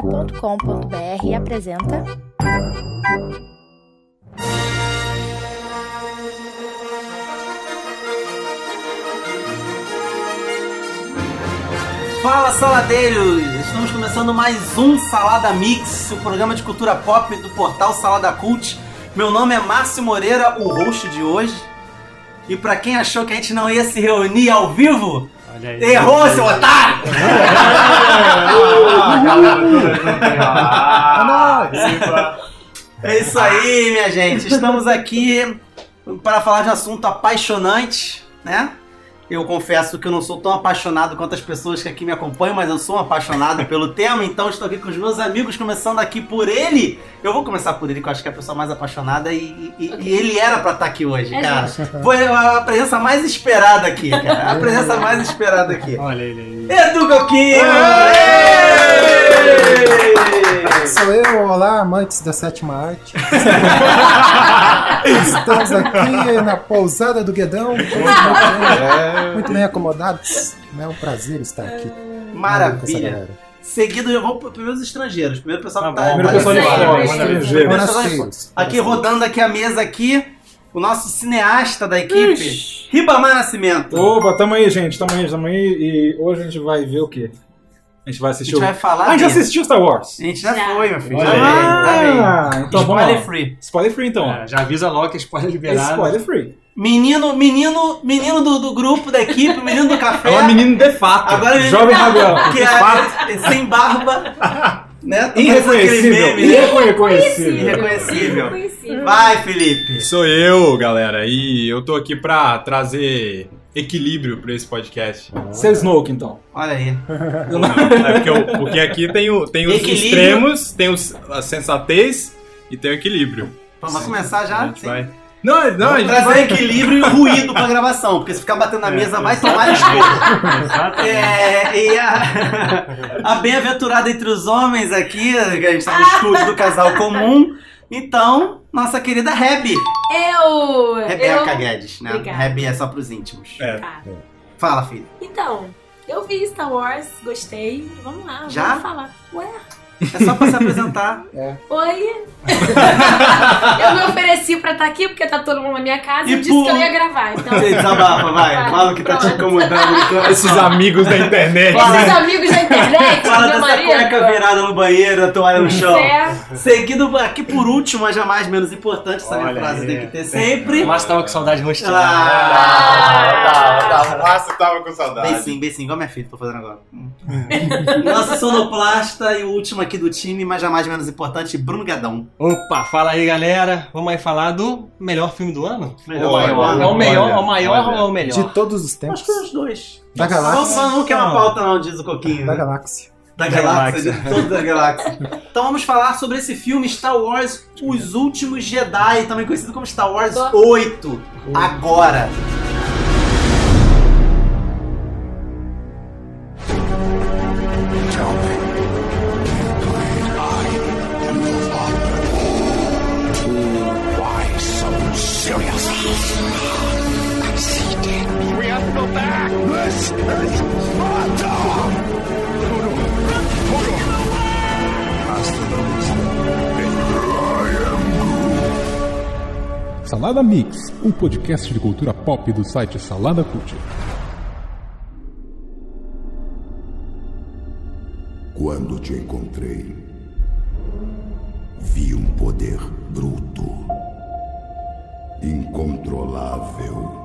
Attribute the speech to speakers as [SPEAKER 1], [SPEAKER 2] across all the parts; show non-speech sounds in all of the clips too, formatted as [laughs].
[SPEAKER 1] Saladacult.com.br apresenta.
[SPEAKER 2] Fala saladeiros! Estamos começando mais um Salada Mix, o programa de cultura pop do portal Salada Cult. Meu nome é Márcio Moreira, o host de hoje. E pra quem achou que a gente não ia se reunir ao vivo,
[SPEAKER 3] Olha aí. Ah,
[SPEAKER 2] errou, seu otário! É isso aí, minha gente. Estamos aqui para falar de um assunto apaixonante, né? Eu confesso que eu não sou tão apaixonado quanto as pessoas que aqui me acompanham, mas eu sou um apaixonado pelo tema, então estou aqui com os meus amigos, começando aqui por ele. Eu vou começar por ele, que eu acho que é a pessoa mais apaixonada e, e- e ele era para estar aqui hoje,
[SPEAKER 1] É
[SPEAKER 2] cara. Foi a presença mais esperada aqui, cara. A presença mais esperada aqui.
[SPEAKER 3] Olha ele aí.
[SPEAKER 2] Edu Coquinho!
[SPEAKER 4] Sou eu, olá, amantes da
[SPEAKER 2] [laughs]
[SPEAKER 4] sétima arte. Estamos aqui na pousada do Guedão, muito bem, muito bem acomodados. É um prazer estar aqui. com essa
[SPEAKER 2] Maravilha!
[SPEAKER 4] galera.
[SPEAKER 2] Seguido, eu vou primeiro os estrangeiros. Primeiro o pessoal
[SPEAKER 3] Tá
[SPEAKER 2] que
[SPEAKER 3] bom, É,
[SPEAKER 2] tá.
[SPEAKER 3] primeiro o pessoal de
[SPEAKER 2] Primeiro
[SPEAKER 3] fora,
[SPEAKER 2] o
[SPEAKER 3] manda ver.
[SPEAKER 2] pessoal de fora.
[SPEAKER 4] Estrangeiros.
[SPEAKER 2] Aqui rodando aqui a mesa aqui, o nosso cineasta da equipe, Ribamar Nascimento.
[SPEAKER 5] Opa, tamo aí, gente, tamo aí, tamo aí. E hoje a gente vai ver o quê? A gente vai
[SPEAKER 2] a
[SPEAKER 5] assistir
[SPEAKER 2] gente
[SPEAKER 5] o.
[SPEAKER 2] vai falar.
[SPEAKER 5] Ah, a gente já
[SPEAKER 2] dele.
[SPEAKER 5] assistiu Star Wars.
[SPEAKER 2] A gente já,
[SPEAKER 1] Já.
[SPEAKER 2] foi, meu filho. Já
[SPEAKER 3] Olha
[SPEAKER 2] veio, já
[SPEAKER 5] Ah,
[SPEAKER 2] veio.
[SPEAKER 5] então vamos
[SPEAKER 2] Spoiler
[SPEAKER 5] lá.
[SPEAKER 2] free.
[SPEAKER 5] Spoiler free, então.
[SPEAKER 3] É, já avisa logo que a spoiler liberado.
[SPEAKER 5] Spoiler free.
[SPEAKER 2] Menino, menino, menino do, do grupo, da equipe, menino do café.
[SPEAKER 5] Ela é um menino de fato.
[SPEAKER 2] Agora ele- tá
[SPEAKER 5] Jovem Rabiel.
[SPEAKER 2] que é, sem barba, né? Tá parecendo aquele
[SPEAKER 5] Irreconhecível.
[SPEAKER 2] meme, né?
[SPEAKER 5] Irreconhecível.
[SPEAKER 2] Irreconhecível.
[SPEAKER 1] Conhecido.
[SPEAKER 2] Vai, Felipe.
[SPEAKER 6] Sou eu, galera, e eu tô aqui pra trazer equilíbrio pra esse podcast.
[SPEAKER 5] Seu Snoke, então.
[SPEAKER 2] Olha aí.
[SPEAKER 6] É porque, eu- porque aqui tem, o, tem os
[SPEAKER 2] Equilíbrio.
[SPEAKER 6] extremos, tem os, a sensatez e tem o equilíbrio.
[SPEAKER 2] Vamos começar
[SPEAKER 6] a
[SPEAKER 2] já?
[SPEAKER 6] gente
[SPEAKER 2] Sim.
[SPEAKER 6] vai. Não, não, a
[SPEAKER 2] Vamos
[SPEAKER 6] gente
[SPEAKER 2] trazer
[SPEAKER 6] vai. É.
[SPEAKER 2] equilíbrio e ruído pra gravação, porque se ficar batendo na mesa vai tomar escuro.
[SPEAKER 3] Exatamente.
[SPEAKER 2] É, e a, a bem-aventurada entre os homens aqui, que a gente tá no estúdio do casal comum. Então, nossa querida Rebe.
[SPEAKER 1] Eu!
[SPEAKER 2] Rebeca
[SPEAKER 1] eu...
[SPEAKER 2] Guedes, né?
[SPEAKER 1] Obrigada.
[SPEAKER 2] Rebe é só pros íntimos.
[SPEAKER 6] É.
[SPEAKER 1] Tá.
[SPEAKER 2] Fala, filho.
[SPEAKER 1] Então, eu vi Star Wars, gostei. Vamos lá,
[SPEAKER 2] Já?
[SPEAKER 1] vamos falar. Ué?
[SPEAKER 2] É só pra se apresentar.
[SPEAKER 1] Oi! [laughs] eu me ofereci pra estar aqui porque tá todo mundo na minha casa e,
[SPEAKER 2] E
[SPEAKER 1] disse
[SPEAKER 2] por-
[SPEAKER 1] que eu ia gravar. Então,
[SPEAKER 2] Você Desabafa, vai.
[SPEAKER 1] Vai,
[SPEAKER 2] Fala o que tá te
[SPEAKER 1] pronto.
[SPEAKER 2] incomodando no coração.
[SPEAKER 6] Esses amigos da internet.
[SPEAKER 1] esses amigos da internet,
[SPEAKER 2] Fala
[SPEAKER 1] meu
[SPEAKER 2] dessa
[SPEAKER 1] marido.
[SPEAKER 2] cueca virada no banheiro, a toalha no chão.
[SPEAKER 1] É,
[SPEAKER 2] Seguido aqui por último, mas jamais menos importante, essa minha
[SPEAKER 3] Olha
[SPEAKER 2] frase
[SPEAKER 3] aí.
[SPEAKER 2] tem que ter sempre.
[SPEAKER 3] Mas tava com saudade rostinha.
[SPEAKER 2] Ah,
[SPEAKER 6] tava, tava, tava com
[SPEAKER 2] Bem sim, bem sim, igual minha filha, tô fazendo [laughs] agora. Nosso sonoplasta e o último aqui do time, mas jamais menos importante, Bruno Gadão.
[SPEAKER 3] Opa, fala aí galera. Vamos aí falar do melhor filme do ano?
[SPEAKER 2] Melhor,
[SPEAKER 3] é o
[SPEAKER 2] olha,
[SPEAKER 3] melhor, é o maior
[SPEAKER 6] olha.
[SPEAKER 3] ou é o melhor?
[SPEAKER 4] De todos os tempos
[SPEAKER 2] Acho que é os dois.
[SPEAKER 4] da
[SPEAKER 2] Vamos,
[SPEAKER 4] galáxia,
[SPEAKER 2] vamos, não quer uma pauta, não, diz o Coquinho.
[SPEAKER 4] da
[SPEAKER 2] né?
[SPEAKER 4] galáxia.
[SPEAKER 2] Da
[SPEAKER 3] Da
[SPEAKER 2] galáxia, de toda a galáxia. Então vamos falar sobre esse filme Star Wars Os Últimos Jedi, também conhecido como Star Wars
[SPEAKER 1] Boa.
[SPEAKER 2] 8, agora.
[SPEAKER 7] Salada Mix, um podcast de cultura pop do site Salada Cult.
[SPEAKER 8] Quando te encontrei, vi um poder bruto, incontrolável.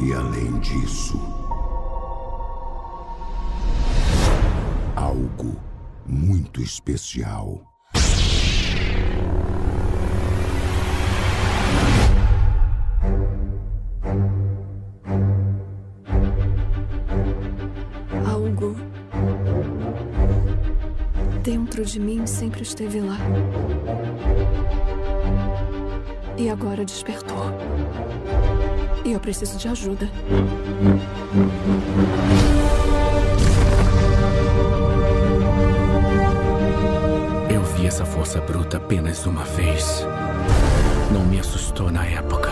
[SPEAKER 8] E além disso, algo muito especial.
[SPEAKER 9] Algo dentro de mim sempre esteve lá. E agora despertou. E eu preciso de ajuda.
[SPEAKER 10] Eu vi essa força bruta apenas uma vez. Não me assustou na época.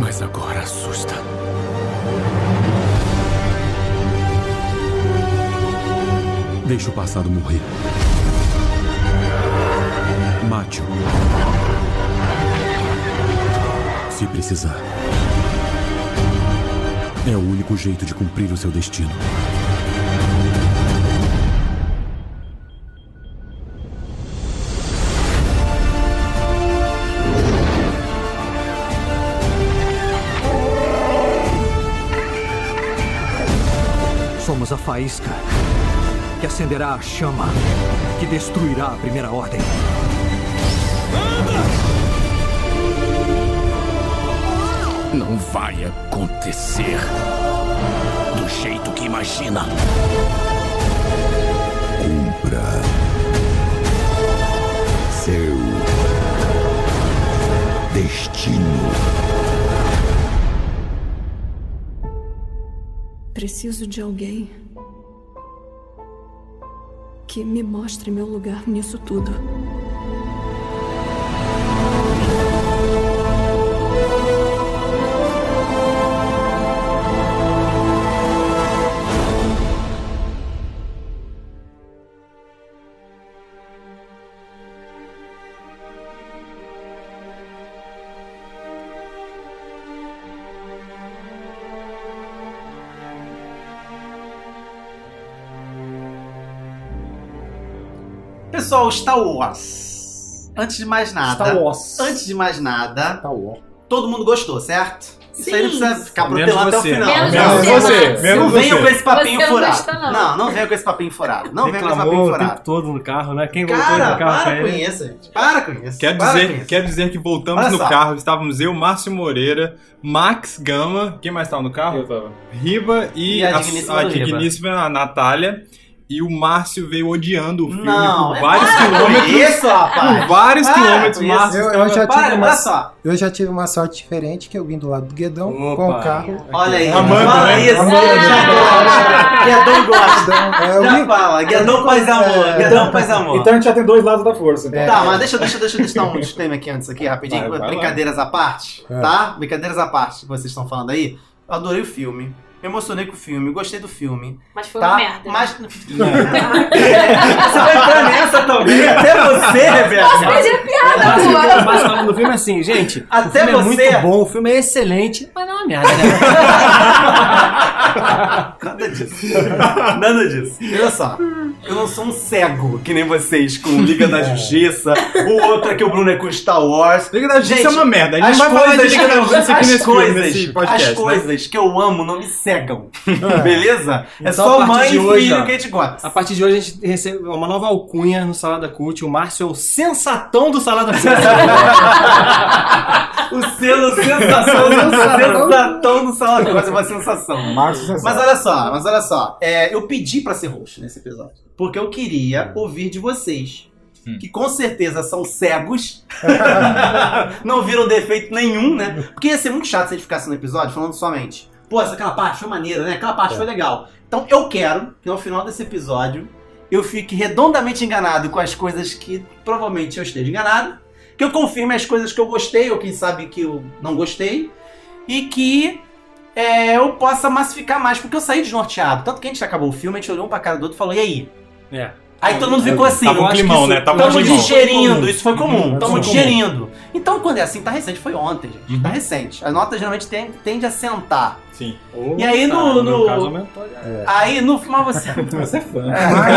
[SPEAKER 10] Mas agora assusta. Deixe o passado morrer. Mate-o. Se precisar. É o único jeito de cumprir o seu destino.
[SPEAKER 11] Somos a faísca que acenderá a chama que destruirá a primeira ordem.
[SPEAKER 10] Não vai acontecer do jeito que imagina.
[SPEAKER 8] Cumpra seu destino.
[SPEAKER 9] Preciso de alguém que me mostre meu lugar nisso tudo.
[SPEAKER 2] Pessoal, Star Wars. Antes de mais nada.
[SPEAKER 5] Star Wars.
[SPEAKER 2] Ah, tá. Antes de mais nada,
[SPEAKER 4] Tá ó.
[SPEAKER 2] todo mundo gostou, certo? Isso aí não
[SPEAKER 1] Sim.
[SPEAKER 2] precisa ficar
[SPEAKER 6] Menos
[SPEAKER 2] protelando até o
[SPEAKER 6] você.
[SPEAKER 2] final.
[SPEAKER 6] Menos
[SPEAKER 1] Menos você,
[SPEAKER 6] você.
[SPEAKER 2] não
[SPEAKER 1] Max.
[SPEAKER 6] Menos
[SPEAKER 2] venham com
[SPEAKER 6] você.
[SPEAKER 2] esse papinho
[SPEAKER 1] Você não
[SPEAKER 2] furado.
[SPEAKER 1] gosta, não.
[SPEAKER 2] não, não venham com esse papinho furado. Não venham com esse papinho
[SPEAKER 3] Reclamou o tempo
[SPEAKER 2] furado.
[SPEAKER 3] todo no carro, né? Quem voltou
[SPEAKER 2] Cara,
[SPEAKER 3] no carro
[SPEAKER 2] para
[SPEAKER 3] foi
[SPEAKER 2] com
[SPEAKER 3] ele.
[SPEAKER 2] isso, gente. Para com isso.
[SPEAKER 6] Quer
[SPEAKER 2] para
[SPEAKER 6] dizer,
[SPEAKER 2] com isso.
[SPEAKER 6] quer dizer que é voltamos
[SPEAKER 2] Olha
[SPEAKER 6] no
[SPEAKER 2] só.
[SPEAKER 6] carro, estávamos eu, Márcio Moreira, Max Gama, quem mais estava no carro?
[SPEAKER 5] Eu tava.
[SPEAKER 6] Riba e,
[SPEAKER 2] E a
[SPEAKER 6] a,
[SPEAKER 2] digníssima
[SPEAKER 6] a
[SPEAKER 2] do Riba.
[SPEAKER 6] digníssima Natália. E o Márcio veio odiando o filme
[SPEAKER 2] Não,
[SPEAKER 6] por
[SPEAKER 2] é
[SPEAKER 6] vários
[SPEAKER 2] para com
[SPEAKER 6] quilômetros.
[SPEAKER 2] Isso,
[SPEAKER 6] Por
[SPEAKER 2] rapaz.
[SPEAKER 6] vários
[SPEAKER 2] Para
[SPEAKER 6] quilômetros,
[SPEAKER 2] com isso.
[SPEAKER 6] Márcio.
[SPEAKER 4] Eu, eu já
[SPEAKER 2] Para,
[SPEAKER 4] tive
[SPEAKER 2] olha
[SPEAKER 4] uma,
[SPEAKER 2] só.
[SPEAKER 4] eu já tive uma sorte diferente que eu vim do lado do Guedão com
[SPEAKER 3] Opa.
[SPEAKER 4] o carro.
[SPEAKER 2] Olha aí.
[SPEAKER 6] né? Amanda,
[SPEAKER 2] fala
[SPEAKER 6] né?
[SPEAKER 2] isso.
[SPEAKER 1] Amanda.
[SPEAKER 2] Guedão gosta.
[SPEAKER 4] Guedão, é, eu
[SPEAKER 2] Já
[SPEAKER 4] vim-
[SPEAKER 2] fala. Guedão faz amor. Guedão faz amor.
[SPEAKER 5] Então a gente já tem dois lados da força. então.
[SPEAKER 4] É.
[SPEAKER 2] Tá, mas deixa, deixa, deixa, deixa eu dar um disclaimer aqui antes aqui, rapidinho.
[SPEAKER 5] Vai, vai
[SPEAKER 2] Brincadeiras à parte,
[SPEAKER 4] É.
[SPEAKER 2] tá? Brincadeiras à parte que vocês estão falando aí. Eu adorei o filme. Me emocionei com o filme, gostei do filme.
[SPEAKER 1] Mas foi
[SPEAKER 2] tá?
[SPEAKER 1] uma merda.
[SPEAKER 2] Mas. [laughs] Você vai entrar nessa também. Até você, Rebeca.
[SPEAKER 1] Perdi a piada,
[SPEAKER 3] Mas
[SPEAKER 1] pô.
[SPEAKER 3] o mais falando do filme é assim, gente.
[SPEAKER 2] Até
[SPEAKER 3] o filme
[SPEAKER 2] você.
[SPEAKER 3] é muito bom, o filme é excelente, mas não é uma merda, né?
[SPEAKER 2] Nada disso. Nada disso. Olha só. Eu não sou um cego, que nem vocês, com Liga da Justiça. O outro aqui, o Bruno é com Star Wars.
[SPEAKER 6] Liga da Justiça é
[SPEAKER 2] Gente,
[SPEAKER 6] uma merda. A gente
[SPEAKER 2] as
[SPEAKER 6] não vai falar de
[SPEAKER 2] coisas-
[SPEAKER 6] Liga da Justiça aqui
[SPEAKER 2] as
[SPEAKER 6] nesse, filme,
[SPEAKER 2] coisas-
[SPEAKER 6] nesse
[SPEAKER 2] As
[SPEAKER 6] podcast. né?
[SPEAKER 2] coisas que eu amo não me cegam.
[SPEAKER 4] É.
[SPEAKER 2] Beleza? é
[SPEAKER 3] Então, a
[SPEAKER 2] só
[SPEAKER 3] partir
[SPEAKER 2] mãe
[SPEAKER 3] de
[SPEAKER 2] e
[SPEAKER 3] hoje,
[SPEAKER 2] filho
[SPEAKER 3] ó,
[SPEAKER 2] que a gente gosta.
[SPEAKER 3] A partir de hoje a gente recebe uma nova alcunha no Salada Cult. O Márcio é o sensatão do Salada [laughs] Cult.
[SPEAKER 2] O selo sensação, sensação no salão. Quase uma sensação.
[SPEAKER 5] Márcio
[SPEAKER 2] [laughs]
[SPEAKER 5] César.
[SPEAKER 2] Mas olha só, mas olha só. É, eu pedi pra ser host nesse episódio. Porque eu queria ouvir de vocês. Que com certeza são cegos. não viram defeito nenhum, né? Porque ia ser muito chato se a gente ficasse no episódio falando somente. Pô, essa- aquela parte foi maneira, né? Aquela parte foi legal. Então eu quero que no final desse episódio eu fique redondamente enganado com as coisas que provavelmente eu esteja enganado. Que eu confirme as coisas que eu gostei ou quem sabe que eu não gostei. E que é, eu possa massificar mais, porque eu saí desnorteado. Tanto que a gente acabou o filme, a gente olhou um pra cara do outro e falou, e aí?
[SPEAKER 3] É.
[SPEAKER 2] Aí todo mundo ficou assim,
[SPEAKER 6] Tá bom
[SPEAKER 3] acho que
[SPEAKER 6] climão,
[SPEAKER 3] isso-
[SPEAKER 6] né? Tá bom
[SPEAKER 2] estamos
[SPEAKER 3] Tamo de
[SPEAKER 6] climão.
[SPEAKER 3] jeito.
[SPEAKER 2] digerindo,
[SPEAKER 3] comum.
[SPEAKER 2] isso foi comum,
[SPEAKER 3] Uhum,
[SPEAKER 2] estamos
[SPEAKER 3] isso foi comum.
[SPEAKER 2] digerindo. Então quando é assim, tá recente, foi ontem, gente, tá
[SPEAKER 6] Uhum.
[SPEAKER 2] recente. As notas geralmente tem- tende a sentar.
[SPEAKER 6] Sim.
[SPEAKER 2] E aí no-
[SPEAKER 5] Ah,
[SPEAKER 2] no-
[SPEAKER 5] meu caso
[SPEAKER 6] né?
[SPEAKER 5] aumentou já.
[SPEAKER 2] Aí no final você...
[SPEAKER 5] Você é fã.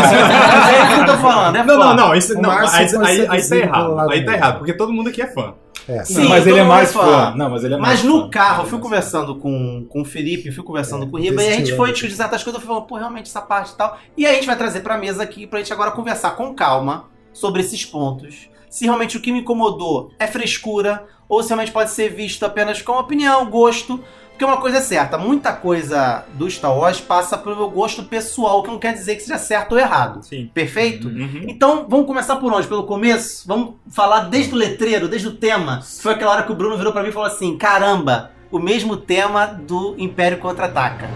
[SPEAKER 2] é isso que eu tô falando, é
[SPEAKER 6] Não,
[SPEAKER 2] foda.
[SPEAKER 6] não, não. Isso,
[SPEAKER 4] O
[SPEAKER 6] não
[SPEAKER 4] Márcio
[SPEAKER 6] aí,
[SPEAKER 4] foi
[SPEAKER 6] aí, aí tá
[SPEAKER 4] seduzido pelo
[SPEAKER 6] errado.
[SPEAKER 4] lado
[SPEAKER 6] Aí tá
[SPEAKER 4] dele.
[SPEAKER 6] errado, porque todo mundo aqui é fã.
[SPEAKER 4] É.
[SPEAKER 2] Sim,
[SPEAKER 5] não, mas
[SPEAKER 2] todo
[SPEAKER 5] ele é
[SPEAKER 2] mundo
[SPEAKER 5] mais
[SPEAKER 2] fã.
[SPEAKER 5] fã. Não, mas ele é mais
[SPEAKER 2] Mas no
[SPEAKER 5] fã.
[SPEAKER 2] carro, eu fui conversando com, com o Felipe, eu fui conversando com o Riba, e a gente foi discutir certas coisas, eu fui falando, pô, realmente essa parte e tal. E aí a gente vai trazer pra mesa aqui pra gente agora conversar com calma sobre esses pontos. Se realmente o que me incomodou é frescura, ou se realmente pode ser visto apenas como opinião, gosto. Porque uma coisa é certa, muita coisa do Star Wars passa pelo meu gosto pessoal, que não quer dizer que seja certo ou errado.
[SPEAKER 6] Sim.
[SPEAKER 2] Perfeito?
[SPEAKER 6] Uhum.
[SPEAKER 2] Então, vamos começar por onde? Pelo começo? Vamos falar desde o letreiro, desde o tema. Foi aquela hora que o Bruno virou pra mim e falou assim: caramba, o mesmo tema do Império Contra-Ataca.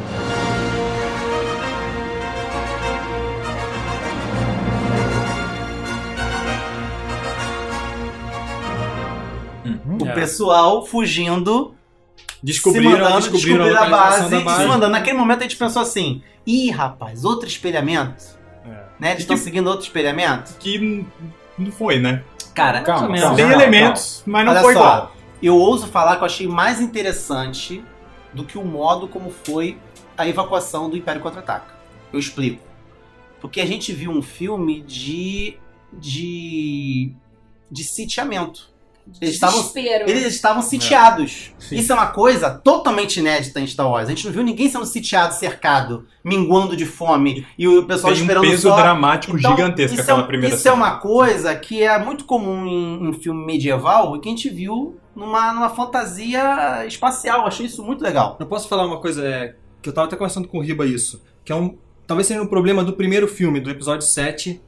[SPEAKER 2] O
[SPEAKER 6] Uhum.
[SPEAKER 3] É.
[SPEAKER 2] pessoal fugindo, se
[SPEAKER 6] Descobriram,
[SPEAKER 2] mandando,
[SPEAKER 6] descobriram a
[SPEAKER 2] descobriram a
[SPEAKER 6] localização
[SPEAKER 2] base,
[SPEAKER 6] da
[SPEAKER 2] se mandando. Naquele momento a gente pensou assim: ih, rapaz, outro espelhamento?
[SPEAKER 6] É.
[SPEAKER 2] Né? Eles estão seguindo outro experimento.
[SPEAKER 6] Que n- não foi, né?
[SPEAKER 2] Cara,
[SPEAKER 5] Calma,
[SPEAKER 2] mais ou menos.
[SPEAKER 5] calma,
[SPEAKER 6] Tem
[SPEAKER 5] calma,
[SPEAKER 6] elementos, mas não
[SPEAKER 2] Olha
[SPEAKER 6] foi
[SPEAKER 2] só,
[SPEAKER 6] igual.
[SPEAKER 2] Eu ouso falar que eu achei mais interessante do que o modo como foi a evacuação do Império Contra-Ataca. Eu explico. Porque a gente viu um filme de. de. de sitiamento. Eles estavam
[SPEAKER 1] Desespero.
[SPEAKER 2] eles estavam sitiados.
[SPEAKER 6] Sim.
[SPEAKER 2] Isso é uma coisa totalmente inédita em Star Wars. A gente não viu ninguém sendo sitiado, cercado, minguando de fome e o pessoal
[SPEAKER 6] Tem um
[SPEAKER 2] esperando
[SPEAKER 6] peso
[SPEAKER 2] só.
[SPEAKER 6] dramático
[SPEAKER 2] Então,
[SPEAKER 6] gigantesco
[SPEAKER 2] isso é um-
[SPEAKER 6] aquela primeira
[SPEAKER 2] Isso é
[SPEAKER 6] cena.
[SPEAKER 2] uma coisa que é muito comum em, em filme medieval e que a gente viu numa, numa fantasia espacial. Eu Achei isso muito legal.
[SPEAKER 3] Eu posso falar uma coisa é, que eu tava até conversando com o Riba isso, que é um talvez seja um problema do primeiro filme, do episódio 7,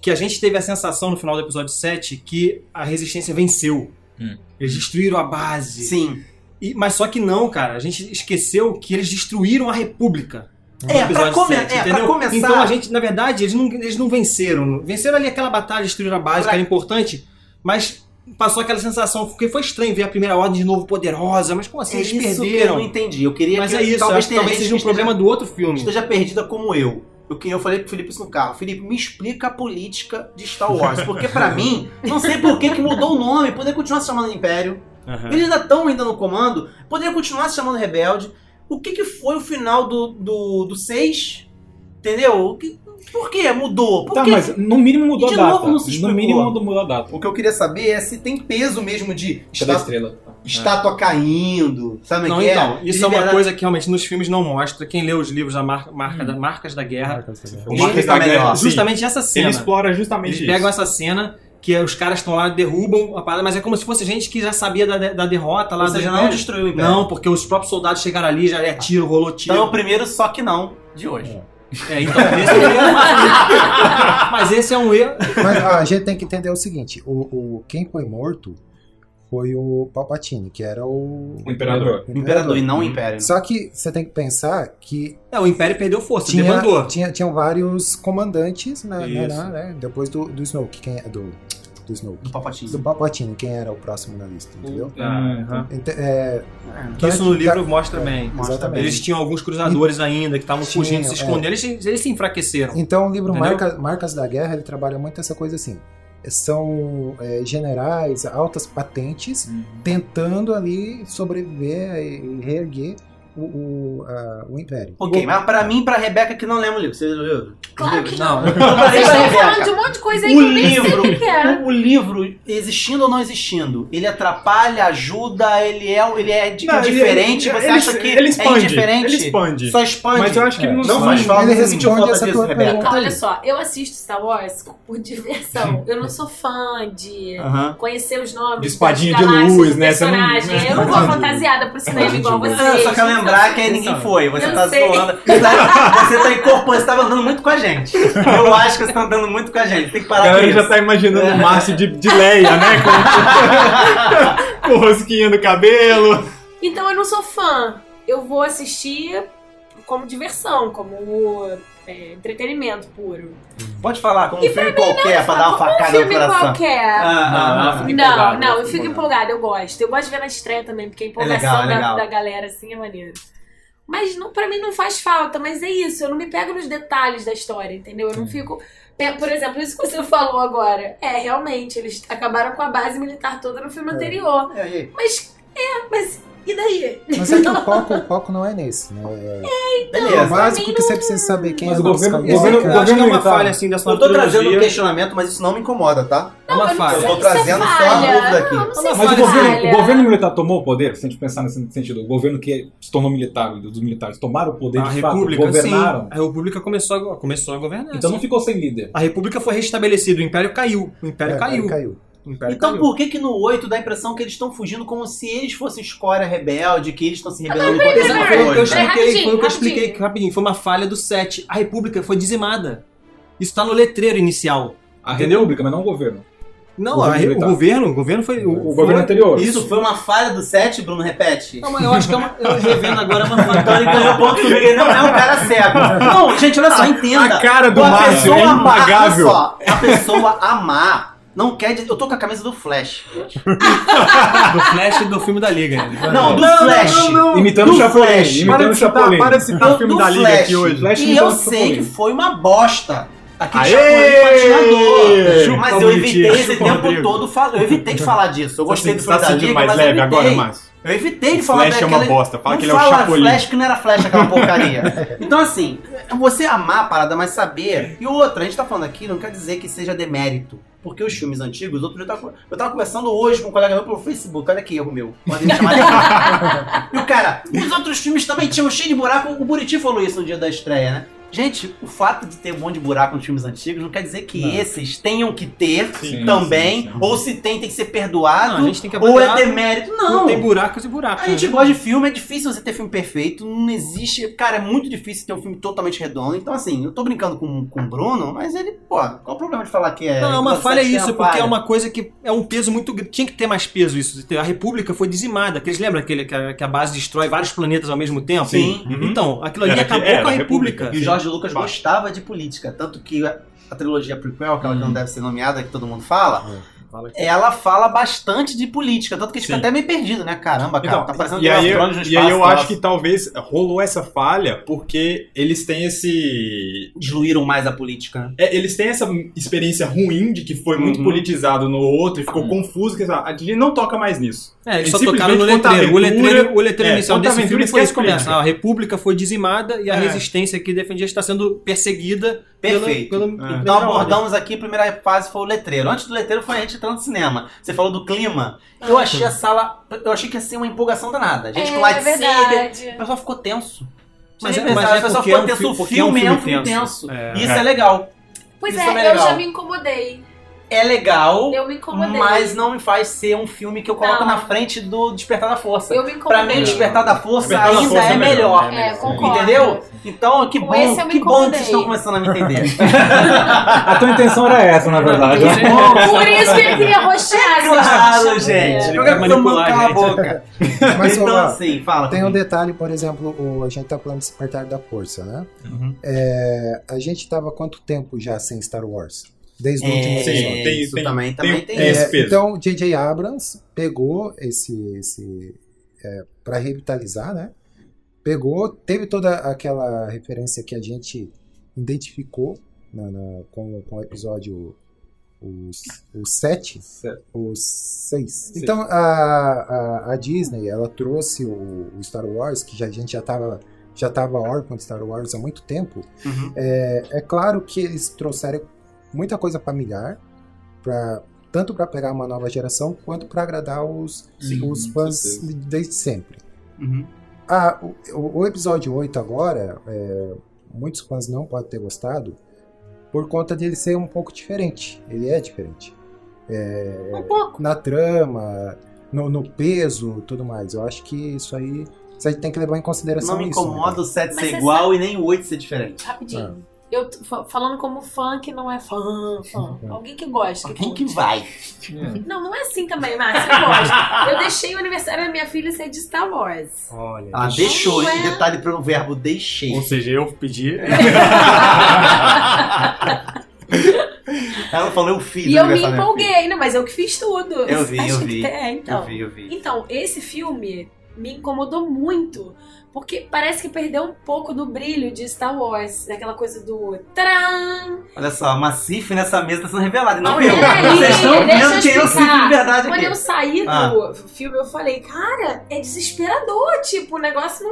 [SPEAKER 3] que a gente teve a sensação no final do episódio 7 que a resistência venceu.
[SPEAKER 6] Hum.
[SPEAKER 3] Eles destruíram a base.
[SPEAKER 2] Sim.
[SPEAKER 3] E- mas só que não, cara, a gente esqueceu que eles destruíram a república. no
[SPEAKER 2] É, pra,
[SPEAKER 3] Um episódio
[SPEAKER 2] come-
[SPEAKER 3] 7,
[SPEAKER 2] é, pra
[SPEAKER 3] entendeu?
[SPEAKER 2] começar.
[SPEAKER 3] Então a gente, na verdade, eles não, eles não venceram. Venceram ali aquela batalha, destruíram a base,
[SPEAKER 2] Pra-
[SPEAKER 3] que era importante, mas passou aquela sensação, porque foi estranho ver a primeira ordem de novo poderosa, mas como assim?
[SPEAKER 2] é
[SPEAKER 3] eles
[SPEAKER 2] isso que eu
[SPEAKER 3] perderam.
[SPEAKER 2] não entendi. Eu queria
[SPEAKER 3] Mas
[SPEAKER 2] que
[SPEAKER 3] é isso,
[SPEAKER 2] talvez
[SPEAKER 3] talvez,
[SPEAKER 2] tenha Tá,
[SPEAKER 3] talvez
[SPEAKER 2] gente
[SPEAKER 3] seja um
[SPEAKER 2] que esteja-
[SPEAKER 3] problema do outro filme.
[SPEAKER 2] esteja perdida como eu. Eu, que- eu falei pro Felipe isso no carro. Felipe, me explica a política de Star Wars. Porque
[SPEAKER 3] [laughs]
[SPEAKER 2] pra mim, não sei por que, que mudou o nome. Poderia continuar se chamando Império. Eles ainda estão ainda no comando. Poderia continuar se chamando Rebelde. O que, que foi o final do 6? Do, do seis? Entendeu? O que- por que mudou? Por
[SPEAKER 5] Tá,
[SPEAKER 2] que-
[SPEAKER 5] mas no mínimo mudou
[SPEAKER 2] E
[SPEAKER 5] a
[SPEAKER 2] de novo
[SPEAKER 5] data.
[SPEAKER 2] não se explicou.
[SPEAKER 5] No mínimo mudou a data.
[SPEAKER 2] O que eu queria saber é se tem peso mesmo de
[SPEAKER 5] Cada
[SPEAKER 2] estátua,
[SPEAKER 5] estrela.
[SPEAKER 2] estátua caindo. Sabe o
[SPEAKER 3] Não,
[SPEAKER 2] que é?
[SPEAKER 3] então,
[SPEAKER 2] De
[SPEAKER 3] isso é uma
[SPEAKER 2] liberdade-
[SPEAKER 3] coisa que realmente nos filmes não mostra. Quem lê os livros da marca, marca da- Marcas da Guerra,
[SPEAKER 6] O
[SPEAKER 2] Ele
[SPEAKER 6] Marcos
[SPEAKER 2] fica
[SPEAKER 6] da Guerra,
[SPEAKER 2] melhor.
[SPEAKER 6] sim,
[SPEAKER 3] justamente essa cena.
[SPEAKER 6] ele explora
[SPEAKER 3] Eles
[SPEAKER 6] justamente
[SPEAKER 2] um
[SPEAKER 3] pegam
[SPEAKER 6] isso.
[SPEAKER 3] essa cena que os caras estão lá, derrubam a parada, mas é como se fosse gente que já sabia da, da derrota lá.
[SPEAKER 2] Ou
[SPEAKER 3] do
[SPEAKER 2] seja, não
[SPEAKER 3] Império.
[SPEAKER 2] destruiu o Império.
[SPEAKER 4] É.
[SPEAKER 3] Não, porque os próprios soldados chegaram ali, já é tiro, rolou
[SPEAKER 2] Então é o
[SPEAKER 3] tiro.
[SPEAKER 2] primeiro, só que não, de hoje.
[SPEAKER 3] É, então, esse é um erro. Mas esse é um [laughs] erro.
[SPEAKER 4] Mas ó, a gente tem que entender o seguinte: o, o- quem foi morto foi o Palpatine, que era o.
[SPEAKER 6] O imperador.
[SPEAKER 2] O Imperador e não o Império. né?
[SPEAKER 4] Só que você tem que pensar que
[SPEAKER 3] É, o Império perdeu força,
[SPEAKER 4] tinha,
[SPEAKER 3] demandou.
[SPEAKER 4] tinha, tinham vários comandantes, né? né,
[SPEAKER 6] Isso.
[SPEAKER 4] né, depois do, do Snoke, quem é. Do, do Snoke.
[SPEAKER 2] Do Palpatine.
[SPEAKER 4] Do Palpatine, quem era o próximo na lista, entendeu?
[SPEAKER 5] Ah, Aham.
[SPEAKER 4] Ente- é,
[SPEAKER 3] Que isso no Tá um livro mostra bem.
[SPEAKER 2] Mostra
[SPEAKER 4] exatamente.
[SPEAKER 3] Eles tinham alguns cruzadores ainda que estavam
[SPEAKER 4] É. Tinha,
[SPEAKER 3] fugindo, se
[SPEAKER 4] é.
[SPEAKER 3] escondendo. Eles, eles se enfraqueceram.
[SPEAKER 4] Então o livro
[SPEAKER 3] Entendeu?
[SPEAKER 4] Marca- Marcas da Guerra ele trabalha muito essa coisa assim. São é, generais, altas patentes,
[SPEAKER 5] Uhum.
[SPEAKER 4] tentando ali sobreviver e reerguer o, o, a- o Império.
[SPEAKER 2] Ok, mas pra mim, pra Rebeca que não lembra o livro. Você leu o livro?
[SPEAKER 1] Claro que
[SPEAKER 3] Não,
[SPEAKER 2] [laughs] Então, pra mim,
[SPEAKER 1] Vocês
[SPEAKER 2] pra
[SPEAKER 1] estão
[SPEAKER 2] Rebeca,
[SPEAKER 1] falando de um monte de coisa aí
[SPEAKER 2] o
[SPEAKER 1] que eu nem sei o
[SPEAKER 2] livro-
[SPEAKER 1] que que é.
[SPEAKER 2] o, o livro, existindo ou não existindo, ele atrapalha, ajuda, ele é, ele é di-
[SPEAKER 6] Não, ele-
[SPEAKER 2] indiferente,
[SPEAKER 6] ele-
[SPEAKER 2] você
[SPEAKER 6] ele-
[SPEAKER 2] acha que
[SPEAKER 6] ele expande,
[SPEAKER 2] é indiferente?
[SPEAKER 6] ele expande.
[SPEAKER 2] Só expande.
[SPEAKER 6] Mas eu acho que ele não,
[SPEAKER 2] não faz
[SPEAKER 6] expande.
[SPEAKER 2] falta.
[SPEAKER 4] Ele
[SPEAKER 2] você sentiu
[SPEAKER 4] responde
[SPEAKER 2] falta
[SPEAKER 4] essa
[SPEAKER 2] disso,
[SPEAKER 4] tua
[SPEAKER 2] Rebeca?
[SPEAKER 4] pergunta.
[SPEAKER 1] Então, olha só, eu assisto Star Wars por diversão. Eu não sou fã de
[SPEAKER 2] Aham.
[SPEAKER 1] conhecer os nomes.
[SPEAKER 6] De espadinha
[SPEAKER 1] das
[SPEAKER 6] de
[SPEAKER 1] galáxias,
[SPEAKER 6] luz,
[SPEAKER 1] dos
[SPEAKER 6] né? Você não-
[SPEAKER 1] personagens. Eu não vou fantasiada pro cinema igual vocês.
[SPEAKER 2] Ah, só quer lembrar que aí ninguém foi. Você tá zoando. Você tá, você tá incorporando. Você tava andando muito com a gente. Eu acho que você tá andando muito com a gente. Tem que
[SPEAKER 6] A
[SPEAKER 2] parar com
[SPEAKER 6] galera
[SPEAKER 2] isso.
[SPEAKER 6] já tá imaginando o Márcio de, de Leia, né? Com,
[SPEAKER 2] [laughs]
[SPEAKER 6] com rosquinha no cabelo.
[SPEAKER 1] Então eu não sou fã. Eu vou assistir como diversão, como é, entretenimento puro.
[SPEAKER 2] Pode falar, como um filme qualquer, pra dar uma
[SPEAKER 1] Um
[SPEAKER 2] facada no
[SPEAKER 1] filme
[SPEAKER 2] coração.
[SPEAKER 1] qualquer.
[SPEAKER 2] Ah, ah, ah.
[SPEAKER 1] Não, não, eu fico empolgada, eu gosto. Eu gosto de ver na estreia também, porque a empolgação
[SPEAKER 2] legal, é legal.
[SPEAKER 1] Da, da galera, assim, é maneiro. Mas não, pra mim não faz falta, mas é isso, eu não me pego nos detalhes da história, entendeu? Eu não fico. pe- Por exemplo, isso que você falou agora. É, realmente, eles acabaram com a base militar toda no
[SPEAKER 2] É.
[SPEAKER 1] filme anterior.
[SPEAKER 2] E aí?
[SPEAKER 1] Mas, é, mas. E daí?
[SPEAKER 4] Mas é que o foco, o foco não é nesse, né? É o
[SPEAKER 2] Beleza.
[SPEAKER 4] básico que você precisa saber quem
[SPEAKER 5] Mas
[SPEAKER 4] é
[SPEAKER 5] o governo-
[SPEAKER 4] Skywalker.
[SPEAKER 5] o
[SPEAKER 3] Esse-
[SPEAKER 5] governo-
[SPEAKER 3] eu acho que é uma
[SPEAKER 5] militar.
[SPEAKER 3] falha assim dessa
[SPEAKER 2] Eu tô trazendo um
[SPEAKER 3] trilogia.
[SPEAKER 2] questionamento, mas isso não me incomoda, tá?
[SPEAKER 3] É uma
[SPEAKER 1] eu não
[SPEAKER 3] falha.
[SPEAKER 2] Eu
[SPEAKER 1] sei
[SPEAKER 2] tô
[SPEAKER 1] se isso é
[SPEAKER 2] trazendo só a
[SPEAKER 1] falha.
[SPEAKER 2] dúvida aqui.
[SPEAKER 1] Não, eu não sei
[SPEAKER 3] Mas
[SPEAKER 5] Mas
[SPEAKER 1] se isso
[SPEAKER 5] o
[SPEAKER 1] é
[SPEAKER 5] governo,
[SPEAKER 1] falha.
[SPEAKER 5] o governo militar tomou o poder? Se a gente pensar nesse sentido, o governo que se tornou militar, dos militares tomaram o poder
[SPEAKER 3] A
[SPEAKER 5] de fato,
[SPEAKER 3] República, sim.
[SPEAKER 5] governaram.
[SPEAKER 3] A República Então, começou a, começou a governar. assim.
[SPEAKER 5] Então
[SPEAKER 3] sim.
[SPEAKER 5] não ficou sem líder.
[SPEAKER 3] A República foi restabelecida, o Império caiu. O Império
[SPEAKER 4] É,
[SPEAKER 3] caiu.
[SPEAKER 4] caiu.
[SPEAKER 3] O Império
[SPEAKER 2] Então
[SPEAKER 3] caiu.
[SPEAKER 2] por que que no 8 dá a impressão que eles estão fugindo como se eles fossem escória rebelde, que eles estão se rebelando contra
[SPEAKER 1] peraí,
[SPEAKER 2] essa
[SPEAKER 1] peraí,
[SPEAKER 3] Foi o que eu
[SPEAKER 2] coisa?
[SPEAKER 1] Peraí,
[SPEAKER 3] expliquei, foi o que eu
[SPEAKER 1] rapidinho,
[SPEAKER 3] expliquei
[SPEAKER 1] rapidinho.
[SPEAKER 3] rapidinho. Foi uma falha do 7. A República foi dizimada. Isso tá no letreiro inicial.
[SPEAKER 5] A
[SPEAKER 3] Entendeu?
[SPEAKER 5] República, mas não o governo.
[SPEAKER 3] Não,
[SPEAKER 5] Governo
[SPEAKER 3] a re- o
[SPEAKER 5] militar.
[SPEAKER 3] governo, tá. o governo foi.
[SPEAKER 5] O governo anterior.
[SPEAKER 2] Isso foi uma falha do 7, Bruno, repete.
[SPEAKER 3] Não, mas eu acho que é uma. Eu revendo
[SPEAKER 2] [laughs]
[SPEAKER 3] agora é uma
[SPEAKER 2] Então
[SPEAKER 3] falha.
[SPEAKER 2] ele ganhou ponto comigo, ele não é um cara
[SPEAKER 3] [laughs]
[SPEAKER 2] cego. Não, gente, olha só, entenda.
[SPEAKER 6] A cara do
[SPEAKER 2] a
[SPEAKER 6] Márcio é
[SPEAKER 2] pessoa amar-
[SPEAKER 6] impagável.
[SPEAKER 2] olha só, a pessoa amar não quer dizer. Eu tô com a camisa do Flash.
[SPEAKER 3] Do Flash do filme da Liga. né?
[SPEAKER 2] Não, do Flash.
[SPEAKER 5] Imitando o
[SPEAKER 2] Do
[SPEAKER 5] Chapolin.
[SPEAKER 2] Flash.
[SPEAKER 5] Imitando o Chapolin.
[SPEAKER 6] para de citar o
[SPEAKER 2] Do
[SPEAKER 6] filme da Liga
[SPEAKER 2] Flash.
[SPEAKER 6] aqui hoje.
[SPEAKER 5] Flash
[SPEAKER 2] E eu
[SPEAKER 5] imitando o
[SPEAKER 2] sei
[SPEAKER 5] Chapolin.
[SPEAKER 2] que foi uma bosta. Aqui
[SPEAKER 6] Aê!
[SPEAKER 2] chamou de patinador.
[SPEAKER 6] Chupa,
[SPEAKER 2] mas eu evitei
[SPEAKER 6] bonitinho,
[SPEAKER 2] esse
[SPEAKER 6] chupa,
[SPEAKER 2] tempo
[SPEAKER 6] Rodrigo.
[SPEAKER 2] todo, fal- eu evitei de falar disso. Eu
[SPEAKER 6] Tá
[SPEAKER 2] gostei
[SPEAKER 6] se-
[SPEAKER 2] do
[SPEAKER 6] tá
[SPEAKER 2] filme da
[SPEAKER 6] sentindo
[SPEAKER 2] Liga,
[SPEAKER 6] mais
[SPEAKER 2] mas
[SPEAKER 6] leve
[SPEAKER 2] eu evitei.
[SPEAKER 6] agora, Márcio?
[SPEAKER 2] Eu evitei de
[SPEAKER 6] O
[SPEAKER 2] falar
[SPEAKER 6] Flash é uma
[SPEAKER 2] daquela-
[SPEAKER 6] bosta. Fala
[SPEAKER 2] não
[SPEAKER 6] que ele é o
[SPEAKER 2] fala
[SPEAKER 6] Chapolin.
[SPEAKER 2] Flash que não era Flash aquela
[SPEAKER 6] [laughs]
[SPEAKER 2] porcaria. então assim, você amar a parada, mas saber... E outra, a gente tá falando aqui, não quer dizer que seja demérito. Porque os filmes antigos, outro dia eu tava, con- eu tava conversando hoje com um colega meu pelo Facebook, olha aqui, erro meu. Pode me chamar de
[SPEAKER 6] [laughs]
[SPEAKER 2] erro. E o cara, os outros filmes também tinham cheio de buraco. O Buriti falou isso no dia da estreia, né? Gente, o fato de ter um monte de buraco nos filmes antigos não quer dizer que esses tenham que ter
[SPEAKER 3] Sim,
[SPEAKER 2] também,
[SPEAKER 3] sim, sim.
[SPEAKER 2] ou se tem, tem que ser perdoado,
[SPEAKER 3] Não, a gente tem que
[SPEAKER 2] ou é
[SPEAKER 3] avaliar.
[SPEAKER 2] demérito. Não,
[SPEAKER 3] Tem buracos e buracos.
[SPEAKER 2] a gente
[SPEAKER 3] né?
[SPEAKER 2] gosta de filme, é difícil você ter filme perfeito, não existe. Cara, é muito difícil ter um filme totalmente redondo. Então, assim, eu tô brincando com, com o Bruno, mas ele, pô, qual o problema de falar que é.
[SPEAKER 3] Não, uma
[SPEAKER 2] Você
[SPEAKER 3] falha é
[SPEAKER 2] tem
[SPEAKER 3] isso,
[SPEAKER 2] uma
[SPEAKER 3] porque
[SPEAKER 2] falha.
[SPEAKER 3] é uma coisa que é um peso muito grande. Tinha que ter mais peso isso. A República foi dizimada. Aqueles lembram aquele que a, que a base destrói vários planetas ao mesmo tempo?
[SPEAKER 2] Sim.
[SPEAKER 3] Uhum. Então, aquilo ali
[SPEAKER 6] Era que-
[SPEAKER 3] acabou
[SPEAKER 6] era
[SPEAKER 3] com a
[SPEAKER 6] a
[SPEAKER 3] República.
[SPEAKER 2] E o Jorge Lucas
[SPEAKER 6] Fato.
[SPEAKER 2] gostava de política, tanto que a, a trilogia prequel, aquela que não deve ser nomeada, que todo mundo fala,
[SPEAKER 3] Fala que-
[SPEAKER 2] ela fala bastante de política, tanto que a gente fica
[SPEAKER 3] Sim.
[SPEAKER 2] até meio perdido, né? Caramba, cara,
[SPEAKER 6] Então,
[SPEAKER 2] tá parecendo
[SPEAKER 6] e,
[SPEAKER 2] Game
[SPEAKER 6] aí,
[SPEAKER 2] of
[SPEAKER 6] eu-
[SPEAKER 2] Thrones no
[SPEAKER 6] e aí eu
[SPEAKER 2] espaço,
[SPEAKER 6] acho que talvez rolou essa falha porque eles têm esse.
[SPEAKER 2] diluíram mais a política. né?
[SPEAKER 6] é, eles têm essa experiência ruim de que foi muito
[SPEAKER 2] Uhum.
[SPEAKER 6] politizado no outro e ficou confuso. Que, a gente não toca mais nisso.
[SPEAKER 3] É, eles
[SPEAKER 6] E
[SPEAKER 3] só tocaram no
[SPEAKER 6] simplesmente
[SPEAKER 3] letreiro. O
[SPEAKER 6] Ponta
[SPEAKER 3] letreiro,
[SPEAKER 6] Aventura-
[SPEAKER 3] o letreiro
[SPEAKER 6] é,
[SPEAKER 3] inicial
[SPEAKER 6] Ponta
[SPEAKER 3] desse
[SPEAKER 6] Aventura
[SPEAKER 3] filme foi esse
[SPEAKER 6] esquece
[SPEAKER 3] começo.
[SPEAKER 6] política.
[SPEAKER 3] A República foi dizimada e a
[SPEAKER 6] É.
[SPEAKER 3] resistência que defendia está sendo perseguida pela-
[SPEAKER 2] Perfeito.
[SPEAKER 3] pelo.
[SPEAKER 6] É.
[SPEAKER 2] Então
[SPEAKER 3] pela ordem.
[SPEAKER 2] abordamos aqui, a primeira fase foi o letreiro. Antes do letreiro foi a gente entrando no cinema. Você falou do clima. Eu achei a sala. Eu achei que ia ser uma empolgação danada. A gente com
[SPEAKER 1] Ah. é
[SPEAKER 2] lightsaber.
[SPEAKER 1] verdade.
[SPEAKER 2] O pessoal ficou tenso.
[SPEAKER 3] Mas
[SPEAKER 2] Vocês
[SPEAKER 3] é- mas
[SPEAKER 2] pensaram,
[SPEAKER 3] é
[SPEAKER 2] o pessoal
[SPEAKER 3] porque é
[SPEAKER 2] ficou
[SPEAKER 3] um
[SPEAKER 2] tenso.
[SPEAKER 3] fi-
[SPEAKER 2] O
[SPEAKER 3] porque
[SPEAKER 2] filme é um filme tenso.
[SPEAKER 3] É.
[SPEAKER 2] E Isso é legal.
[SPEAKER 1] Pois
[SPEAKER 2] Isso
[SPEAKER 1] é,
[SPEAKER 2] é
[SPEAKER 1] eu
[SPEAKER 2] legal.
[SPEAKER 1] já me incomodei.
[SPEAKER 2] É legal,
[SPEAKER 1] Eu me incomodei.
[SPEAKER 2] mas não me faz ser um filme que eu coloco
[SPEAKER 1] Não.
[SPEAKER 2] na frente do Despertar da Força.
[SPEAKER 1] Eu
[SPEAKER 2] Pra
[SPEAKER 1] me
[SPEAKER 2] mim, o
[SPEAKER 1] incomodei.
[SPEAKER 2] Despertar da Força
[SPEAKER 6] Despertar da
[SPEAKER 2] ainda
[SPEAKER 6] Força
[SPEAKER 2] é,
[SPEAKER 6] é
[SPEAKER 2] melhor.
[SPEAKER 6] melhor, né?
[SPEAKER 1] É, concordo.
[SPEAKER 2] Entendeu? Então, que
[SPEAKER 1] Com
[SPEAKER 2] bom,
[SPEAKER 1] esse
[SPEAKER 2] que
[SPEAKER 1] eu me
[SPEAKER 2] bom que
[SPEAKER 1] incomodei.
[SPEAKER 2] vocês estão começando a me entender.
[SPEAKER 5] A tua intenção era essa, na verdade. né?
[SPEAKER 1] [laughs] Por isso que ele queria
[SPEAKER 4] É.
[SPEAKER 1] roxear.
[SPEAKER 2] Claro, gente.
[SPEAKER 3] Ele quer
[SPEAKER 2] Qualquer coisa, manda
[SPEAKER 3] manipular a
[SPEAKER 2] cala a
[SPEAKER 3] gente.
[SPEAKER 2] boca.
[SPEAKER 4] [laughs] Mas
[SPEAKER 2] então,
[SPEAKER 4] ó,
[SPEAKER 2] assim,
[SPEAKER 5] Ah, tá.
[SPEAKER 2] fala.
[SPEAKER 4] tem um
[SPEAKER 2] comigo.
[SPEAKER 4] detalhe, por exemplo, o- a gente tá falando de Despertar da Força, né?
[SPEAKER 2] Uhum.
[SPEAKER 4] É, a gente tava quanto tempo já sem Star Wars? Desde o último
[SPEAKER 2] É,
[SPEAKER 6] Sim,
[SPEAKER 4] episódio.
[SPEAKER 6] tem-
[SPEAKER 2] isso
[SPEAKER 6] tem-
[SPEAKER 2] também,
[SPEAKER 1] um
[SPEAKER 2] também tem,
[SPEAKER 6] tem
[SPEAKER 4] É,
[SPEAKER 6] esse peso.
[SPEAKER 4] Então, J.J. Abrams pegou esse. esse para revitalizar, né? Pegou, teve toda aquela referência que a gente identificou na- na- com, com o episódio. Os, os sete,
[SPEAKER 5] Certo.
[SPEAKER 4] os seis. Então a, a, a Disney ela trouxe o, o Star Wars que já, a gente já estava já tava órfão de Star Wars há muito tempo.
[SPEAKER 2] Uhum.
[SPEAKER 4] É, é claro que eles trouxeram muita coisa familiar para tanto para pegar uma nova geração quanto para agradar os,
[SPEAKER 6] Sim,
[SPEAKER 4] os
[SPEAKER 6] com
[SPEAKER 4] fãs
[SPEAKER 6] certeza.
[SPEAKER 4] desde sempre.
[SPEAKER 2] Uhum.
[SPEAKER 4] Ah, o- o, o episódio 8 agora, é, muitos fãs não podem ter gostado por conta dele ser um pouco diferente. Ele é diferente. É,
[SPEAKER 1] Um pouco.
[SPEAKER 4] na trama, no, no peso, tudo mais. Eu acho que isso aí você tem que levar em consideração
[SPEAKER 2] Não me
[SPEAKER 4] isso, né?
[SPEAKER 2] incomoda o 7
[SPEAKER 1] Mas é
[SPEAKER 2] ser
[SPEAKER 1] você
[SPEAKER 2] igual e nem o 8 ser diferente.
[SPEAKER 1] Rapidinho. Eu tô fa- falando como fã que não é fã, fã. Alguém que gosta. que
[SPEAKER 2] Quem
[SPEAKER 1] curte.
[SPEAKER 2] que vai?
[SPEAKER 1] Não, não é assim também, Márcio. Eu gosto. Eu deixei o aniversário da minha filha ser de Star Wars.
[SPEAKER 3] Olha.
[SPEAKER 2] Ah, deixou.
[SPEAKER 1] Ué.
[SPEAKER 2] Esse detalhe pro verbo deixei.
[SPEAKER 6] Ou seja, eu pedi.
[SPEAKER 2] Ela falou, eu fiz.
[SPEAKER 1] E
[SPEAKER 2] o né?"
[SPEAKER 1] eu me
[SPEAKER 2] aniversário da minha
[SPEAKER 1] empolguei, não, mas eu que fiz tudo.
[SPEAKER 2] Eu vi, eu
[SPEAKER 1] Acho que
[SPEAKER 2] vi.
[SPEAKER 1] É,
[SPEAKER 2] filha. Eu
[SPEAKER 1] então.
[SPEAKER 2] vi, eu vi.
[SPEAKER 1] Então, esse filme me incomodou muito. Porque parece que perdeu um pouco do brilho de Star Wars. Daquela coisa do. Tcharam!
[SPEAKER 2] Olha só, a Macif nessa mesa tá sendo revelada, não
[SPEAKER 1] Mas
[SPEAKER 2] eu.
[SPEAKER 1] peraí,
[SPEAKER 2] Vocês estão
[SPEAKER 1] é deixa eu
[SPEAKER 2] vendo quem eu sinto
[SPEAKER 1] explicar.
[SPEAKER 2] de verdade
[SPEAKER 1] Quando
[SPEAKER 2] aqui.
[SPEAKER 1] eu saí do
[SPEAKER 2] Ah.
[SPEAKER 1] filme, eu falei, cara, é desesperador. Tipo, o negócio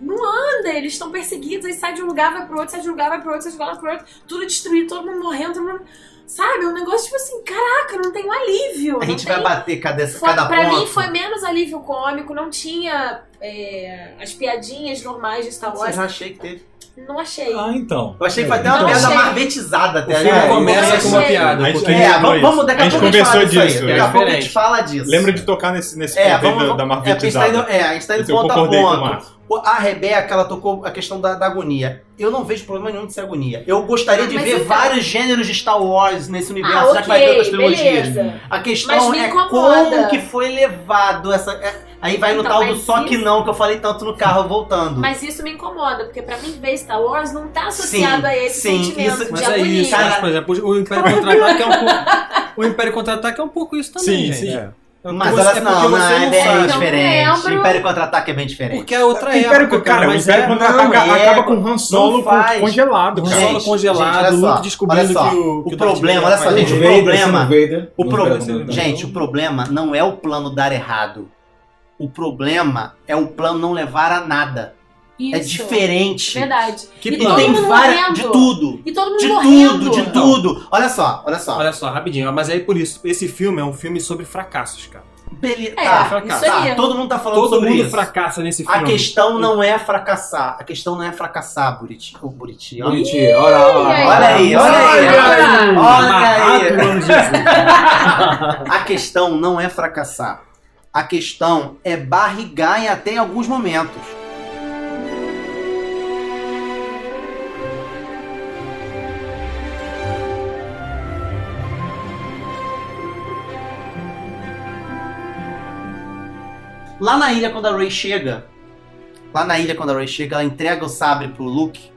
[SPEAKER 1] não, não anda. Eles estão perseguidos, aí sai de um lugar, vai pro outro, sai de um lugar, vai pro outro, sai de um lugar, vai pro outro. Tudo destruído, todo mundo morrendo. Todo mundo... Sabe? É um negócio tipo assim, caraca, não tem um alívio.
[SPEAKER 2] A gente
[SPEAKER 1] não
[SPEAKER 2] vai
[SPEAKER 1] tem...
[SPEAKER 2] bater cada,
[SPEAKER 1] Foi,
[SPEAKER 2] cada um
[SPEAKER 1] pra
[SPEAKER 2] ponto.
[SPEAKER 1] mim foi menos alívio cômico, não tinha é, as piadinhas normais de Star
[SPEAKER 2] Eu
[SPEAKER 1] Wars.
[SPEAKER 2] já achei que teve.
[SPEAKER 1] Não achei.
[SPEAKER 5] Ah, então.
[SPEAKER 2] Eu
[SPEAKER 4] É,
[SPEAKER 2] achei que foi até uma
[SPEAKER 1] Então-
[SPEAKER 2] merda
[SPEAKER 1] Achei.
[SPEAKER 2] marvetizada até.
[SPEAKER 3] O filme
[SPEAKER 2] né?
[SPEAKER 3] começa
[SPEAKER 1] eu
[SPEAKER 3] com uma
[SPEAKER 1] achei.
[SPEAKER 3] piada.
[SPEAKER 6] A
[SPEAKER 3] um
[SPEAKER 6] gente-
[SPEAKER 3] pouquinho.
[SPEAKER 2] É, vamos,
[SPEAKER 6] lembrou
[SPEAKER 2] vamos, daqui
[SPEAKER 6] isso.
[SPEAKER 2] a
[SPEAKER 6] A gente
[SPEAKER 2] pouco a gente fala
[SPEAKER 6] conversou
[SPEAKER 2] disso aí.
[SPEAKER 6] disso, né?
[SPEAKER 2] Daqui a
[SPEAKER 3] é
[SPEAKER 2] pouco a gente
[SPEAKER 3] diferente.
[SPEAKER 2] fala disso.
[SPEAKER 6] [laughs] Lembra de tocar nesse, nesse
[SPEAKER 2] É,
[SPEAKER 6] ponto aí
[SPEAKER 2] vamos,
[SPEAKER 6] da, da
[SPEAKER 2] vamos- é, porque a gente tá
[SPEAKER 6] marketizada.
[SPEAKER 2] indo, é, a gente tá indo
[SPEAKER 6] Esse eu
[SPEAKER 2] ponto a
[SPEAKER 6] concordei com o
[SPEAKER 2] ponto.
[SPEAKER 6] Márcio.
[SPEAKER 2] A Rebeca, ela tocou a questão da, da agonia. Eu não vejo problema nenhum de ser agonia. Eu gostaria de
[SPEAKER 1] Mas
[SPEAKER 2] ver
[SPEAKER 1] então-
[SPEAKER 2] vários gêneros de Star Wars nesse universo,
[SPEAKER 1] Ah,
[SPEAKER 2] já que vai ter outras
[SPEAKER 1] ok,
[SPEAKER 2] trilogias.
[SPEAKER 1] beleza.
[SPEAKER 2] A
[SPEAKER 1] Mas
[SPEAKER 2] questão
[SPEAKER 1] me
[SPEAKER 2] é
[SPEAKER 1] incomoda.
[SPEAKER 2] como que foi levado essa. é- aí vai no
[SPEAKER 1] Então,
[SPEAKER 2] tal do
[SPEAKER 1] mas
[SPEAKER 2] só que
[SPEAKER 1] isso-
[SPEAKER 2] não, que eu falei tanto no carro voltando.
[SPEAKER 1] Mas isso me incomoda, porque pra mim ver Star Wars não tá associado
[SPEAKER 2] Sim,
[SPEAKER 1] a esse
[SPEAKER 2] sim,
[SPEAKER 1] sentimento
[SPEAKER 2] isso-
[SPEAKER 1] de
[SPEAKER 3] Mas é
[SPEAKER 1] agonia.
[SPEAKER 3] isso, mas, por exemplo, o Império Contra-Ataque é um pouco. O Império Contra-Ataque é um pouco isso também.
[SPEAKER 6] Sim,
[SPEAKER 3] gente.
[SPEAKER 6] sim.
[SPEAKER 3] É.
[SPEAKER 2] Mas
[SPEAKER 6] Então,
[SPEAKER 2] olha só, não, não, é bem
[SPEAKER 3] sabe.
[SPEAKER 2] diferente.
[SPEAKER 1] Então, lembro.
[SPEAKER 2] Império Contra-Ataque é bem diferente.
[SPEAKER 3] Porque é outra
[SPEAKER 5] Império
[SPEAKER 3] época,
[SPEAKER 5] Contra- cara, o
[SPEAKER 3] mas
[SPEAKER 5] Império
[SPEAKER 3] é-
[SPEAKER 5] Contra-Ataque
[SPEAKER 2] não,
[SPEAKER 5] acaba
[SPEAKER 2] é,
[SPEAKER 5] com o Han Solo
[SPEAKER 2] não faz.
[SPEAKER 5] congelado. né?
[SPEAKER 3] Han
[SPEAKER 5] cara.
[SPEAKER 2] Gente,
[SPEAKER 3] Solo congelado,
[SPEAKER 2] gente, olha
[SPEAKER 3] Luke
[SPEAKER 2] só,
[SPEAKER 3] descobrindo
[SPEAKER 2] olha só,
[SPEAKER 3] que o- que
[SPEAKER 2] o
[SPEAKER 3] o Darth
[SPEAKER 2] problema,
[SPEAKER 3] Vader
[SPEAKER 2] olha só,
[SPEAKER 3] faz
[SPEAKER 2] gente, o
[SPEAKER 3] isso.
[SPEAKER 2] problema,
[SPEAKER 5] Vader.
[SPEAKER 2] o
[SPEAKER 3] Não
[SPEAKER 2] problema,
[SPEAKER 3] pega
[SPEAKER 5] né?
[SPEAKER 3] no-
[SPEAKER 2] gente, o problema não é o plano dar errado. O problema é o plano não levar a nada.
[SPEAKER 1] Isso.
[SPEAKER 2] É diferente.
[SPEAKER 1] Verdade.
[SPEAKER 3] Que
[SPEAKER 1] E
[SPEAKER 2] E
[SPEAKER 1] todo
[SPEAKER 3] plano?
[SPEAKER 2] tem
[SPEAKER 1] mundo
[SPEAKER 2] várias de
[SPEAKER 1] morrendo.
[SPEAKER 2] tudo.
[SPEAKER 1] E todo mundo
[SPEAKER 2] De
[SPEAKER 1] morrendo.
[SPEAKER 2] tudo, de tudo. Olha só, olha só.
[SPEAKER 3] Olha só, rapidinho. Mas aí por isso, esse filme é um filme sobre fracassos, cara.
[SPEAKER 2] Beleza.
[SPEAKER 1] É,
[SPEAKER 2] Tá,
[SPEAKER 1] isso
[SPEAKER 2] tá,
[SPEAKER 1] aí.
[SPEAKER 2] todo mundo tá falando
[SPEAKER 3] Todo
[SPEAKER 2] sobre
[SPEAKER 3] mundo
[SPEAKER 2] isso.
[SPEAKER 3] fracassa nesse filme.
[SPEAKER 2] A questão não é fracassar. A questão não é fracassar, Buriti. Ô, Buriti, ó.
[SPEAKER 5] Bonitinho, olha lá, olha lá.
[SPEAKER 2] Olha aí, olha aí.
[SPEAKER 1] Olha aí.
[SPEAKER 2] Olha aí.
[SPEAKER 3] Amarrado,
[SPEAKER 2] [laughs]
[SPEAKER 3] Jesus.
[SPEAKER 2] A questão não é fracassar. A questão é barrigar em até em alguns momentos. Lá na ilha, quando a Ray chega, lá na ilha, quando a Ray chega, ela entrega o sabre pro Luke.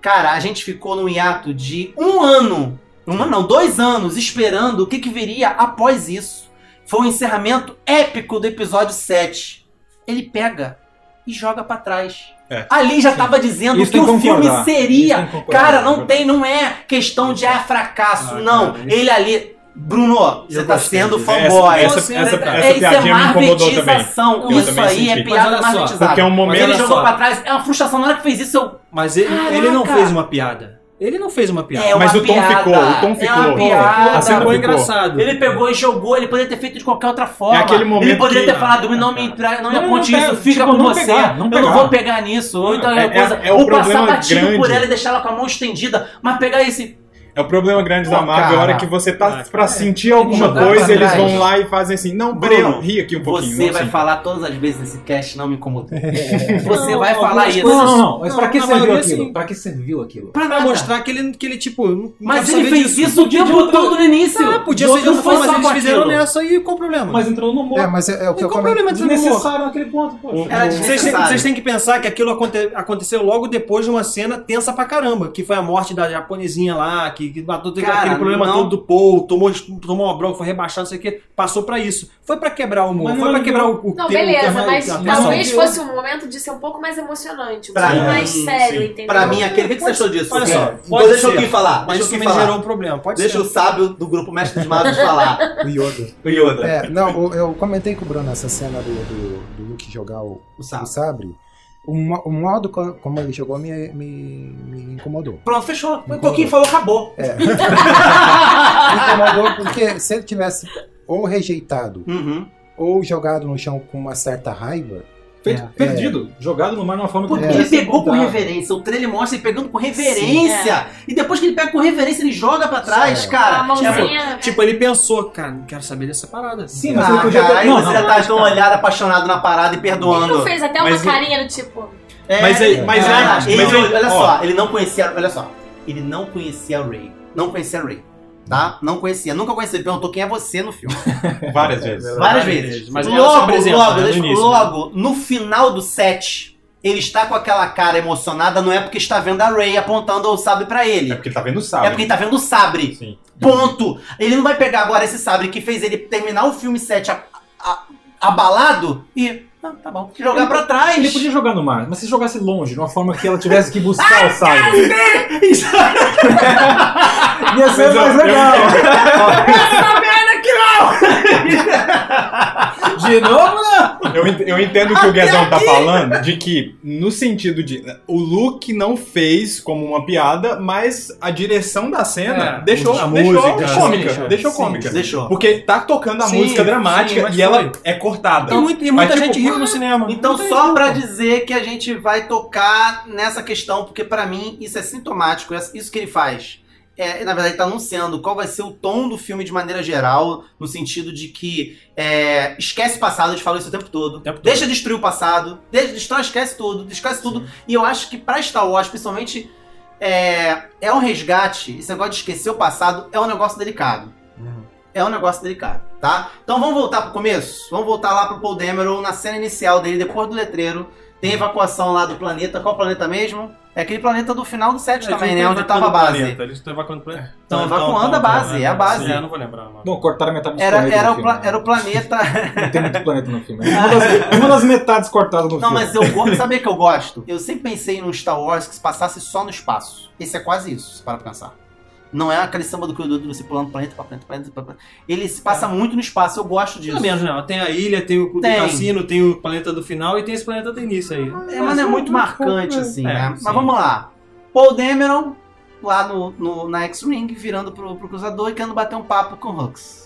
[SPEAKER 2] Cara, a gente ficou num hiato de um ano um ano não, dois anos esperando o que, que viria após isso. Foi um encerramento épico do episódio 7. Ele pega e joga pra trás.
[SPEAKER 6] É.
[SPEAKER 2] Ali já tava dizendo
[SPEAKER 5] Isso
[SPEAKER 2] que
[SPEAKER 5] tem que
[SPEAKER 2] o filme
[SPEAKER 5] concordar.
[SPEAKER 2] seria.
[SPEAKER 5] Isso tem que concordar,
[SPEAKER 2] Cara, não
[SPEAKER 5] verdade.
[SPEAKER 2] tem, não é questão de ah, fracasso,
[SPEAKER 3] Ah,
[SPEAKER 2] não.
[SPEAKER 3] cara, isso-
[SPEAKER 2] Ele ali. Bruno, você tá
[SPEAKER 3] gostei
[SPEAKER 2] sendo
[SPEAKER 3] disso.
[SPEAKER 2] fanboy.
[SPEAKER 6] Essa,
[SPEAKER 3] Você-
[SPEAKER 6] essa, essa,
[SPEAKER 3] é-
[SPEAKER 6] essa
[SPEAKER 2] isso
[SPEAKER 6] piadinha me incomodou também.
[SPEAKER 2] marvetização.
[SPEAKER 6] Eu
[SPEAKER 2] Isso
[SPEAKER 6] também
[SPEAKER 2] aí é
[SPEAKER 6] senti.
[SPEAKER 2] piada
[SPEAKER 3] Mas olha só,
[SPEAKER 2] marvetizada.
[SPEAKER 6] Porque é um
[SPEAKER 2] Mas
[SPEAKER 6] momento.
[SPEAKER 2] ele
[SPEAKER 3] olha
[SPEAKER 2] jogou
[SPEAKER 3] só.
[SPEAKER 2] pra trás, é uma frustração. Na hora que fez isso, eu.
[SPEAKER 3] Mas ele,
[SPEAKER 2] Caraca.
[SPEAKER 3] ele não fez uma piada. Ele não fez uma piada.
[SPEAKER 2] É uma
[SPEAKER 6] Mas o tom
[SPEAKER 2] piada.
[SPEAKER 6] ficou, o tom
[SPEAKER 2] É uma
[SPEAKER 6] ficou.
[SPEAKER 2] piada.
[SPEAKER 6] A cena
[SPEAKER 3] ficou
[SPEAKER 6] ficou.
[SPEAKER 3] engraçado.
[SPEAKER 2] Ele pegou e jogou, ele poderia ter feito de qualquer outra forma.
[SPEAKER 6] É aquele momento
[SPEAKER 2] ele poderia
[SPEAKER 6] que- É.
[SPEAKER 2] ter falado, não me, tra- não me
[SPEAKER 5] Não,
[SPEAKER 2] aponte
[SPEAKER 5] não
[SPEAKER 2] isso,
[SPEAKER 5] pega,
[SPEAKER 2] fica
[SPEAKER 5] tipo,
[SPEAKER 2] com
[SPEAKER 5] não
[SPEAKER 2] você.
[SPEAKER 5] pegar, não
[SPEAKER 2] eu
[SPEAKER 5] pegar.
[SPEAKER 2] não vou pegar nisso. Ou então
[SPEAKER 6] É-
[SPEAKER 2] é, coisa.
[SPEAKER 6] é- é o
[SPEAKER 2] ou passar
[SPEAKER 6] problema
[SPEAKER 2] batido
[SPEAKER 6] grande.
[SPEAKER 2] por ela e deixar ela com a mão estendida, mas pegar esse.
[SPEAKER 6] É o problema grande
[SPEAKER 2] Pô,
[SPEAKER 6] da Marvel, a
[SPEAKER 2] cara.
[SPEAKER 6] hora que você tá
[SPEAKER 3] Ah,
[SPEAKER 6] pra sentir alguma
[SPEAKER 2] jogar pra
[SPEAKER 6] coisa, eles
[SPEAKER 2] trás.
[SPEAKER 6] vão lá e fazem assim. Não, peraí,
[SPEAKER 2] Bruno,
[SPEAKER 6] ri aqui um
[SPEAKER 2] você
[SPEAKER 6] pouquinho. não, É.
[SPEAKER 2] vai
[SPEAKER 6] assim.
[SPEAKER 2] falar todas as vezes nesse cast, não me incomodou.
[SPEAKER 5] É. [laughs]
[SPEAKER 2] você vai falar
[SPEAKER 3] algumas
[SPEAKER 2] isso.
[SPEAKER 5] Não, não, não. Mas pra que
[SPEAKER 3] Não, na
[SPEAKER 5] serviu
[SPEAKER 3] maioria,
[SPEAKER 5] aquilo?
[SPEAKER 2] assim-
[SPEAKER 3] sim.
[SPEAKER 5] Pra que serviu aquilo?
[SPEAKER 2] Pra
[SPEAKER 3] Pra
[SPEAKER 2] nada.
[SPEAKER 3] mostrar que ele, que ele tipo. não
[SPEAKER 2] Mas
[SPEAKER 3] quero
[SPEAKER 2] ele
[SPEAKER 3] saber
[SPEAKER 2] fez
[SPEAKER 3] disso.
[SPEAKER 2] isso o tempo todo no início.
[SPEAKER 3] Ah, podia ser de
[SPEAKER 2] não
[SPEAKER 3] outra
[SPEAKER 2] foi só
[SPEAKER 3] forma, mas eles
[SPEAKER 2] com
[SPEAKER 3] fizeram
[SPEAKER 2] aquilo.
[SPEAKER 3] nessa e qual o problema?
[SPEAKER 5] Mas entrou no humor.
[SPEAKER 4] É, mas é, é o que
[SPEAKER 3] E
[SPEAKER 4] eu
[SPEAKER 3] qual o problema disso?
[SPEAKER 4] comentei.
[SPEAKER 3] Vocês
[SPEAKER 5] Desnecessário naquele ponto, poxa.
[SPEAKER 2] Era
[SPEAKER 3] têm-
[SPEAKER 2] desnecessário.
[SPEAKER 3] vocês têm que pensar que aquilo aconte- aconteceu logo depois de uma cena tensa pra caramba, que foi a morte da japonesinha lá, que, que matou teve
[SPEAKER 2] Cara,
[SPEAKER 3] aquele problema
[SPEAKER 2] não.
[SPEAKER 3] todo do Paul, tomou, tomou uma bronca, foi rebaixado, não sei o que, passou pra isso. Foi pra quebrar o humor,
[SPEAKER 5] Mas
[SPEAKER 3] foi
[SPEAKER 5] não-
[SPEAKER 3] pra quebrar o, o é
[SPEAKER 1] Não,
[SPEAKER 3] tema-
[SPEAKER 1] beleza,
[SPEAKER 3] um tema-
[SPEAKER 1] mas
[SPEAKER 3] a atenção.
[SPEAKER 1] talvez fosse um momento de ser um pouco mais emocionante, um
[SPEAKER 2] Pra
[SPEAKER 1] pouco
[SPEAKER 2] mim,
[SPEAKER 1] mais sério,
[SPEAKER 6] sim.
[SPEAKER 1] entendeu?
[SPEAKER 2] Pra mim, é aquele. O que que você achou disso?
[SPEAKER 3] Olha só,
[SPEAKER 2] Então
[SPEAKER 3] pode
[SPEAKER 2] deixa
[SPEAKER 3] ser.
[SPEAKER 2] eu aqui falar.
[SPEAKER 3] Mas
[SPEAKER 2] Deixa eu
[SPEAKER 3] isso
[SPEAKER 2] aqui
[SPEAKER 3] me
[SPEAKER 2] falar.
[SPEAKER 3] gerou um problema, pode
[SPEAKER 2] Deixa
[SPEAKER 3] ser.
[SPEAKER 2] o sábio do grupo Mestre dos Magos
[SPEAKER 6] [laughs]
[SPEAKER 2] falar.
[SPEAKER 4] O Yoda.
[SPEAKER 2] O Yoda.
[SPEAKER 4] É, não, eu, eu comentei com o Bruno essa cena do, do, do Luke jogar o,
[SPEAKER 2] O
[SPEAKER 4] o
[SPEAKER 2] sábio.
[SPEAKER 4] sabre. O, mo- o modo co- como ele jogou me, me, me incomodou.
[SPEAKER 2] Pronto, fechou. Foi Um pouquinho falou, acabou. Ah!
[SPEAKER 4] Me incomodou porque se ele tivesse ou rejeitado
[SPEAKER 2] Uhum.
[SPEAKER 4] ou jogado no chão com uma certa raiva,
[SPEAKER 5] Feito- Perdido. Jogado no mar de uma forma que
[SPEAKER 2] é. Porque
[SPEAKER 5] não
[SPEAKER 2] ele
[SPEAKER 5] devia ser
[SPEAKER 2] pegou com
[SPEAKER 5] encontrado.
[SPEAKER 2] reverência. O trailer mostra ele pegando com reverência. E depois que ele pega com reverência, ele joga pra trás,
[SPEAKER 4] É.
[SPEAKER 2] cara.
[SPEAKER 1] a mãozinha.
[SPEAKER 3] Tipo, ele pensou, cara, não quero saber dessa parada.
[SPEAKER 5] Sim, mas
[SPEAKER 2] Ah,
[SPEAKER 5] ele podia
[SPEAKER 2] cara,
[SPEAKER 5] ter...
[SPEAKER 2] aí
[SPEAKER 5] Não,
[SPEAKER 2] você
[SPEAKER 5] não.
[SPEAKER 2] já tá com um olhar apaixonado na parada e
[SPEAKER 1] ele não
[SPEAKER 2] perdoando.
[SPEAKER 1] fez até uma
[SPEAKER 6] Mas ele-
[SPEAKER 1] carinha do tipo.
[SPEAKER 2] É,
[SPEAKER 6] Mas aí- mas
[SPEAKER 2] cara,
[SPEAKER 6] aí-
[SPEAKER 2] ele-
[SPEAKER 6] mas aí-
[SPEAKER 2] olha
[SPEAKER 6] ó.
[SPEAKER 2] só, ele não conhecia, olha só, ele não conhecia a Ray, não conhecia a Ray, tá? Não conhecia, nunca conhecia. Ele perguntou quem é você no filme,
[SPEAKER 6] Várias vezes.
[SPEAKER 2] várias
[SPEAKER 3] Várias
[SPEAKER 2] vezes.
[SPEAKER 3] vezes, mas ela se
[SPEAKER 2] logo,
[SPEAKER 3] apresenta,
[SPEAKER 2] logo,
[SPEAKER 3] né, no
[SPEAKER 2] deixa-
[SPEAKER 3] início,
[SPEAKER 2] logo, no final do set, ele está com aquela cara emocionada, não é porque está vendo a Ray apontando o sabre pra ele.
[SPEAKER 6] É porque ele tá vendo o
[SPEAKER 2] É
[SPEAKER 6] sábado.
[SPEAKER 2] porque ele tá vendo o sabre.
[SPEAKER 6] Sim.
[SPEAKER 2] Ponto. Ele não vai pegar agora esse sabre que fez ele terminar o filme 7 a- a- abalado e. Ah, tá bom. Jogar pra trás.
[SPEAKER 5] Ele podia jogar no mar, mas se jogasse longe, de uma forma que ela tivesse
[SPEAKER 2] [laughs]
[SPEAKER 5] que
[SPEAKER 2] Ah,
[SPEAKER 5] buscar o sabre. [laughs] Ia ser
[SPEAKER 6] Mas, é ó,
[SPEAKER 4] é
[SPEAKER 5] mais
[SPEAKER 6] eu-
[SPEAKER 5] legal. De novo, né? não.
[SPEAKER 6] Eu, ent- eu entendo o que o Guedão tá falando, de que, no sentido de. O Luke não fez como uma piada, mas a direção da cena
[SPEAKER 3] É,
[SPEAKER 6] deixou,
[SPEAKER 3] a
[SPEAKER 6] deixou
[SPEAKER 3] música,
[SPEAKER 6] cômica.
[SPEAKER 3] sim,
[SPEAKER 6] deixou
[SPEAKER 3] sim,
[SPEAKER 6] cômica.
[SPEAKER 2] Deixou.
[SPEAKER 6] Porque tá tocando a
[SPEAKER 3] Sim,
[SPEAKER 6] música
[SPEAKER 3] sim,
[SPEAKER 6] dramática
[SPEAKER 3] mas
[SPEAKER 6] e ela
[SPEAKER 3] foi. Então,
[SPEAKER 6] é cortada.
[SPEAKER 3] Tem muito- e muita
[SPEAKER 6] Mas, tipo,
[SPEAKER 3] gente riu no cinema.
[SPEAKER 2] Então,
[SPEAKER 3] Muita
[SPEAKER 2] só
[SPEAKER 3] gente.
[SPEAKER 2] pra dizer que a gente vai tocar nessa questão, porque pra mim isso é sintomático, é isso que ele faz. É, na verdade, tá anunciando qual vai ser o tom do filme de maneira geral, no sentido de que é, esquece o passado, eles falam isso o tempo todo.
[SPEAKER 3] Tempo todo.
[SPEAKER 2] deixa destruir o passado, deixa, destrói, esquece tudo, esquece tudo. E eu acho que pra Star Wars, principalmente, é, é um resgate, esse negócio de esquecer o passado é um negócio delicado.
[SPEAKER 3] Uhum.
[SPEAKER 2] É um negócio delicado, tá? Então vamos voltar pro começo? Vamos voltar lá pro Paul
[SPEAKER 3] Uhum.
[SPEAKER 2] Dameron, na cena inicial dele, depois do letreiro. Tem a evacuação lá do planeta. Qual planeta mesmo? É aquele planeta do final do 7
[SPEAKER 3] É,
[SPEAKER 2] também,
[SPEAKER 3] eles
[SPEAKER 2] né?
[SPEAKER 3] não
[SPEAKER 2] Onde
[SPEAKER 3] estão
[SPEAKER 2] tava a
[SPEAKER 3] evacuando o
[SPEAKER 2] base.
[SPEAKER 3] planeta, Eles estão evacuando o planeta.
[SPEAKER 2] Estão Então, evacuando a base, é a base.
[SPEAKER 3] então, né? Sim, eu não vou lembrar. Não.
[SPEAKER 5] Não, cortaram metade dos
[SPEAKER 2] Era,
[SPEAKER 5] planetas
[SPEAKER 2] era,
[SPEAKER 5] no
[SPEAKER 2] o
[SPEAKER 5] filme.
[SPEAKER 2] pla-
[SPEAKER 3] né?
[SPEAKER 2] era o planeta.
[SPEAKER 3] [laughs]
[SPEAKER 5] Não tem muito planeta
[SPEAKER 2] [laughs]
[SPEAKER 5] no filme. Uma das, uma das metades cortadas no
[SPEAKER 2] Não,
[SPEAKER 5] filme.
[SPEAKER 2] mas eu gosto. Sabe o que eu gosto? Eu sempre pensei num Star Wars que se passasse só no espaço. Esse é quase isso, se para pra pensar. Não é aquele samba do criador de você pulando planeta pra planeta, planeta, pra planeta. Ele se passa muito no espaço, eu gosto disso.
[SPEAKER 3] Pelo menos, não. Tem a ilha, tem o clube
[SPEAKER 2] Tem.
[SPEAKER 3] do cassino, tem o planeta do final e tem esse planeta do início aí.
[SPEAKER 2] É, mas não é muito marcante, assim,
[SPEAKER 3] É,
[SPEAKER 2] né?
[SPEAKER 3] sim.
[SPEAKER 2] Mas vamos lá. Paul Dameron, lá no, no- na X-Ring, virando pro, pro cruzador e querendo bater um papo com o Hux.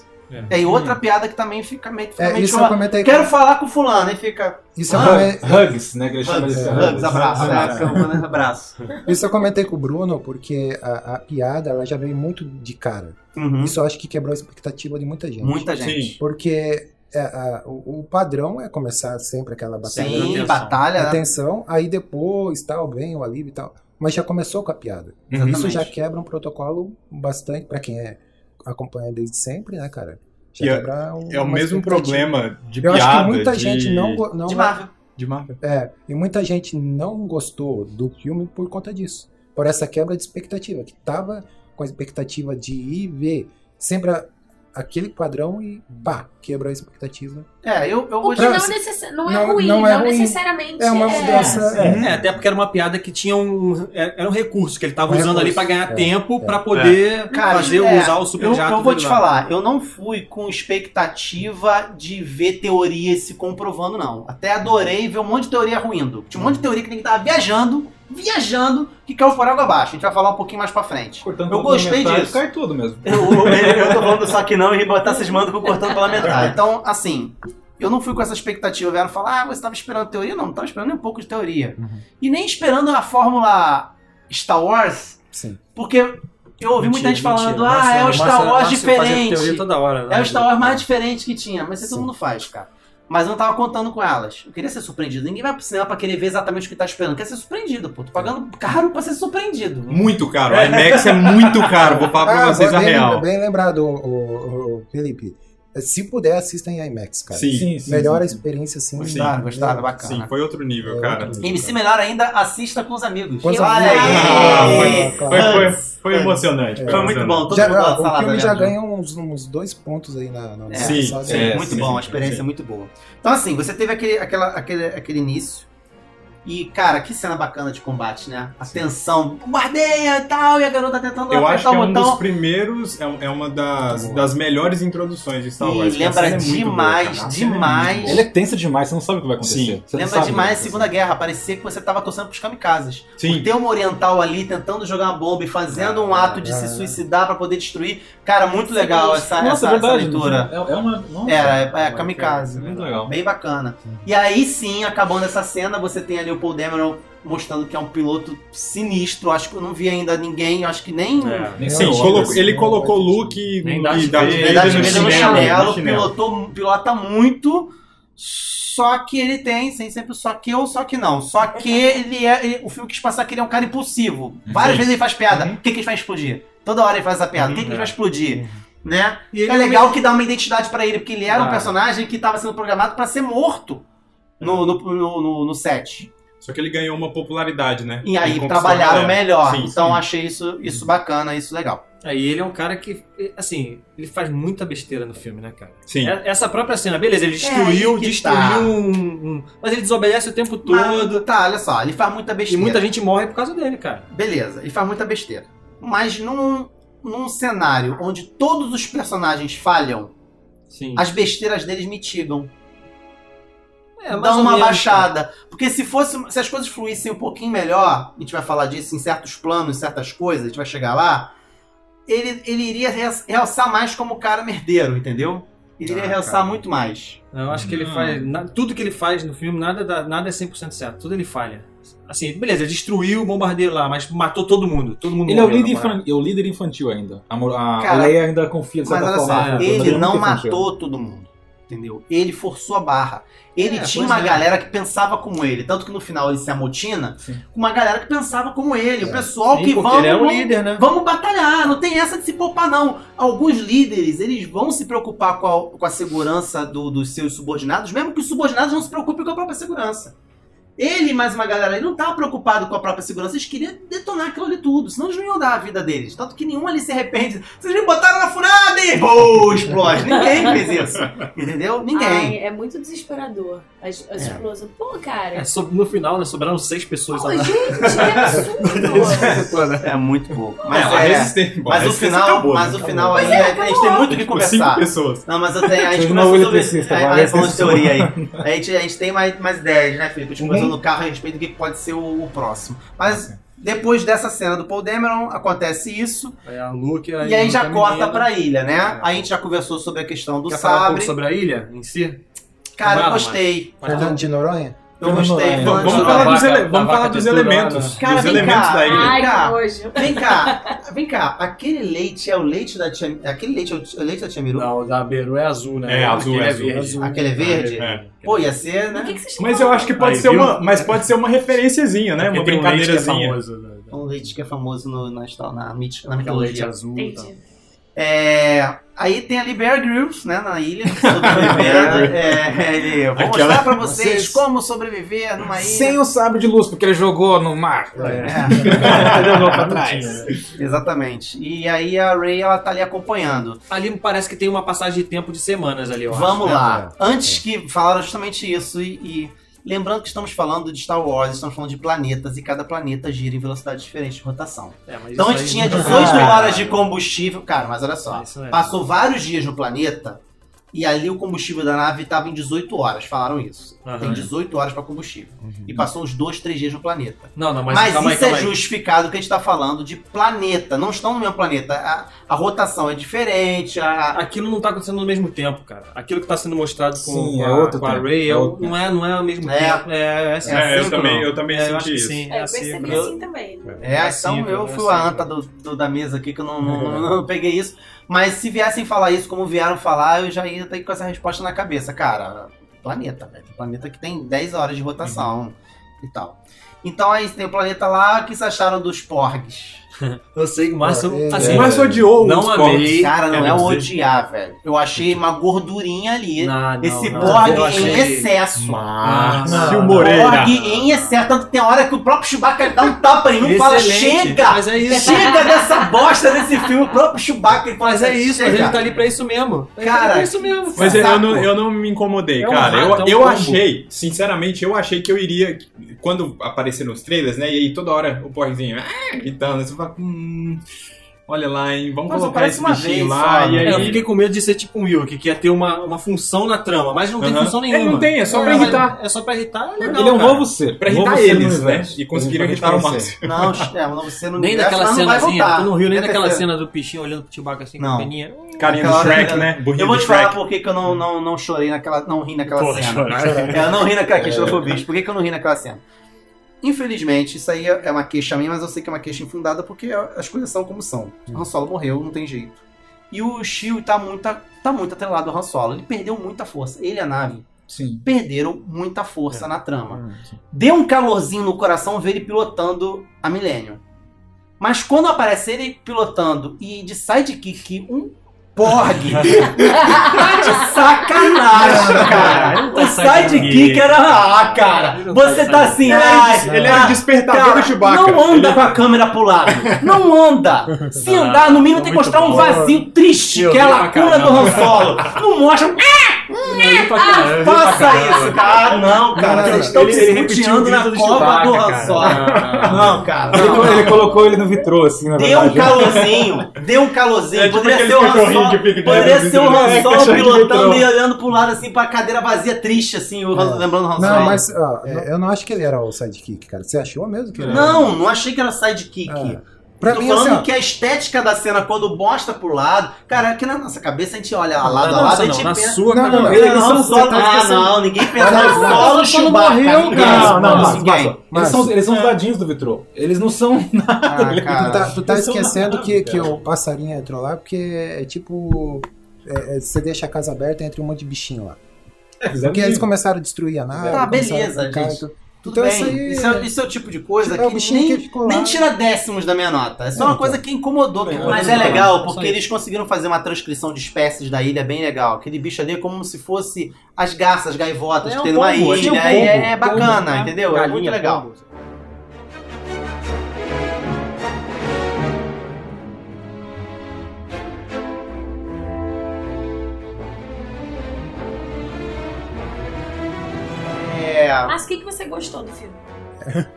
[SPEAKER 2] É. E outra piada que também fica meio, fica
[SPEAKER 4] É,
[SPEAKER 2] meio
[SPEAKER 4] isso
[SPEAKER 2] chula.
[SPEAKER 4] eu comentei com-
[SPEAKER 2] Quero falar com fulano, e fica...
[SPEAKER 4] Isso eu,
[SPEAKER 2] Ah,
[SPEAKER 4] come-
[SPEAKER 5] Hug- Hugs, né? Que eles chamam
[SPEAKER 2] Hux,
[SPEAKER 5] de
[SPEAKER 2] Hux, abraço,
[SPEAKER 5] Hugs.
[SPEAKER 2] né? Fulano, abraço.
[SPEAKER 4] isso eu comentei com o Bruno, porque a, a piada ela já veio muito de cara.
[SPEAKER 6] Hum?
[SPEAKER 2] Uhum.
[SPEAKER 4] Isso eu acho que quebrou a expectativa de muita gente.
[SPEAKER 2] Muita gente.
[SPEAKER 6] Sim.
[SPEAKER 4] Porque é, a- o, o padrão é começar sempre aquela batalha.
[SPEAKER 2] Sim,
[SPEAKER 3] Atenção.
[SPEAKER 2] batalha. né?
[SPEAKER 4] Atenção, aí depois, tal, vem o alívio e tal. Mas já começou com a piada. Isso
[SPEAKER 6] Uhum.
[SPEAKER 2] Exatamente.
[SPEAKER 4] já quebra um protocolo bastante, pra quem é acompanha desde sempre, né, cara? Já
[SPEAKER 6] E é-
[SPEAKER 4] quebra um,
[SPEAKER 6] É o
[SPEAKER 4] uma
[SPEAKER 6] mesmo
[SPEAKER 4] expectativa.
[SPEAKER 6] problema de
[SPEAKER 4] Eu
[SPEAKER 6] piada.
[SPEAKER 4] acho que muita
[SPEAKER 6] de-
[SPEAKER 4] gente não, go- não
[SPEAKER 2] De Marvel.
[SPEAKER 6] De Marvel.
[SPEAKER 4] é, e muita gente não gostou do filme por conta disso. Por essa quebra de expectativa, que tava com a expectativa de ir ver sempre a- aquele padrão e pá, quebra a expectativa.
[SPEAKER 2] É, eu, eu
[SPEAKER 1] O
[SPEAKER 2] vou
[SPEAKER 1] que
[SPEAKER 2] dizer.
[SPEAKER 1] não, necessa- não é
[SPEAKER 4] Não-
[SPEAKER 1] ruim, não,
[SPEAKER 4] não é ruim.
[SPEAKER 1] necessariamente.
[SPEAKER 4] É uma mudança. é.
[SPEAKER 3] É, até porque era uma piada que tinha um. Era um recurso que ele tava
[SPEAKER 4] Um
[SPEAKER 3] usando ali
[SPEAKER 4] recurso,
[SPEAKER 3] pra ganhar
[SPEAKER 4] é,
[SPEAKER 3] tempo
[SPEAKER 4] é.
[SPEAKER 3] pra poder
[SPEAKER 2] Cara,
[SPEAKER 3] fazer
[SPEAKER 2] é,
[SPEAKER 3] usar o super
[SPEAKER 2] Eu,
[SPEAKER 3] jato.
[SPEAKER 2] eu vou te
[SPEAKER 3] dele lá.
[SPEAKER 2] falar, eu não fui com expectativa de ver teorias se comprovando, não. Até adorei ver um monte de teoria ruindo. Tinha um monte de teoria que ninguém tava viajando, viajando, que caiu por água abaixo. A gente vai falar um pouquinho mais pra frente.
[SPEAKER 5] Cortando
[SPEAKER 2] Eu
[SPEAKER 5] tudo na
[SPEAKER 2] gostei
[SPEAKER 5] metade,
[SPEAKER 2] disso.
[SPEAKER 5] Cai tudo mesmo.
[SPEAKER 2] [laughs] Eu, eu, eu tô falando só que não e botar vocês mandam que eu cortando pela metade. Então, assim, eu não fui com essa expectativa. Vieram falar, ah, você tava esperando teoria? Não, não tava esperando nem um pouco de teoria. E nem esperando a fórmula Star Wars,
[SPEAKER 4] Sim.
[SPEAKER 2] porque eu ouvi muita
[SPEAKER 3] Mentira,
[SPEAKER 2] gente
[SPEAKER 3] mentira.
[SPEAKER 2] falando,
[SPEAKER 3] Márcio-
[SPEAKER 2] ah, é o
[SPEAKER 3] Márcio-
[SPEAKER 2] Star Wars
[SPEAKER 3] Márcio fazia teoria
[SPEAKER 2] diferente.
[SPEAKER 3] toda hora, né?
[SPEAKER 2] É o Star Wars mais diferente que tinha, mas isso todo
[SPEAKER 4] Sim.
[SPEAKER 2] mundo faz, cara. Mas eu não tava contando com elas. Eu queria ser surpreendido. Ninguém vai pro cinema pra querer ver exatamente o que tá esperando. Quer ser surpreendido, pô. Tô pagando caro pra ser surpreendido.
[SPEAKER 6] Muito caro. O IMAX é muito caro. Vou falar pra vocês a
[SPEAKER 4] Ah, bem,
[SPEAKER 6] real.
[SPEAKER 4] bem lembrado, o, o- o Felipe. Se puder, assista em IMAX, cara.
[SPEAKER 6] Sim.
[SPEAKER 4] Melhora a experiência, assim, né? sim.
[SPEAKER 2] Gostaram, gostaram, bacana.
[SPEAKER 6] Sim, foi outro nível,
[SPEAKER 4] É,
[SPEAKER 6] cara.
[SPEAKER 4] outro nível.
[SPEAKER 2] MC melhor ainda, assista com os amigos.
[SPEAKER 4] Com os
[SPEAKER 2] Olha
[SPEAKER 4] amigos.
[SPEAKER 2] aí!
[SPEAKER 4] Ah, foi-
[SPEAKER 6] Foi, foi,
[SPEAKER 2] Antes.
[SPEAKER 6] foi
[SPEAKER 3] É.
[SPEAKER 6] emocionante.
[SPEAKER 2] Foi muito
[SPEAKER 6] emocionante.
[SPEAKER 2] bom. Todo
[SPEAKER 4] Já-
[SPEAKER 2] mundo gosta
[SPEAKER 4] ah,
[SPEAKER 2] de salada,
[SPEAKER 4] o filme
[SPEAKER 2] né,
[SPEAKER 4] já
[SPEAKER 2] Ju?
[SPEAKER 4] ganha uns, uns dois pontos aí na, na
[SPEAKER 2] É,
[SPEAKER 4] na-
[SPEAKER 6] sim,
[SPEAKER 4] só assim.
[SPEAKER 6] é,
[SPEAKER 2] muito
[SPEAKER 6] sim,
[SPEAKER 2] bom, a experiência
[SPEAKER 6] sim.
[SPEAKER 2] é muito boa. Então, assim, você teve aquele, aquela, aquele, aquele início. E, cara, que cena bacana de combate, né? A tensão, bombardeia e tal, e a garota tentando
[SPEAKER 6] Eu
[SPEAKER 2] apertar
[SPEAKER 6] acho que é
[SPEAKER 2] o
[SPEAKER 6] um
[SPEAKER 2] botão.
[SPEAKER 6] dos primeiros, é, é uma das, das melhores introduções de Star Wars.
[SPEAKER 2] E
[SPEAKER 6] que a
[SPEAKER 2] lembra
[SPEAKER 6] cena é muito
[SPEAKER 2] demais,
[SPEAKER 6] boa, cara.
[SPEAKER 2] demais.
[SPEAKER 5] Ele é tenso demais, você não sabe o que vai acontecer.
[SPEAKER 6] Sim.
[SPEAKER 5] Você não
[SPEAKER 2] Lembra
[SPEAKER 5] sabe o que vai
[SPEAKER 2] demais a
[SPEAKER 5] acontecer.
[SPEAKER 2] Segunda Guerra, parecia que você tava torcendo pros kamikazes.
[SPEAKER 6] Sim.
[SPEAKER 2] Tem um oriental ali tentando jogar uma bomba e fazendo um ato de
[SPEAKER 6] Ah.
[SPEAKER 2] se suicidar pra poder destruir. Cara, muito legal essa,
[SPEAKER 5] Nossa,
[SPEAKER 2] essa, essa
[SPEAKER 5] é verdade.
[SPEAKER 6] né?
[SPEAKER 2] leitura.
[SPEAKER 5] É, é uma. nossa.
[SPEAKER 2] Era, é, é kamikaze.
[SPEAKER 6] Muito legal.
[SPEAKER 2] Bem bacana. E aí sim, acabando essa cena, você tem ali o Paul Dameron mostrando que é um piloto sinistro. Acho que eu não vi ainda ninguém, acho que nem.
[SPEAKER 3] É.
[SPEAKER 5] Nem
[SPEAKER 6] Sim,
[SPEAKER 5] sei,
[SPEAKER 6] colocou-
[SPEAKER 5] assim,
[SPEAKER 6] ele
[SPEAKER 5] não
[SPEAKER 6] colocou
[SPEAKER 5] vai ter
[SPEAKER 6] Luke
[SPEAKER 5] sentido.
[SPEAKER 6] e
[SPEAKER 3] Nem
[SPEAKER 6] Darth
[SPEAKER 3] Darth
[SPEAKER 6] Vader
[SPEAKER 3] Vader
[SPEAKER 2] Verdade,
[SPEAKER 6] no
[SPEAKER 2] mesmo no
[SPEAKER 6] chinelo, né,
[SPEAKER 2] chinelo,
[SPEAKER 6] no chinelo.
[SPEAKER 2] pilotou, pilota muito. Só que ele tem, sem sempre o só que ou só que não. Só que ele é. ele- o filme quis passar que ele é um cara impulsivo. Várias
[SPEAKER 6] Sim.
[SPEAKER 2] vezes ele faz piada.
[SPEAKER 6] Uhum.
[SPEAKER 2] O que, que a gente vai explodir? Toda hora ele faz essa piada. O que, que a gente
[SPEAKER 3] Uhum,
[SPEAKER 2] vai explodir? Né?
[SPEAKER 3] E ele
[SPEAKER 2] É legal que dá uma identidade pra ele, porque ele era um
[SPEAKER 3] Ah.
[SPEAKER 2] personagem que tava sendo programado pra ser morto no, no, no, no- no set.
[SPEAKER 6] Só que ele ganhou uma popularidade, né?
[SPEAKER 2] E aí
[SPEAKER 6] Ele conquistou a
[SPEAKER 2] trabalharam
[SPEAKER 6] galera.
[SPEAKER 2] melhor.
[SPEAKER 6] Sim,
[SPEAKER 2] então
[SPEAKER 6] sim.
[SPEAKER 2] achei isso, isso bacana, isso legal.
[SPEAKER 3] Aí ele é um cara que, assim, ele faz muita besteira no filme, né, cara?
[SPEAKER 6] Sim.
[SPEAKER 3] É- Essa própria cena, beleza, ele destruiu,
[SPEAKER 2] É, aí que
[SPEAKER 3] destruiu
[SPEAKER 2] tá.
[SPEAKER 3] um, um- Mas ele desobedece o tempo todo.
[SPEAKER 2] Mas, tá, olha só, ele faz muita
[SPEAKER 3] E
[SPEAKER 2] besteira.
[SPEAKER 3] muita gente morre por causa dele, cara.
[SPEAKER 2] Beleza, e faz muita besteira. Mas num, num cenário onde todos os personagens falham,
[SPEAKER 3] Sim.
[SPEAKER 2] as besteiras deles mitigam.
[SPEAKER 3] É, mais
[SPEAKER 2] dá
[SPEAKER 3] ou
[SPEAKER 2] uma
[SPEAKER 3] menos,
[SPEAKER 2] baixada. Porque se fosse. Se as coisas fluíssem um pouquinho melhor, a gente vai falar disso em certos planos, em certas coisas, a gente vai chegar lá. Ele, ele iria rea- realçar mais como cara merdeiro, entendeu? Ele iria
[SPEAKER 3] Ah,
[SPEAKER 2] realçar
[SPEAKER 3] cara.
[SPEAKER 2] muito mais.
[SPEAKER 3] cara. Eu acho que ele
[SPEAKER 6] Não.
[SPEAKER 3] faz. na- tudo que ele faz no filme, nada, dá- nada é 100% certo. Tudo ele falha. Assim, beleza, ele destruiu o bombardeio lá, mas matou todo mundo. Todo mundo
[SPEAKER 5] Ele é o
[SPEAKER 3] morreu
[SPEAKER 5] líder,
[SPEAKER 3] na parada.
[SPEAKER 5] infan- é o líder infantil ainda. A, mo- a
[SPEAKER 2] Cara,
[SPEAKER 5] Leia ainda confia de
[SPEAKER 2] Mas
[SPEAKER 5] certa
[SPEAKER 2] olha
[SPEAKER 5] forma.
[SPEAKER 2] só,
[SPEAKER 5] na-
[SPEAKER 3] é,
[SPEAKER 2] ele
[SPEAKER 5] no
[SPEAKER 2] não
[SPEAKER 5] infantil.
[SPEAKER 2] matou todo mundo. Entendeu? Ele forçou a barra. Ele
[SPEAKER 3] É,
[SPEAKER 2] tinha
[SPEAKER 3] pois
[SPEAKER 2] uma
[SPEAKER 3] é.
[SPEAKER 2] galera que pensava como ele. Tanto que no final ele se amotina
[SPEAKER 5] Sim.
[SPEAKER 2] com uma galera que pensava como ele. O
[SPEAKER 4] É.
[SPEAKER 2] pessoal que
[SPEAKER 3] Sim, porque
[SPEAKER 2] vamos,
[SPEAKER 3] ele é o
[SPEAKER 2] vamos-
[SPEAKER 3] líder, né?
[SPEAKER 2] vamos batalhar. Não tem essa de se poupar, não. Alguns líderes, eles vão se preocupar com a, com a segurança do- dos seus subordinados, mesmo que os subordinados não se preocupem com a própria segurança. Ele e mais uma galera ali não tava preocupado com a própria segurança, eles queriam detonar aquilo ali tudo, senão eles não iam dar a vida deles. Tanto que nenhum ali se arrepende. Vocês me botaram na furada e pô, explode. Ninguém fez isso. Entendeu? Ninguém.
[SPEAKER 1] Ai, é muito desesperador. As, as
[SPEAKER 2] É.
[SPEAKER 1] explosões. Pô, cara.
[SPEAKER 3] É, so- no final, né, sobraram seis pessoas
[SPEAKER 1] Pô,
[SPEAKER 3] lá.
[SPEAKER 1] gente, que absurdo.
[SPEAKER 3] [laughs]
[SPEAKER 2] É muito pouco.
[SPEAKER 6] Mas
[SPEAKER 2] Mas,
[SPEAKER 6] a
[SPEAKER 2] é-
[SPEAKER 6] resistência- bom, a
[SPEAKER 2] mas o
[SPEAKER 6] resistência
[SPEAKER 2] final,
[SPEAKER 6] acabou, né?
[SPEAKER 2] mas o final
[SPEAKER 1] Mas
[SPEAKER 2] ainda,
[SPEAKER 1] é,
[SPEAKER 2] a gente tem muito o que
[SPEAKER 6] Tipo, cinco
[SPEAKER 2] conversar.
[SPEAKER 6] pessoas.
[SPEAKER 2] Não, mas eu tenho, a gente
[SPEAKER 5] Vocês não
[SPEAKER 2] conversou
[SPEAKER 5] olham
[SPEAKER 2] sobre
[SPEAKER 5] pessimista,
[SPEAKER 2] a, a
[SPEAKER 5] agora é
[SPEAKER 2] falando de
[SPEAKER 5] pessimista.
[SPEAKER 2] teoria aí. A gente, a gente tem mais, mais 10, né, Felipe? A gente
[SPEAKER 5] Uhum.
[SPEAKER 2] conversou no carro a respeito do que pode ser o, o próximo. Mas depois dessa cena do Paul Dameron, acontece isso.
[SPEAKER 3] É a Luke,
[SPEAKER 2] E aí já corta
[SPEAKER 3] menina.
[SPEAKER 2] pra ilha, né?
[SPEAKER 3] É.
[SPEAKER 2] A gente já conversou sobre a questão do
[SPEAKER 3] Quer falar um pouco
[SPEAKER 2] sabre.
[SPEAKER 3] sobre a ilha em si?
[SPEAKER 2] Cara, eu
[SPEAKER 3] Vamos lá,
[SPEAKER 2] gostei.
[SPEAKER 4] Fernando de Noronha?
[SPEAKER 2] Eu gostei. Falando
[SPEAKER 5] Vamos
[SPEAKER 6] Vamos
[SPEAKER 2] de-
[SPEAKER 3] Da
[SPEAKER 6] falar dos,
[SPEAKER 3] vaca-
[SPEAKER 6] ele-
[SPEAKER 3] da
[SPEAKER 6] vamos
[SPEAKER 3] vaca
[SPEAKER 6] falar dos
[SPEAKER 3] triturada.
[SPEAKER 6] elementos.
[SPEAKER 2] Cara,
[SPEAKER 6] dos
[SPEAKER 2] vem
[SPEAKER 6] elementos
[SPEAKER 2] cá.
[SPEAKER 6] da ilha.
[SPEAKER 1] Ai,
[SPEAKER 2] Cá.
[SPEAKER 1] que nojo.
[SPEAKER 2] Vem cá, vem cá. Aquele leite é o leite da Tia... Aquele leite é o, é o leite da Tia Miru?
[SPEAKER 3] Não, o da Beru é azul, né?
[SPEAKER 6] É, azul,
[SPEAKER 3] Aquele
[SPEAKER 6] é azul,
[SPEAKER 3] verde.
[SPEAKER 6] azul.
[SPEAKER 2] Aquele é verde?
[SPEAKER 6] É.
[SPEAKER 2] Pô, ia ser,
[SPEAKER 1] Por
[SPEAKER 2] né?
[SPEAKER 1] que, que vocês
[SPEAKER 6] Mas eu acho que pode
[SPEAKER 3] Aí,
[SPEAKER 6] ser
[SPEAKER 3] viu?
[SPEAKER 6] uma. Mas pode ser uma referenciazinha, né? Uma
[SPEAKER 3] Porque tem um leite que é
[SPEAKER 6] brincadeirazinha.
[SPEAKER 3] famoso, né?
[SPEAKER 2] Um leite que é famoso no- na, histó- na, mit- na
[SPEAKER 3] Aquele leite
[SPEAKER 2] mitologia.
[SPEAKER 3] azul. então. e tal.
[SPEAKER 1] Entendi.
[SPEAKER 2] É, aí tem ali Bear Grylls, né, na ilha, sobrevivendo. é, ele, vou
[SPEAKER 6] Aquela-
[SPEAKER 2] mostrar pra vocês,
[SPEAKER 6] Vocês-
[SPEAKER 2] como sobreviver numa ilha.
[SPEAKER 5] Sem o sabre de luz, porque ele jogou no mar. [laughs]
[SPEAKER 2] É.
[SPEAKER 5] jogou pra trás.
[SPEAKER 2] Exatamente. E aí a Ray ela tá ali acompanhando.
[SPEAKER 3] Ali parece que tem uma passagem de tempo de semanas ali, eu acho.
[SPEAKER 2] Vamos
[SPEAKER 3] né?
[SPEAKER 2] lá. Antes que falaram justamente isso e, e lembrando que estamos falando de Star Wars, estamos falando de planetas e cada planeta gira em velocidade diferente de rotação.
[SPEAKER 3] É, mas
[SPEAKER 2] Então a
[SPEAKER 3] isso
[SPEAKER 2] gente
[SPEAKER 3] aí- é Ah.
[SPEAKER 2] tinha 18 horas de combustível. Cara, mas olha só.
[SPEAKER 3] Isso é.
[SPEAKER 2] Passou vários dias no planeta e ali o combustível da nave estava em 18 horas. Falaram isso.
[SPEAKER 3] Aham.
[SPEAKER 2] Tem 18 horas para combustível. E passou uns 2, 3 dias no planeta.
[SPEAKER 3] Não, não, mas,
[SPEAKER 2] Mas,
[SPEAKER 3] calma aí,
[SPEAKER 2] isso
[SPEAKER 3] calma
[SPEAKER 2] é
[SPEAKER 3] aí.
[SPEAKER 2] justificado que a gente está falando de planeta. Não estão no mesmo planeta. A, a rotação é diferente. a-
[SPEAKER 3] Aquilo não tá acontecendo no mesmo tempo, cara. Aquilo que tá sendo mostrado com,
[SPEAKER 5] Sim,
[SPEAKER 3] com
[SPEAKER 5] é
[SPEAKER 3] a,
[SPEAKER 5] outro
[SPEAKER 3] com a
[SPEAKER 5] tempo,
[SPEAKER 3] Ray
[SPEAKER 5] é
[SPEAKER 3] é o-
[SPEAKER 5] outro
[SPEAKER 3] não, é, não é o mesmo
[SPEAKER 2] É.
[SPEAKER 3] tempo. É, é assim.
[SPEAKER 2] É,
[SPEAKER 6] É, eu
[SPEAKER 2] cinco,
[SPEAKER 6] também,
[SPEAKER 2] não.
[SPEAKER 6] eu também
[SPEAKER 3] É, eu acho
[SPEAKER 6] senti
[SPEAKER 3] que
[SPEAKER 6] isso.
[SPEAKER 3] sim.
[SPEAKER 1] É,
[SPEAKER 3] É,
[SPEAKER 1] eu
[SPEAKER 3] assim,
[SPEAKER 1] percebi
[SPEAKER 3] eu-
[SPEAKER 1] assim também.
[SPEAKER 2] É,
[SPEAKER 3] É
[SPEAKER 2] então
[SPEAKER 3] cinco,
[SPEAKER 2] eu
[SPEAKER 3] é
[SPEAKER 2] fui a
[SPEAKER 3] cinco.
[SPEAKER 2] anta do, do- da mesa aqui que eu não, não-
[SPEAKER 3] É.
[SPEAKER 2] não peguei isso. Mas se viessem falar isso como vieram falar, eu já ia ter com essa resposta na cabeça. Cara, planeta, velho. Planeta que tem 10 horas de
[SPEAKER 3] Uhum.
[SPEAKER 2] rotação e tal. Então aí tem o planeta lá, o que vocês acharam dos porgs? tá?
[SPEAKER 3] Eu sei que o Márcio.
[SPEAKER 4] É,
[SPEAKER 3] assim,
[SPEAKER 4] é.
[SPEAKER 6] Mas odiou
[SPEAKER 3] Não
[SPEAKER 6] os
[SPEAKER 3] amei.
[SPEAKER 6] corpos.
[SPEAKER 3] E-
[SPEAKER 2] Cara, não
[SPEAKER 6] é,
[SPEAKER 2] é,
[SPEAKER 6] mas-
[SPEAKER 2] odiar, velho. Eu achei uma gordurinha ali.
[SPEAKER 3] não, não,
[SPEAKER 2] Esse
[SPEAKER 3] não,
[SPEAKER 2] Borg
[SPEAKER 3] eu
[SPEAKER 2] em
[SPEAKER 3] achei-
[SPEAKER 2] excesso.
[SPEAKER 3] Não,
[SPEAKER 6] Márcio
[SPEAKER 3] não.
[SPEAKER 6] Moreira.
[SPEAKER 2] Borg em excesso. Tanto que tem hora que o próprio Chewbacca dá um tapa em um e fala:
[SPEAKER 3] Excelente,
[SPEAKER 2] chega!
[SPEAKER 3] Mas é isso.
[SPEAKER 2] [laughs] Chega dessa bosta desse filme, o próprio Chewbacca. ele fala,
[SPEAKER 3] Mas é isso, mas
[SPEAKER 2] "Chega".
[SPEAKER 3] ele tá ali pra isso mesmo. Ele tá
[SPEAKER 2] Cara,
[SPEAKER 3] ali pra isso mesmo.
[SPEAKER 6] Mas eu,
[SPEAKER 2] Saco.
[SPEAKER 6] eu não, eu não me incomodei,
[SPEAKER 3] É um
[SPEAKER 6] cara.
[SPEAKER 3] rato, é um
[SPEAKER 6] eu eu
[SPEAKER 3] pombo.
[SPEAKER 6] achei, sinceramente, eu achei que eu iria. Quando aparecer nos trailers, né? E aí toda hora o porquinho ah, gritando, você fala, hum. Olha lá, hein? Vamos
[SPEAKER 2] Mas
[SPEAKER 6] colocar
[SPEAKER 2] aparece
[SPEAKER 6] esse
[SPEAKER 2] uma
[SPEAKER 6] bichinho
[SPEAKER 2] vez
[SPEAKER 6] lá.
[SPEAKER 2] só,
[SPEAKER 6] e
[SPEAKER 2] né?
[SPEAKER 6] aí...
[SPEAKER 3] É, eu fiquei com medo de ser tipo um Wilk, que ia ter uma, uma função na trama, mas não tem
[SPEAKER 6] Aham.
[SPEAKER 3] função
[SPEAKER 5] Ele
[SPEAKER 3] nenhuma.
[SPEAKER 5] não tem, é só pra
[SPEAKER 3] mas-
[SPEAKER 5] irritar.
[SPEAKER 3] É só pra irritar, é legal.
[SPEAKER 5] Ele é um
[SPEAKER 3] cara.
[SPEAKER 5] novo ser.
[SPEAKER 6] Pra
[SPEAKER 5] um novo
[SPEAKER 6] irritar
[SPEAKER 5] ser no
[SPEAKER 6] eles, né?
[SPEAKER 5] universo.
[SPEAKER 6] E conseguiram
[SPEAKER 5] Ele
[SPEAKER 6] irritar o
[SPEAKER 5] conhecer.
[SPEAKER 6] Márcio.
[SPEAKER 2] Não, é, não, você não
[SPEAKER 3] Nem
[SPEAKER 2] me
[SPEAKER 3] daquela
[SPEAKER 2] acha, mas não vai
[SPEAKER 3] cenazinha,
[SPEAKER 2] voltar.
[SPEAKER 3] eu não rio nem
[SPEAKER 2] É
[SPEAKER 3] daquela
[SPEAKER 2] terceiro.
[SPEAKER 3] cena do Pichinho olhando pro Chewbacca assim com
[SPEAKER 2] Não.
[SPEAKER 3] a peninha.
[SPEAKER 6] Carinha do
[SPEAKER 2] Aquela hora
[SPEAKER 6] Shrek,
[SPEAKER 2] que-
[SPEAKER 6] né? Burrinha
[SPEAKER 2] Eu vou
[SPEAKER 6] do
[SPEAKER 2] te
[SPEAKER 6] Shrek.
[SPEAKER 2] falar por que que eu não, não, não chorei naquela. Não ri naquela
[SPEAKER 3] Pô,
[SPEAKER 2] cena.
[SPEAKER 3] chorar.
[SPEAKER 2] É, eu não ri naquela questão do fobismo. Por que, que eu não ri naquela cena? Infelizmente, isso aí é uma queixa minha, mas eu sei que é uma queixa infundada porque as coisas são como são.
[SPEAKER 3] Hum.
[SPEAKER 2] O Han Solo morreu, não tem jeito. E o Shio tá muito, tá muito atrelado ao Han Solo. Ele perdeu muita força. Ele e a nave
[SPEAKER 5] Sim.
[SPEAKER 2] perderam muita força
[SPEAKER 3] É.
[SPEAKER 2] na trama. Deu um calorzinho no coração ver ele pilotando a Millennium. Mas quando aparece ele pilotando e de sidekick um
[SPEAKER 3] [laughs]
[SPEAKER 2] Borg, tá de sacanagem, cara.
[SPEAKER 3] Ele não tá
[SPEAKER 2] O sidekick
[SPEAKER 3] sidekick.
[SPEAKER 2] era. Ah, cara.
[SPEAKER 3] Ele não tá é
[SPEAKER 2] Você tá assim, ai,
[SPEAKER 6] Ele era o
[SPEAKER 2] ah,
[SPEAKER 6] despertador
[SPEAKER 2] Cara,
[SPEAKER 6] do Chewbacca.
[SPEAKER 2] não anda
[SPEAKER 6] Ele-
[SPEAKER 2] com a câmera pro lado. Não anda. Se
[SPEAKER 3] Ah,
[SPEAKER 2] andar, no mínimo tem que
[SPEAKER 3] muito
[SPEAKER 2] mostrar um
[SPEAKER 3] bom.
[SPEAKER 2] vazio triste,
[SPEAKER 3] Eu
[SPEAKER 2] que é a
[SPEAKER 3] ri pra
[SPEAKER 2] lacuna do
[SPEAKER 3] caramba.
[SPEAKER 2] Han Solo. Não mostra. um,
[SPEAKER 3] Ah,
[SPEAKER 2] Faça isso, cara. Ah, não, cara.
[SPEAKER 5] Não,
[SPEAKER 2] Vocês
[SPEAKER 5] não,
[SPEAKER 2] estão
[SPEAKER 5] ele-
[SPEAKER 2] se
[SPEAKER 5] ele repetiu o
[SPEAKER 2] muteando
[SPEAKER 6] né?
[SPEAKER 2] na
[SPEAKER 5] grito do
[SPEAKER 2] cova do
[SPEAKER 5] Chewbacca,
[SPEAKER 2] Han
[SPEAKER 5] cara.
[SPEAKER 2] Solo. Não, cara.
[SPEAKER 5] Ele,
[SPEAKER 2] não.
[SPEAKER 5] co- ele colocou ele no vitrô, assim, na
[SPEAKER 2] Deu um
[SPEAKER 5] verdade.
[SPEAKER 2] calorzinho, deu um calorzinho.
[SPEAKER 6] É tipo
[SPEAKER 2] poderia
[SPEAKER 6] aqueles
[SPEAKER 2] ser o Han
[SPEAKER 6] cachorrinhos
[SPEAKER 2] Solo,
[SPEAKER 6] que ficam
[SPEAKER 2] poderia
[SPEAKER 6] dentro
[SPEAKER 2] ser o
[SPEAKER 6] do-
[SPEAKER 2] Han
[SPEAKER 6] é,
[SPEAKER 2] Solo
[SPEAKER 6] cachorrinho de
[SPEAKER 2] pilotando
[SPEAKER 6] metrô.
[SPEAKER 2] e olhando pro lado assim, pra cadeira vazia, triste, assim, o Han- lembrando o Han Solo.
[SPEAKER 4] Não, mas ó, eu não acho que ele era o sidekick, cara. Você achou mesmo que ele era?
[SPEAKER 2] Não, não achei que era sidekick.
[SPEAKER 4] É. Pra
[SPEAKER 2] Tô
[SPEAKER 4] mim,
[SPEAKER 2] falando
[SPEAKER 4] assim, ó,
[SPEAKER 2] que a estética da cena, quando mostra pro lado. Cara, aqui na nossa cabeça a gente olha lá, lado a
[SPEAKER 3] não,
[SPEAKER 2] lado, a
[SPEAKER 3] não,
[SPEAKER 2] gente
[SPEAKER 3] na
[SPEAKER 2] pensa.
[SPEAKER 3] sua
[SPEAKER 4] Não,
[SPEAKER 3] cara,
[SPEAKER 4] não,
[SPEAKER 3] não.
[SPEAKER 4] ele-
[SPEAKER 2] Ah,
[SPEAKER 4] eles são
[SPEAKER 2] não,
[SPEAKER 4] os
[SPEAKER 2] solo,
[SPEAKER 4] detalhes
[SPEAKER 2] ah,
[SPEAKER 4] que são-
[SPEAKER 2] não, ninguém pensa no
[SPEAKER 4] não,
[SPEAKER 2] solo Chewbacca. ninguém.
[SPEAKER 5] Não, não, mas,
[SPEAKER 2] ninguém.
[SPEAKER 5] mas, eles, são,
[SPEAKER 4] Márcio.
[SPEAKER 5] eles são os dadinhos do vitrô. Eles não são.
[SPEAKER 2] Ah,
[SPEAKER 4] tu tá,
[SPEAKER 2] cara.
[SPEAKER 4] tu tá
[SPEAKER 5] Isso é uma
[SPEAKER 4] esquecendo que,
[SPEAKER 5] maravilha.
[SPEAKER 4] que o passarinho entrou lá porque é tipo. é- é, você deixa a casa aberta e entra um monte de bichinho lá. Porque eles começaram a destruir a nave.
[SPEAKER 2] Tá,
[SPEAKER 4] começaram a
[SPEAKER 2] beleza,
[SPEAKER 4] ficar-
[SPEAKER 2] gente.
[SPEAKER 4] tu-
[SPEAKER 2] Tudo
[SPEAKER 4] Então
[SPEAKER 2] bem.
[SPEAKER 4] isso
[SPEAKER 2] Isso,
[SPEAKER 4] aí-
[SPEAKER 2] é, isso é o tipo de coisa
[SPEAKER 4] É o
[SPEAKER 2] que,
[SPEAKER 4] bichinho
[SPEAKER 2] nem,
[SPEAKER 4] que ficou lá.
[SPEAKER 2] nem tira décimos da minha nota. É só
[SPEAKER 4] É,
[SPEAKER 2] uma
[SPEAKER 4] então.
[SPEAKER 2] coisa que incomodou.
[SPEAKER 4] É,
[SPEAKER 2] mas
[SPEAKER 4] é
[SPEAKER 2] é legal,
[SPEAKER 4] isso
[SPEAKER 2] porque
[SPEAKER 4] aí.
[SPEAKER 2] eles conseguiram fazer uma transcrição de espécies da ilha bem legal. Aquele bicho ali é como se fosse as garças, gaivotas,
[SPEAKER 12] É
[SPEAKER 2] que
[SPEAKER 12] um
[SPEAKER 2] tem numa
[SPEAKER 12] pombo,
[SPEAKER 3] tipo
[SPEAKER 2] ilha.
[SPEAKER 12] é um
[SPEAKER 2] Aí
[SPEAKER 12] pombo.
[SPEAKER 2] é,
[SPEAKER 3] né?
[SPEAKER 2] é bacana,
[SPEAKER 3] tá?
[SPEAKER 12] Pombo,
[SPEAKER 2] entendeu? é
[SPEAKER 12] galinha,
[SPEAKER 2] muito legal.
[SPEAKER 12] pombo.
[SPEAKER 2] É.
[SPEAKER 1] Mas o que, que você gostou do filme?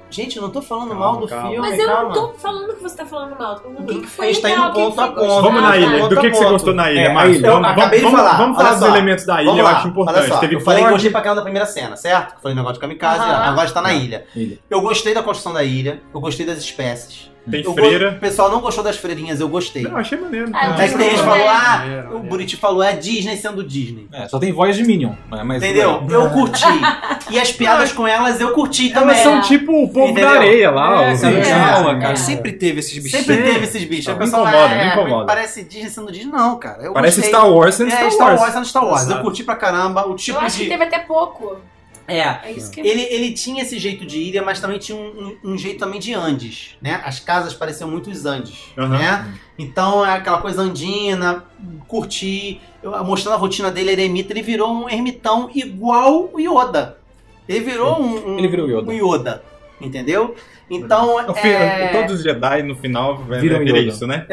[SPEAKER 2] Gente, eu não tô falando mal do
[SPEAKER 1] calma.
[SPEAKER 2] filme,
[SPEAKER 1] Mas eu
[SPEAKER 2] calma.
[SPEAKER 1] não tô falando que você tá falando mal. tô falando O que, que
[SPEAKER 2] A
[SPEAKER 1] foi
[SPEAKER 2] gente tá
[SPEAKER 1] legal,
[SPEAKER 2] indo
[SPEAKER 1] o que
[SPEAKER 2] ponto
[SPEAKER 1] que
[SPEAKER 2] a
[SPEAKER 1] você
[SPEAKER 2] ponto.
[SPEAKER 1] gostou. Ah, tá.
[SPEAKER 6] Vamos na ilha. Do que, que você gostou na ilha,
[SPEAKER 2] É,
[SPEAKER 6] Marcos?
[SPEAKER 2] a ilha.
[SPEAKER 6] Vamos,
[SPEAKER 2] Eu
[SPEAKER 6] vamos,
[SPEAKER 2] acabei de
[SPEAKER 6] vamos-
[SPEAKER 2] falar.
[SPEAKER 6] vamos falar
[SPEAKER 2] Olha
[SPEAKER 6] dos
[SPEAKER 2] só.
[SPEAKER 6] elementos da ilha,
[SPEAKER 2] Vamos
[SPEAKER 6] eu
[SPEAKER 2] lá.
[SPEAKER 6] acho importante.
[SPEAKER 2] Olha só,
[SPEAKER 6] Teve
[SPEAKER 2] eu falei que
[SPEAKER 6] Ford,
[SPEAKER 2] gostei pra caramba da primeira cena, certo? Que Foi um negócio de kamikaze,
[SPEAKER 6] Aham.
[SPEAKER 2] agora está na ilha.
[SPEAKER 6] Ilha.
[SPEAKER 2] Eu gostei da construção da ilha, eu gostei das espécies.
[SPEAKER 6] Tem
[SPEAKER 2] Eu go-
[SPEAKER 6] freira.
[SPEAKER 2] O pessoal não gostou das freirinhas, eu gostei.
[SPEAKER 6] Não, achei maneiro.
[SPEAKER 2] Ah,
[SPEAKER 6] Ah,
[SPEAKER 2] Mas tem gente que
[SPEAKER 6] maneiro.
[SPEAKER 2] falou, ah,
[SPEAKER 6] Maneiro,
[SPEAKER 2] o Buriti falou, é Disney sendo Disney.
[SPEAKER 12] É,
[SPEAKER 6] só tem voz de Minion. né? Mas
[SPEAKER 2] Entendeu?
[SPEAKER 3] é.
[SPEAKER 6] tudo bem.
[SPEAKER 2] Eu curti. E as piadas com elas eu curti também.
[SPEAKER 6] Elas são tipo o povo
[SPEAKER 2] Entendeu?
[SPEAKER 6] da areia lá,
[SPEAKER 2] É,
[SPEAKER 6] os
[SPEAKER 2] cara,
[SPEAKER 6] índios
[SPEAKER 2] é,
[SPEAKER 6] lá,
[SPEAKER 2] é.
[SPEAKER 6] cara.
[SPEAKER 3] Sempre teve esses bichos.
[SPEAKER 2] Sempre teve esses bichos.
[SPEAKER 6] Não,
[SPEAKER 2] A
[SPEAKER 6] me
[SPEAKER 2] pessoa
[SPEAKER 6] incomoda,
[SPEAKER 2] é,
[SPEAKER 6] me incomoda.
[SPEAKER 2] Parece Disney sendo Disney, não, cara. Eu
[SPEAKER 6] Parece
[SPEAKER 2] gostei.
[SPEAKER 6] Star Wars sendo
[SPEAKER 2] é,
[SPEAKER 6] Star
[SPEAKER 2] Star
[SPEAKER 6] Wars.
[SPEAKER 2] Wars sendo Star Wars. Eu
[SPEAKER 6] Exato.
[SPEAKER 2] curti pra caramba. O tipo
[SPEAKER 1] Eu acho
[SPEAKER 2] de.
[SPEAKER 1] que teve até pouco.
[SPEAKER 2] É.
[SPEAKER 1] É isso que
[SPEAKER 2] Ele, ele tinha esse jeito de ilha, mas também tinha um, um- um jeito também de Andes, né? As casas pareciam muito os Andes, né? Então é aquela coisa andina, curti, eu- mostrando a rotina dele eremita, ele virou um ermitão igual o Yoda. Ele virou um, um-
[SPEAKER 6] Ele virou o
[SPEAKER 2] um
[SPEAKER 6] Yoda.
[SPEAKER 2] Yoda, entendeu? Então
[SPEAKER 6] O fi-
[SPEAKER 2] é...
[SPEAKER 6] Todos os Jedi no final vira,
[SPEAKER 3] Viram
[SPEAKER 6] vira
[SPEAKER 3] Yoda.
[SPEAKER 6] isso, né?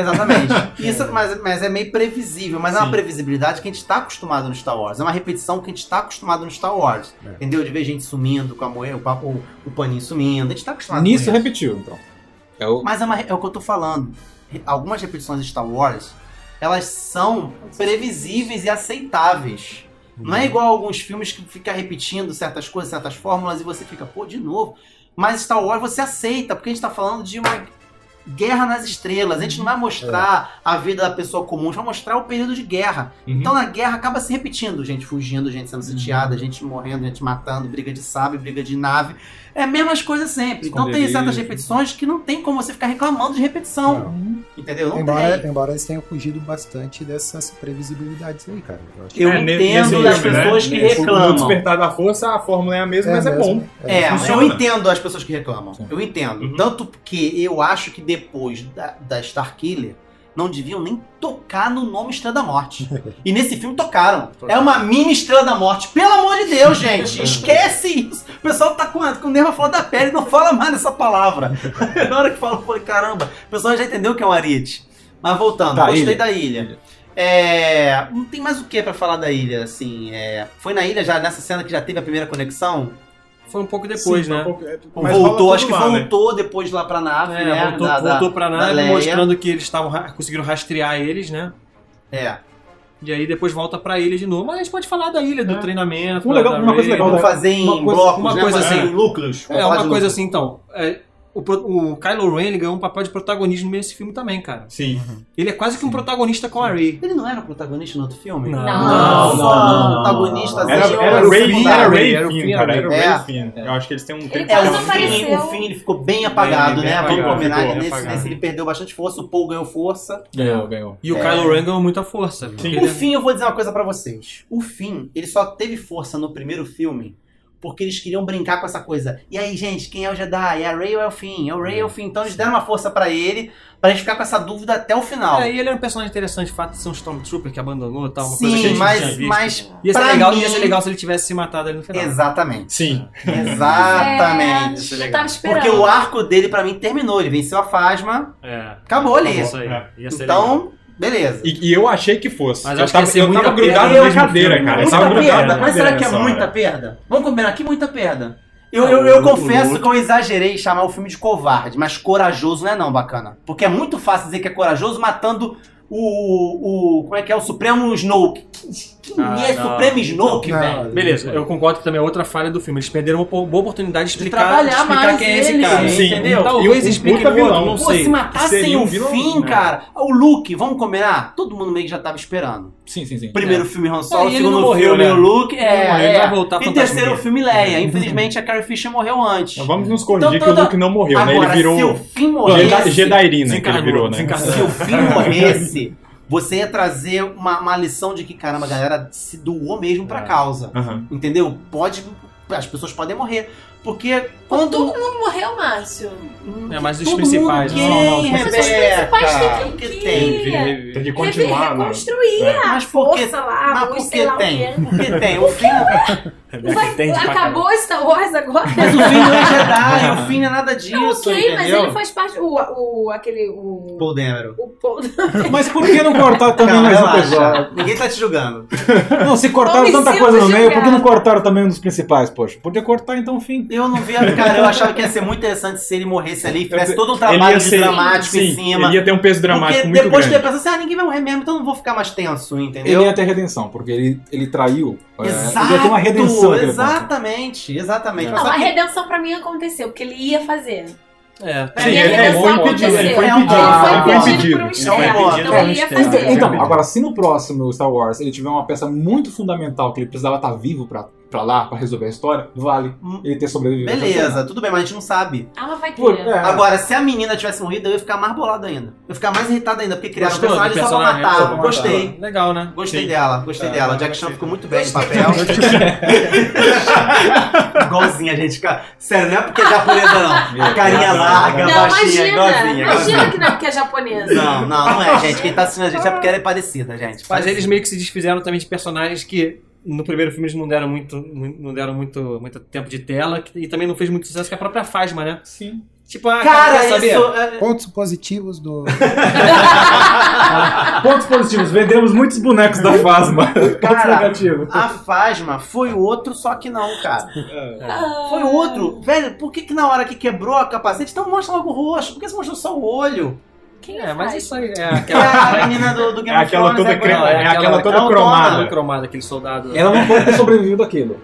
[SPEAKER 2] Exatamente.
[SPEAKER 6] [laughs]
[SPEAKER 2] Isso, mas, mas é meio previsível, mas é uma
[SPEAKER 6] Sim.
[SPEAKER 2] previsibilidade que a gente está acostumado no Star Wars. É uma repetição que a gente está acostumado no Star Wars.
[SPEAKER 6] É.
[SPEAKER 2] Entendeu? De ver gente sumindo com a moeda, o, pa- o, o paninho sumindo. A gente está acostumado
[SPEAKER 6] Nisso
[SPEAKER 2] com isso.
[SPEAKER 6] repetiu, então. É o...
[SPEAKER 2] Mas é, uma- é o que eu tô falando. Re- Algumas repetições de Star Wars, elas são previsíveis e aceitáveis. Não é igual alguns filmes que fica repetindo certas coisas, certas fórmulas, e você fica, pô, de novo. Mas Star Wars você aceita, porque a gente tá falando de uma guerra nas estrelas. A gente não vai mostrar a vida da pessoa comum, a gente vai mostrar o período de guerra. Então na guerra acaba se repetindo, gente fugindo, gente sendo sitiada, gente morrendo, gente matando, briga de sabre, briga de nave. É as mesmas coisas sempre. Então tem
[SPEAKER 4] Esconderijo.
[SPEAKER 2] certas repetições que não tem como você ficar reclamando de repetição. Entendeu? Não tem.
[SPEAKER 4] Embora, embora eles tenham fugido bastante dessas previsibilidades aí, cara. Eu, acho
[SPEAKER 2] Eu
[SPEAKER 4] que-
[SPEAKER 6] ne-
[SPEAKER 2] entendo
[SPEAKER 6] É, nesse né?
[SPEAKER 2] das pessoas que
[SPEAKER 6] Nesse-
[SPEAKER 2] reclamam.
[SPEAKER 6] No Despertar da Força, a fórmula é a mesma,
[SPEAKER 4] É
[SPEAKER 6] mas é
[SPEAKER 4] mesmo,
[SPEAKER 6] bom.
[SPEAKER 2] É, mas eu
[SPEAKER 6] Funciona.
[SPEAKER 2] entendo as pessoas que reclamam. Eu entendo. Tanto que eu acho que depois da, da Starkiller, não deviam nem tocar no nome Estrela da [laughs] Morte. e nesse filme tocaram. É uma mini Estrela da Morte. Pelo amor de Deus, [laughs] gente! Esquece isso! O pessoal tá com, com o nervo à flor da pele, não fala mais nessa palavra. [laughs] Na hora que fala, eu falei, caramba, o pessoal já entendeu o que é um ariete. Mas voltando,
[SPEAKER 6] Tá,
[SPEAKER 2] gostei
[SPEAKER 6] ilha.
[SPEAKER 2] da ilha. É, não tem mais o que pra falar da ilha, assim. é, foi na ilha já, nessa cena que já teve a primeira conexão?
[SPEAKER 3] Foi um pouco depois,
[SPEAKER 2] Sim,
[SPEAKER 3] né?
[SPEAKER 2] um pouco-
[SPEAKER 3] Mas rola tudo
[SPEAKER 2] voltou, acho que
[SPEAKER 3] lá, né?
[SPEAKER 2] voltou depois lá pra nave,
[SPEAKER 3] É,
[SPEAKER 2] né?
[SPEAKER 3] voltou,
[SPEAKER 2] da- da-
[SPEAKER 3] voltou pra
[SPEAKER 2] da
[SPEAKER 3] nave,
[SPEAKER 2] Leia.
[SPEAKER 3] mostrando que eles estavam ra- conseguiram rastrear eles, né?
[SPEAKER 2] É.
[SPEAKER 3] E aí depois volta pra ilha de novo. Mas a gente pode falar da ilha, do treinamento.
[SPEAKER 6] Um
[SPEAKER 3] da-
[SPEAKER 6] legal-
[SPEAKER 3] da
[SPEAKER 6] uma coisa
[SPEAKER 3] Rey,
[SPEAKER 6] legal
[SPEAKER 3] né?
[SPEAKER 6] da- Fazer em
[SPEAKER 3] Uma coisa-
[SPEAKER 6] blocos,
[SPEAKER 3] Uma
[SPEAKER 6] né?
[SPEAKER 3] coisa
[SPEAKER 6] Fazer
[SPEAKER 3] assim.
[SPEAKER 6] em núcleos.
[SPEAKER 3] É,
[SPEAKER 6] Falar de
[SPEAKER 3] uma coisa
[SPEAKER 6] núcleo.
[SPEAKER 3] assim, então. é, o, pro- o Kylo Ren ele ganhou um papel de protagonismo nesse filme também, cara.
[SPEAKER 6] Sim.
[SPEAKER 3] Ele é quase que um protagonista com a Rey.
[SPEAKER 2] Ele não era protagonista no outro filme?
[SPEAKER 3] Não.
[SPEAKER 2] Não, não, não.
[SPEAKER 6] Era,
[SPEAKER 2] Protagonista,
[SPEAKER 6] era,
[SPEAKER 2] assim,
[SPEAKER 6] era
[SPEAKER 2] o
[SPEAKER 6] Ray
[SPEAKER 2] Finn,
[SPEAKER 6] Finn,
[SPEAKER 2] era
[SPEAKER 6] era
[SPEAKER 2] o
[SPEAKER 6] Ray
[SPEAKER 2] Finn,
[SPEAKER 6] Finn,
[SPEAKER 2] era
[SPEAKER 6] cara.
[SPEAKER 2] o
[SPEAKER 6] Era o
[SPEAKER 2] Finn.
[SPEAKER 6] Ray Finn. Eu acho que eles têm um...
[SPEAKER 2] Ele
[SPEAKER 6] tem-
[SPEAKER 2] é,
[SPEAKER 6] tem-
[SPEAKER 2] o Finn, o Finn ele ficou bem apagado,
[SPEAKER 6] bem
[SPEAKER 2] né?
[SPEAKER 6] apagado,
[SPEAKER 2] Vamos combinar
[SPEAKER 6] bem
[SPEAKER 2] que nesse,
[SPEAKER 6] apagado.
[SPEAKER 2] nesse ele perdeu bastante força, o Paul ganhou força.
[SPEAKER 6] Ganhou, ganhou.
[SPEAKER 3] E o
[SPEAKER 2] É.
[SPEAKER 3] Kylo Ren ganhou muita força. porque
[SPEAKER 2] O
[SPEAKER 3] ele-
[SPEAKER 2] fim, eu vou dizer uma coisa pra vocês. O fim, ele só teve força no primeiro filme porque eles queriam brincar com essa coisa. E aí, gente, quem é o Jedi? É a Rey ou é o Finn? É o Rey ou é o Finn? Então eles deram uma força pra ele, pra gente ficar com essa dúvida até o final.
[SPEAKER 3] É, e ele era um personagem interessante, o fato de ser um Stormtrooper que abandonou e tal, Tá, uma
[SPEAKER 2] Sim,
[SPEAKER 3] coisa que a gente
[SPEAKER 2] mas-
[SPEAKER 3] não tinha visto.
[SPEAKER 2] mas
[SPEAKER 3] ia, ser
[SPEAKER 2] pra
[SPEAKER 3] legal,
[SPEAKER 2] mim-
[SPEAKER 3] ia ser legal se ele tivesse se matado ali no final. [laughs]
[SPEAKER 2] Exatamente.
[SPEAKER 6] Sim.
[SPEAKER 3] tá
[SPEAKER 1] É,
[SPEAKER 2] Exatamente.
[SPEAKER 1] isso é legal. tava esperando.
[SPEAKER 2] Porque o arco dele, pra mim, terminou. Ele venceu a Fasma.
[SPEAKER 3] É.
[SPEAKER 2] Acabou ali.
[SPEAKER 3] Isso aí. Ia ser legal.
[SPEAKER 2] Então, beleza.
[SPEAKER 6] E, e eu achei que fosse.
[SPEAKER 3] Mas
[SPEAKER 6] eu
[SPEAKER 3] acho que
[SPEAKER 6] tava,
[SPEAKER 3] ia ser
[SPEAKER 6] eu
[SPEAKER 3] muita
[SPEAKER 6] tava
[SPEAKER 3] perda
[SPEAKER 6] grudado
[SPEAKER 3] no
[SPEAKER 6] na
[SPEAKER 3] mesmo
[SPEAKER 6] cadeira,
[SPEAKER 3] filme,
[SPEAKER 6] cara. Eu
[SPEAKER 3] né?
[SPEAKER 6] tava
[SPEAKER 2] Muita
[SPEAKER 6] grudado
[SPEAKER 2] perda.
[SPEAKER 6] na
[SPEAKER 2] Mas será que é
[SPEAKER 6] cadeira
[SPEAKER 2] muita
[SPEAKER 6] nessa hora.
[SPEAKER 2] perda? Vamos combinar aqui, muita perda. Eu,
[SPEAKER 6] Ah,
[SPEAKER 2] eu,
[SPEAKER 6] o
[SPEAKER 2] eu
[SPEAKER 6] outro- o
[SPEAKER 2] confesso
[SPEAKER 6] outro-
[SPEAKER 2] que eu exagerei chamar o filme de covarde, mas corajoso não é não, bacana. Porque é muito fácil dizer que é corajoso matando o. o como é que é? O Supremo Snoke. Que, que
[SPEAKER 3] Ah,
[SPEAKER 2] é
[SPEAKER 3] não.
[SPEAKER 2] Supremo Snoke,
[SPEAKER 3] Não,
[SPEAKER 2] velho?
[SPEAKER 3] Beleza, eu concordo que também é outra falha do filme. Eles perderam uma po- boa oportunidade de explicar,
[SPEAKER 2] trabalhar
[SPEAKER 3] de explicar
[SPEAKER 2] mais né?
[SPEAKER 3] quem é esse
[SPEAKER 2] ele,
[SPEAKER 3] cara.
[SPEAKER 2] Sim. entendeu?
[SPEAKER 3] Talvez
[SPEAKER 2] E um
[SPEAKER 3] explique
[SPEAKER 6] puta
[SPEAKER 3] no outro,
[SPEAKER 6] vilão.
[SPEAKER 3] não
[SPEAKER 2] Pô,
[SPEAKER 3] sei.
[SPEAKER 2] se matassem
[SPEAKER 6] Seria um
[SPEAKER 2] o
[SPEAKER 6] vilão,
[SPEAKER 2] fim,
[SPEAKER 6] né?
[SPEAKER 2] cara. O Luke, vamos combinar? Todo mundo meio que já tava esperando.
[SPEAKER 6] Sim, sim, sim.
[SPEAKER 2] Primeiro filme Han Solo,
[SPEAKER 3] Ah, É. e ele
[SPEAKER 2] segundo
[SPEAKER 3] não morreu,
[SPEAKER 2] filme
[SPEAKER 3] né?
[SPEAKER 2] o Luke. É,
[SPEAKER 3] Não, ele
[SPEAKER 2] é.
[SPEAKER 3] vai voltar
[SPEAKER 2] e
[SPEAKER 3] fantasma
[SPEAKER 2] terceiro
[SPEAKER 3] dele.
[SPEAKER 2] filme Leia. Infelizmente a Carrie Fisher morreu antes.
[SPEAKER 6] Mas Vamos nos corrigir
[SPEAKER 2] Então,
[SPEAKER 6] que
[SPEAKER 2] toda-
[SPEAKER 6] o Luke não morreu, né? Ele
[SPEAKER 2] Agora,
[SPEAKER 6] virou
[SPEAKER 2] se o Finn morresse-
[SPEAKER 6] Jedi- Jedairina que ele
[SPEAKER 3] Desencarnou,
[SPEAKER 6] virou, né?
[SPEAKER 3] desencarnou.
[SPEAKER 2] Se o Finn morresse, você ia trazer uma, uma lição de que, caramba, a galera se doou mesmo pra causa.
[SPEAKER 6] Aham.
[SPEAKER 2] Entendeu? Pode. As pessoas podem morrer. Porque
[SPEAKER 1] Quando...
[SPEAKER 2] quando.
[SPEAKER 1] Todo mundo morreu, Márcio.
[SPEAKER 3] É, mas os
[SPEAKER 2] Todo
[SPEAKER 3] principais, né?
[SPEAKER 2] mundo
[SPEAKER 3] não, não,
[SPEAKER 2] tem,
[SPEAKER 3] não.
[SPEAKER 1] Mas os principais têm
[SPEAKER 2] Rebeca,
[SPEAKER 1] que-
[SPEAKER 2] que
[SPEAKER 1] que-
[SPEAKER 2] tem.
[SPEAKER 6] Tem que continuar, né?
[SPEAKER 1] Reconstruir
[SPEAKER 6] É.
[SPEAKER 1] a
[SPEAKER 2] Mas por que-
[SPEAKER 1] força lá,
[SPEAKER 2] Mas
[SPEAKER 1] luz,
[SPEAKER 2] por
[SPEAKER 1] Ah, sei
[SPEAKER 2] que
[SPEAKER 1] lá o
[SPEAKER 2] Ah, tem?
[SPEAKER 1] quê.
[SPEAKER 2] Por que tem? O fim,
[SPEAKER 1] Não vai-
[SPEAKER 6] Entende pra
[SPEAKER 1] acabou Star Wars agora? [laughs]
[SPEAKER 2] mas o fim não é Jedi, o fim não é nada disso,
[SPEAKER 1] ok,
[SPEAKER 2] entendeu?
[SPEAKER 1] mas ele faz parte. O, o aquele. O,
[SPEAKER 2] Paul Dameron.
[SPEAKER 1] o Paul.
[SPEAKER 5] Mas por que não cortar também
[SPEAKER 2] Calma,
[SPEAKER 5] mais um
[SPEAKER 2] relaxa.
[SPEAKER 5] episódio?
[SPEAKER 2] Ninguém tá te julgando.
[SPEAKER 5] Não, se cortaram
[SPEAKER 1] Homem
[SPEAKER 5] tanta
[SPEAKER 1] sem
[SPEAKER 5] coisa no meio, por que
[SPEAKER 1] julgado.
[SPEAKER 5] não cortaram também um dos principais, poxa? Podia cortar então o fim.
[SPEAKER 2] Eu não vi, cara, eu achava que ia ser muito interessante se ele morresse ali e fizesse todo um
[SPEAKER 6] Ele
[SPEAKER 2] trabalho
[SPEAKER 6] ia
[SPEAKER 2] de
[SPEAKER 6] ser-
[SPEAKER 2] dramático
[SPEAKER 6] sim,
[SPEAKER 2] em cima.
[SPEAKER 6] Ele ia ter um peso dramático
[SPEAKER 2] Porque
[SPEAKER 6] muito
[SPEAKER 2] depois que
[SPEAKER 6] grande.
[SPEAKER 2] ele pensa assim, ah, ninguém vai morrer mesmo, então não vou ficar mais tenso, entendeu?
[SPEAKER 5] Ele ia ter redenção, porque ele, ele traiu. é,
[SPEAKER 2] Exato,
[SPEAKER 5] ele ia ter uma redenção. naquele ponto. É.
[SPEAKER 2] exatamente, exatamente. Mas
[SPEAKER 1] Não,
[SPEAKER 2] só
[SPEAKER 1] a
[SPEAKER 2] que-
[SPEAKER 1] redenção pra mim aconteceu, porque ele ia fazer.
[SPEAKER 3] É,
[SPEAKER 1] Pra
[SPEAKER 6] Sim,
[SPEAKER 1] mim,
[SPEAKER 6] ele-
[SPEAKER 1] a
[SPEAKER 6] ele
[SPEAKER 1] redenção
[SPEAKER 6] foi
[SPEAKER 1] aconteceu.
[SPEAKER 6] impedido, ele foi
[SPEAKER 1] É,
[SPEAKER 6] impedido,
[SPEAKER 5] ele foi
[SPEAKER 1] Ele foi
[SPEAKER 6] impedido.
[SPEAKER 1] impedido por um
[SPEAKER 6] Ele
[SPEAKER 2] foi
[SPEAKER 1] externo,
[SPEAKER 2] impedido,
[SPEAKER 1] então ele ia
[SPEAKER 3] é um externo.
[SPEAKER 1] fazer.
[SPEAKER 5] Então, agora, se no próximo Star Wars ele tiver uma peça muito fundamental que ele precisava estar vivo pra, pra lá, pra resolver a história, vale
[SPEAKER 2] Hum.
[SPEAKER 5] ele ter sobrevivido.
[SPEAKER 2] Beleza, tudo bem, mas a gente não sabe.
[SPEAKER 1] Ah, mas vai ter.
[SPEAKER 5] Pô, é.
[SPEAKER 2] Agora, se a menina tivesse morrido, eu ia ficar mais bolado ainda. Eu ia ficar mais irritado ainda, porque criaram o
[SPEAKER 3] Gostou do
[SPEAKER 2] personagem só pra
[SPEAKER 3] personagem?
[SPEAKER 2] matar.
[SPEAKER 3] Só pra
[SPEAKER 2] Gostei.
[SPEAKER 3] Legal, né?
[SPEAKER 2] Gostei
[SPEAKER 3] Sim.
[SPEAKER 2] dela, gostei
[SPEAKER 3] Ah,
[SPEAKER 2] dela.
[SPEAKER 3] não,
[SPEAKER 2] Jack Chan
[SPEAKER 3] gostei.
[SPEAKER 2] ficou muito bem no
[SPEAKER 1] Gostei.
[SPEAKER 2] papel. [laughs] Igualzinha, gente. cara. Sério, não é porque é japonesa, não. A carinha larga,
[SPEAKER 1] Não,
[SPEAKER 2] baixinha,
[SPEAKER 1] imagina.
[SPEAKER 2] igualzinha.
[SPEAKER 1] Imagina
[SPEAKER 2] igualzinha.
[SPEAKER 1] que não, que é japonesa.
[SPEAKER 2] Não, não, não é, gente. Quem tá assistindo a gente é porque ela é parecida, gente.
[SPEAKER 3] Mas eles meio que se desfizeram também de personagens que no primeiro filme eles não deram muito, mu- não deram muito, muito tempo de tela que- e também não fez muito sucesso que a própria Fasma, né?
[SPEAKER 6] Sim.
[SPEAKER 3] Tipo, ah,
[SPEAKER 2] Cara,
[SPEAKER 3] quer saber?
[SPEAKER 2] isso... é-
[SPEAKER 4] Pontos
[SPEAKER 2] [laughs]
[SPEAKER 4] positivos do.
[SPEAKER 5] Pontos positivos, vendemos muitos bonecos da Fasma. Pontos
[SPEAKER 2] [laughs] Cara.
[SPEAKER 5] negativos.
[SPEAKER 2] A Fasma foi o outro, só que não, cara.
[SPEAKER 3] É.
[SPEAKER 1] Ah.
[SPEAKER 2] Foi o outro. Velho, por que, que na hora que quebrou a capacete, então mostra logo o rosto? Por que você mostrou só o olho?
[SPEAKER 1] Quem
[SPEAKER 3] É, mas
[SPEAKER 1] faz?
[SPEAKER 2] [laughs]
[SPEAKER 3] isso aí é
[SPEAKER 2] É
[SPEAKER 3] aquela
[SPEAKER 2] a menina do, do Game
[SPEAKER 6] É
[SPEAKER 2] of
[SPEAKER 6] aquela
[SPEAKER 2] Thrones.
[SPEAKER 6] toda
[SPEAKER 2] agora.
[SPEAKER 6] crema-
[SPEAKER 3] né?
[SPEAKER 6] é aquela toda
[SPEAKER 2] autona.
[SPEAKER 6] cromada.
[SPEAKER 3] cromada, aquele soldado.
[SPEAKER 5] Ela não pode ter sobrevivido aquilo.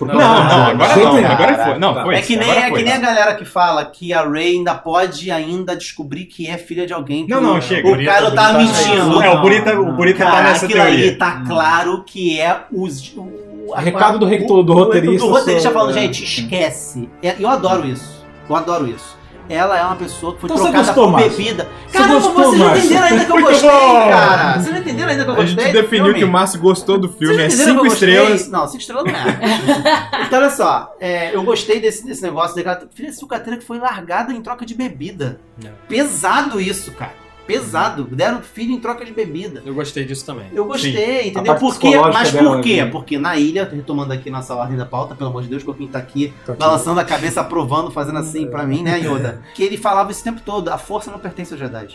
[SPEAKER 6] Não, não, agora
[SPEAKER 5] jeito
[SPEAKER 6] não,
[SPEAKER 5] nenhum.
[SPEAKER 6] agora foi. Não,
[SPEAKER 5] Tá.
[SPEAKER 6] foi.
[SPEAKER 2] É que, nem,
[SPEAKER 6] agora
[SPEAKER 2] é
[SPEAKER 6] foi.
[SPEAKER 2] que nem a galera que fala que a Ray ainda pode ainda descobrir que é filha de alguém. que
[SPEAKER 6] Não, não, Então, chega.
[SPEAKER 2] O cara tá mentindo.
[SPEAKER 6] É, o Burita, o Burita tá
[SPEAKER 2] Cara,
[SPEAKER 6] nessa
[SPEAKER 2] aquilo
[SPEAKER 6] teoria.
[SPEAKER 2] ali tá claro que é os. O, a-
[SPEAKER 5] Recado do
[SPEAKER 2] o-
[SPEAKER 5] rector- do roteirista
[SPEAKER 2] Do roteirista
[SPEAKER 5] sobre-
[SPEAKER 2] falando,
[SPEAKER 5] é.
[SPEAKER 2] gente, esquece. É, Eu adoro isso. Eu adoro isso. Ela é uma pessoa que foi
[SPEAKER 5] Então você
[SPEAKER 2] trocada
[SPEAKER 5] gostou,
[SPEAKER 2] por
[SPEAKER 5] Márcio?
[SPEAKER 2] bebida.
[SPEAKER 5] Você
[SPEAKER 2] Caramba,
[SPEAKER 5] gostou,
[SPEAKER 2] vocês não
[SPEAKER 5] Márcio?
[SPEAKER 2] entenderam ainda que eu
[SPEAKER 6] Muito
[SPEAKER 2] gostei,
[SPEAKER 6] bom!
[SPEAKER 2] cara. Vocês não entenderam ainda que eu
[SPEAKER 6] A
[SPEAKER 2] gostei?
[SPEAKER 6] gente
[SPEAKER 2] do
[SPEAKER 6] definiu
[SPEAKER 2] filme?
[SPEAKER 6] que o Márcio gostou do filme, é
[SPEAKER 2] Vocês entenderam
[SPEAKER 6] cinco
[SPEAKER 2] que eu gostei?
[SPEAKER 6] estrelas.
[SPEAKER 2] Não, cinco estrelas não
[SPEAKER 6] [laughs]
[SPEAKER 2] é. então, olha só. é, eu gostei desse, desse negócio daquela filha de sucateira que foi largada em troca de bebida.
[SPEAKER 3] É.
[SPEAKER 2] Pesado isso, cara. Pesado. Deram filho em troca de bebida.
[SPEAKER 3] Eu gostei disso também.
[SPEAKER 2] Eu gostei,
[SPEAKER 5] A
[SPEAKER 2] entendeu?
[SPEAKER 5] parte
[SPEAKER 2] Por quê?
[SPEAKER 5] psicológica
[SPEAKER 2] Mas
[SPEAKER 5] dela,
[SPEAKER 2] por quê?
[SPEAKER 5] né?
[SPEAKER 2] Porque na ilha, retomando aqui nossa ordem da pauta, pelo amor de Deus, Coquinho tá aqui balançando a cabeça, aprovando, fazendo assim pra mim, né,
[SPEAKER 6] [laughs]
[SPEAKER 2] Yoda? Que ele falava isso o tempo todo, a força não pertence aos Jedi.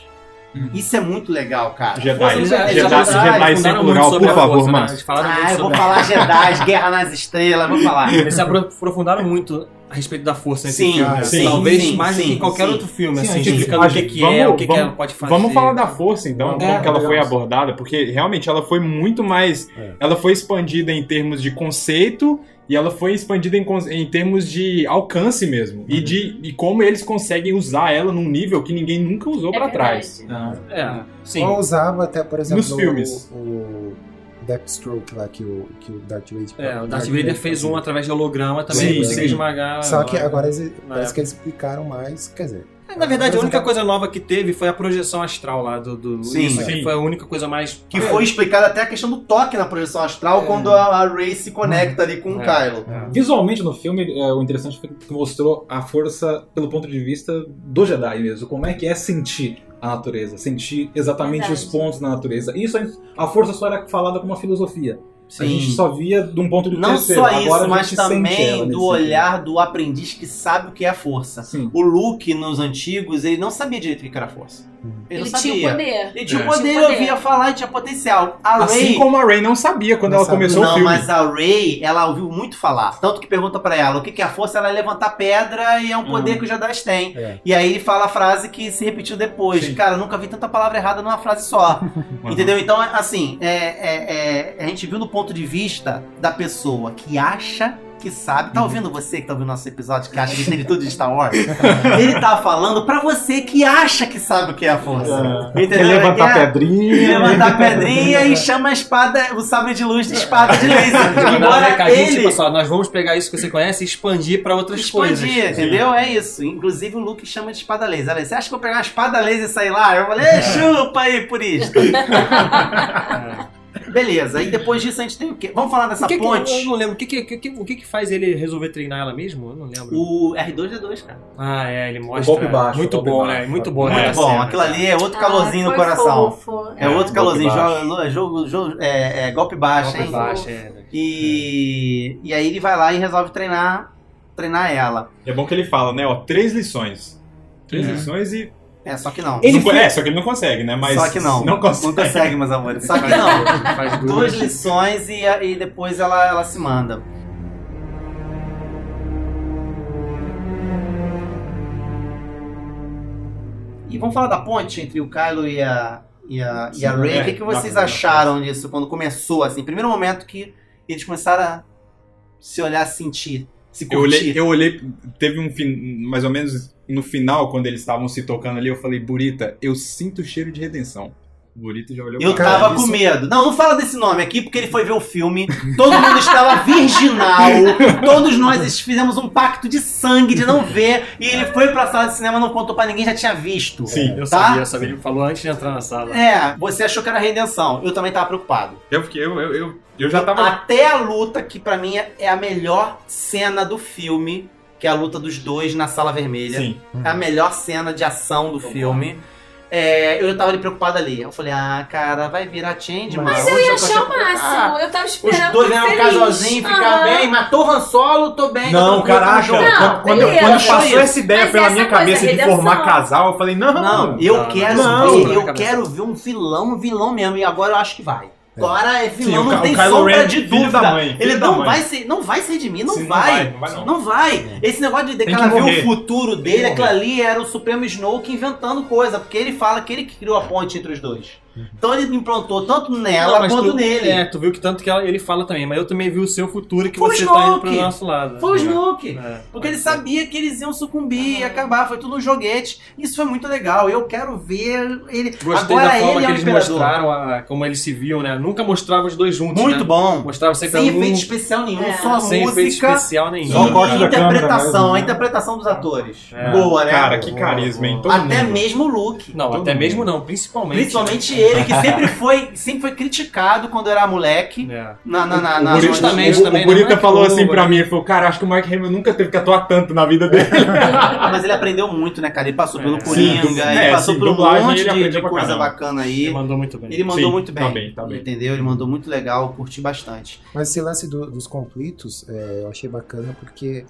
[SPEAKER 2] Isso é muito legal, cara.
[SPEAKER 6] Hum. Jedi,
[SPEAKER 2] Força não
[SPEAKER 6] Eles-
[SPEAKER 3] é,
[SPEAKER 2] pertence
[SPEAKER 6] Jedi,
[SPEAKER 2] aos
[SPEAKER 6] Jedi, Jedi sem
[SPEAKER 3] fundaram
[SPEAKER 6] plural,
[SPEAKER 3] muito sobre
[SPEAKER 6] por
[SPEAKER 3] a
[SPEAKER 6] favor,
[SPEAKER 3] força, né?
[SPEAKER 6] Márcio.
[SPEAKER 3] Eles falaram muito
[SPEAKER 2] Ah, eu vou
[SPEAKER 3] sobre a
[SPEAKER 2] falar Jedi, Guerra nas Estrelas, vou falar.
[SPEAKER 3] Eles se apro- aprofundaram muito a respeito da força nesse
[SPEAKER 2] Sim,
[SPEAKER 3] filme. né?
[SPEAKER 2] sim,
[SPEAKER 3] Talvez
[SPEAKER 2] sim,
[SPEAKER 3] mais do
[SPEAKER 2] sim,
[SPEAKER 3] que qualquer
[SPEAKER 2] sim.
[SPEAKER 3] outro filme,
[SPEAKER 5] Sim,
[SPEAKER 3] assim,
[SPEAKER 5] a gente-
[SPEAKER 3] explicando
[SPEAKER 5] a
[SPEAKER 3] o que,
[SPEAKER 5] gente-
[SPEAKER 3] que é,
[SPEAKER 6] vamos-
[SPEAKER 3] o que, que
[SPEAKER 6] vamos-
[SPEAKER 3] ela pode fazer.
[SPEAKER 6] Vamos falar da força, então,
[SPEAKER 5] É,
[SPEAKER 6] como que ela foi
[SPEAKER 5] digamos.
[SPEAKER 6] abordada, porque realmente ela foi muito mais.
[SPEAKER 5] É.
[SPEAKER 6] Ela foi expandida em termos de conceito e ela foi expandida em, con- em termos de alcance mesmo. E de e como eles conseguem usar ela num nível que ninguém nunca usou
[SPEAKER 1] É
[SPEAKER 6] pra trás.
[SPEAKER 1] verdade.
[SPEAKER 5] Não.
[SPEAKER 3] É, sim.
[SPEAKER 4] Ou usava até, por exemplo,
[SPEAKER 6] Nos filmes.
[SPEAKER 4] o, o Deathstroke lá que o, que o Darth Vader.
[SPEAKER 3] É, o Darth Vader fez um
[SPEAKER 4] fazia.
[SPEAKER 3] através de holograma também,
[SPEAKER 6] Sim,
[SPEAKER 3] conseguiu
[SPEAKER 6] sim.
[SPEAKER 3] esmagar.
[SPEAKER 4] Só que agora eles-
[SPEAKER 3] né? Na
[SPEAKER 4] parece
[SPEAKER 3] época.
[SPEAKER 4] que eles explicaram mais. Quer dizer,
[SPEAKER 3] É, Na verdade, a única
[SPEAKER 4] apresentar-
[SPEAKER 3] coisa nova que teve foi a projeção astral lá do. do
[SPEAKER 2] Sim.
[SPEAKER 3] isso aqui
[SPEAKER 6] Sim.
[SPEAKER 3] foi a única coisa mais. É.
[SPEAKER 2] Que
[SPEAKER 3] [laughs]
[SPEAKER 2] foi explicada até a questão do toque na projeção astral quando a, a Rey se conecta ali com o
[SPEAKER 3] É.
[SPEAKER 2] Kylo.
[SPEAKER 5] Visualmente no filme, é, o interessante foi que mostrou a força pelo ponto de vista do Jedi mesmo. Como é que é sentir a natureza, sentir exatamente
[SPEAKER 1] Verdade.
[SPEAKER 5] os pontos na natureza. Isso a- a força só era falada como uma filosofia.
[SPEAKER 2] Sim.
[SPEAKER 5] A gente só via de um ponto de vista.
[SPEAKER 2] Não só
[SPEAKER 5] Agora a
[SPEAKER 2] isso,
[SPEAKER 5] gente
[SPEAKER 2] mas
[SPEAKER 5] sente ela
[SPEAKER 2] também
[SPEAKER 5] nesse
[SPEAKER 2] do
[SPEAKER 5] sentido.
[SPEAKER 2] olhar do aprendiz que sabe o que é a força.
[SPEAKER 5] Sim.
[SPEAKER 2] O Luke, nos antigos, ele não sabia direito o que era a força. Ele,
[SPEAKER 1] Ele
[SPEAKER 2] não sabia.
[SPEAKER 1] tinha o poder.
[SPEAKER 2] Ele tinha
[SPEAKER 1] É.
[SPEAKER 2] o poder,
[SPEAKER 1] Tinha o poder.
[SPEAKER 2] eu via falar e tinha potencial. A
[SPEAKER 6] Assim
[SPEAKER 2] Rey,
[SPEAKER 6] como a Ray não sabia quando
[SPEAKER 4] Não
[SPEAKER 6] ela
[SPEAKER 4] sabia.
[SPEAKER 6] começou o
[SPEAKER 2] não,
[SPEAKER 6] filme.
[SPEAKER 2] mas a Rey, ela ouviu muito falar. Tanto que pergunta pra ela o que que é a força, ela é levantar pedra e é um poder que os Jedi têm.
[SPEAKER 4] É.
[SPEAKER 2] E aí ele fala a frase que se repetiu depois.
[SPEAKER 6] Sim.
[SPEAKER 2] Cara, eu nunca vi tanta palavra errada numa frase só. Entendeu? Então, assim, é, é- é- a gente viu no ponto de vista da pessoa que acha que sabe. Tá ouvindo você que tá ouvindo nosso episódio, que acha que tem tudo de Star Wars? Ele tá falando pra você que acha que sabe o que é a força.
[SPEAKER 5] Quer
[SPEAKER 2] Entendeu?
[SPEAKER 5] levantar
[SPEAKER 2] É- [laughs]
[SPEAKER 5] pedrinha.
[SPEAKER 2] levantar a pedrinha e chama a espada, o sabre de luz de
[SPEAKER 3] É.
[SPEAKER 2] espada de
[SPEAKER 3] [laughs]
[SPEAKER 2] laser.
[SPEAKER 3] Mandaram um
[SPEAKER 2] Embora
[SPEAKER 3] recadinho, tipo
[SPEAKER 2] ele
[SPEAKER 3] assim, ó, nós vamos pegar isso que você conhece e expandir pra outras coisas.
[SPEAKER 2] expandir, entendeu? É isso. Inclusive o Luke chama de espada laser. Ela disse, você acha que eu vou pegar
[SPEAKER 3] É. [laughs]
[SPEAKER 2] uma espada laser e sair lá? Eu falei, "Ei, chupa aí, purista. É. Beleza, aí depois disso a gente tem o quê? Vamos falar dessa
[SPEAKER 3] O que é que-
[SPEAKER 2] ponte?
[SPEAKER 3] eu não lembro. O que, que, que- que- o que que faz ele resolver treinar ela mesmo? Eu não lembro.
[SPEAKER 2] O R2D2, cara.
[SPEAKER 3] Ah, é, ele mostra.
[SPEAKER 5] golpe baixo,
[SPEAKER 3] Muito
[SPEAKER 5] o golpe
[SPEAKER 3] bom,
[SPEAKER 5] baixo.
[SPEAKER 3] né? Muito bom, né?
[SPEAKER 2] Muito bom, aquilo ali é
[SPEAKER 3] Ah,
[SPEAKER 2] outro calorzinho
[SPEAKER 1] Ah,
[SPEAKER 2] no coração. É outro calorzinho,
[SPEAKER 3] golpe baixo.
[SPEAKER 2] jogo, jogo, jogo- é, é golpe baixo,
[SPEAKER 3] Golpe
[SPEAKER 2] hein?
[SPEAKER 3] baixo, é.
[SPEAKER 2] E, e aí ele vai lá e resolve treinar, treinar ela.
[SPEAKER 6] E é bom que ele fala, né? Ó, três lições. Três
[SPEAKER 2] É.
[SPEAKER 6] lições e.
[SPEAKER 2] É, só que não.
[SPEAKER 6] Não co- É, só que ele não consegue, né? Mas
[SPEAKER 2] Só que não.
[SPEAKER 6] Não consegue.
[SPEAKER 2] Não consegue, meus amores. Só que
[SPEAKER 6] Faz
[SPEAKER 2] não.
[SPEAKER 6] duas, faz
[SPEAKER 2] Duas
[SPEAKER 6] duas.
[SPEAKER 2] lições e, a- e depois ela, ela se manda. E vamos falar da ponte entre o Kylo e a, e a, e a
[SPEAKER 6] Sim,
[SPEAKER 2] Rey.
[SPEAKER 6] é,
[SPEAKER 2] O que, que
[SPEAKER 6] dá
[SPEAKER 2] vocês
[SPEAKER 6] pra-
[SPEAKER 2] acharam disso quando começou, assim? Primeiro momento que eles começaram a se olhar, sentir, se
[SPEAKER 6] Eu olhei,
[SPEAKER 2] curtir.
[SPEAKER 6] eu olhei, teve um fin... mais ou menos no final, quando eles estavam se tocando ali, eu falei, Burita, eu sinto o cheiro de redenção. O Burita já olhou
[SPEAKER 2] Eu
[SPEAKER 6] pra cara,
[SPEAKER 2] tava com
[SPEAKER 6] isso-
[SPEAKER 2] medo. Não, não fala desse nome aqui, porque ele foi ver o filme. Todo mundo estava
[SPEAKER 6] [laughs]
[SPEAKER 2] virginal. Todos nós fizemos um pacto de sangue de não ver. E ele foi pra sala de cinema, não contou pra ninguém, já tinha visto.
[SPEAKER 6] Sim.
[SPEAKER 3] Eu
[SPEAKER 2] Tá?
[SPEAKER 3] sabia, eu sabia. Ele falou antes de entrar na sala.
[SPEAKER 2] É, você achou que era redenção. Eu também tava preocupado.
[SPEAKER 6] Eu, fiquei, eu, eu, eu, eu já tava.
[SPEAKER 2] Até a luta, que pra mim é é a melhor cena do filme, que é a luta dos dois na sala vermelha.
[SPEAKER 6] Sim.
[SPEAKER 2] É a melhor cena de ação do filme. É, eu tava ali preocupado ali. Eu falei, ah, cara, vai virar change, mano.
[SPEAKER 1] Mas eu ia achar o máximo. Eu tava
[SPEAKER 2] Ah, Os
[SPEAKER 1] esperando.
[SPEAKER 2] dois
[SPEAKER 1] tô
[SPEAKER 2] eram um
[SPEAKER 1] feliz.
[SPEAKER 2] casalzinho, ficar
[SPEAKER 1] Aham. [laughs]
[SPEAKER 2] bem, matou o Han Solo, tô
[SPEAKER 1] Ah,
[SPEAKER 2] bem. tá
[SPEAKER 6] Não,
[SPEAKER 2] tranquilo,
[SPEAKER 6] caraca,
[SPEAKER 2] tamo junto.
[SPEAKER 1] Não,
[SPEAKER 6] quando, quando,
[SPEAKER 1] beleza.
[SPEAKER 6] quando
[SPEAKER 1] Achei
[SPEAKER 6] passou
[SPEAKER 1] isso.
[SPEAKER 6] essa ideia
[SPEAKER 1] Mas
[SPEAKER 6] pela
[SPEAKER 1] essa
[SPEAKER 6] minha
[SPEAKER 1] coisa,
[SPEAKER 6] cabeça de
[SPEAKER 1] redenção.
[SPEAKER 6] formar casal, eu falei, não,
[SPEAKER 2] Não,
[SPEAKER 3] não,
[SPEAKER 2] eu
[SPEAKER 3] não,
[SPEAKER 2] quero
[SPEAKER 6] não,
[SPEAKER 2] ver,
[SPEAKER 3] não,
[SPEAKER 2] eu
[SPEAKER 3] não,
[SPEAKER 2] quero ver um vilão, um vilão mesmo, e agora eu acho que vai. Agora é vilão,
[SPEAKER 6] Sim, o
[SPEAKER 2] não
[SPEAKER 6] Ca-
[SPEAKER 2] tem
[SPEAKER 6] o Kylo
[SPEAKER 2] sombra
[SPEAKER 6] Ren,
[SPEAKER 2] de
[SPEAKER 6] filho
[SPEAKER 2] dúvida.
[SPEAKER 6] da mãe,
[SPEAKER 2] Ele
[SPEAKER 6] filho da
[SPEAKER 2] não
[SPEAKER 6] mãe.
[SPEAKER 2] vai, se, não vai se redimir, não
[SPEAKER 6] Sim, não
[SPEAKER 2] vai.
[SPEAKER 6] vai, não vai não. É.
[SPEAKER 2] vai. Esse negócio de
[SPEAKER 6] que
[SPEAKER 2] daquela ver
[SPEAKER 6] morrer.
[SPEAKER 2] o futuro
[SPEAKER 6] que
[SPEAKER 2] dele,
[SPEAKER 6] morrer.
[SPEAKER 2] aquilo ali era o Supremo Snoke inventando coisa, porque ele fala que ele que
[SPEAKER 6] É.
[SPEAKER 2] criou a ponte entre os dois. Então ele implantou tanto
[SPEAKER 3] Não,
[SPEAKER 2] nela
[SPEAKER 3] mas
[SPEAKER 2] quanto
[SPEAKER 3] tu-
[SPEAKER 2] nele.
[SPEAKER 3] É, tu viu que tanto que ela- ele fala também, mas eu também vi o seu futuro que
[SPEAKER 2] Foi o
[SPEAKER 3] você tá indo
[SPEAKER 2] Snoke!
[SPEAKER 3] pro nosso lado.
[SPEAKER 2] Foi o
[SPEAKER 3] É.
[SPEAKER 2] Snoke.
[SPEAKER 3] É.
[SPEAKER 2] Porque ele sabia que eles iam sucumbir e acabar, foi tudo um joguete. Isso foi muito legal. Eu quero ver ele.
[SPEAKER 3] Gostei
[SPEAKER 2] Agora
[SPEAKER 3] da forma
[SPEAKER 2] ele é
[SPEAKER 3] que
[SPEAKER 2] o
[SPEAKER 3] eles
[SPEAKER 2] imperador.
[SPEAKER 3] mostraram a- como eles se viam, né? Nunca mostrava os dois juntos.
[SPEAKER 2] Muito
[SPEAKER 3] né?
[SPEAKER 2] bom.
[SPEAKER 3] Mostrava sempre
[SPEAKER 2] Sem
[SPEAKER 3] um
[SPEAKER 2] efeito especial nenhum,
[SPEAKER 1] É.
[SPEAKER 2] só
[SPEAKER 3] sem efeito
[SPEAKER 2] música.
[SPEAKER 3] especial nenhum.
[SPEAKER 6] Só
[SPEAKER 2] e
[SPEAKER 6] corte da câmera
[SPEAKER 2] interpretação,
[SPEAKER 6] mesmo,
[SPEAKER 2] a
[SPEAKER 6] né?
[SPEAKER 2] interpretação dos atores.
[SPEAKER 3] É.
[SPEAKER 2] Boa, né?
[SPEAKER 6] Cara, que carisma, hein? Todo
[SPEAKER 2] Até
[SPEAKER 6] mundo.
[SPEAKER 2] mesmo o Luke.
[SPEAKER 3] Não,
[SPEAKER 6] Todo
[SPEAKER 3] até
[SPEAKER 6] mundo.
[SPEAKER 3] mesmo não, principalmente.
[SPEAKER 2] Principalmente ele, que sempre foi, sempre foi criticado quando era moleque.
[SPEAKER 3] É.
[SPEAKER 2] Na, na, na,
[SPEAKER 6] O
[SPEAKER 2] na-
[SPEAKER 6] Burita,
[SPEAKER 3] justamente
[SPEAKER 6] o-
[SPEAKER 3] também,
[SPEAKER 6] o
[SPEAKER 3] né?
[SPEAKER 6] Burita
[SPEAKER 3] Não é
[SPEAKER 6] falou
[SPEAKER 3] que o-
[SPEAKER 6] assim pra mim, ele falou, cara, acho que o Mark Hamill nunca teve que atuar tanto na vida dele.
[SPEAKER 2] Ah, Mas ele aprendeu muito, né, cara? Ele passou pelo
[SPEAKER 3] É.
[SPEAKER 2] Coringa,
[SPEAKER 6] Sim,
[SPEAKER 2] ele
[SPEAKER 6] é,
[SPEAKER 2] passou
[SPEAKER 6] sim,
[SPEAKER 2] por um
[SPEAKER 6] dublagem
[SPEAKER 2] monte
[SPEAKER 6] ele
[SPEAKER 2] de,
[SPEAKER 6] aprendeu
[SPEAKER 2] de
[SPEAKER 6] pra
[SPEAKER 2] coisa
[SPEAKER 6] caramba.
[SPEAKER 2] bacana
[SPEAKER 3] Ele
[SPEAKER 2] aí.
[SPEAKER 3] mandou muito bem.
[SPEAKER 2] Ele mandou
[SPEAKER 6] Sim,
[SPEAKER 2] muito bem.
[SPEAKER 6] tá bem, tá bem.
[SPEAKER 2] Entendeu? Ele mandou muito legal, eu curti bastante.
[SPEAKER 4] Mas esse lance do- dos conflitos é, eu achei bacana porque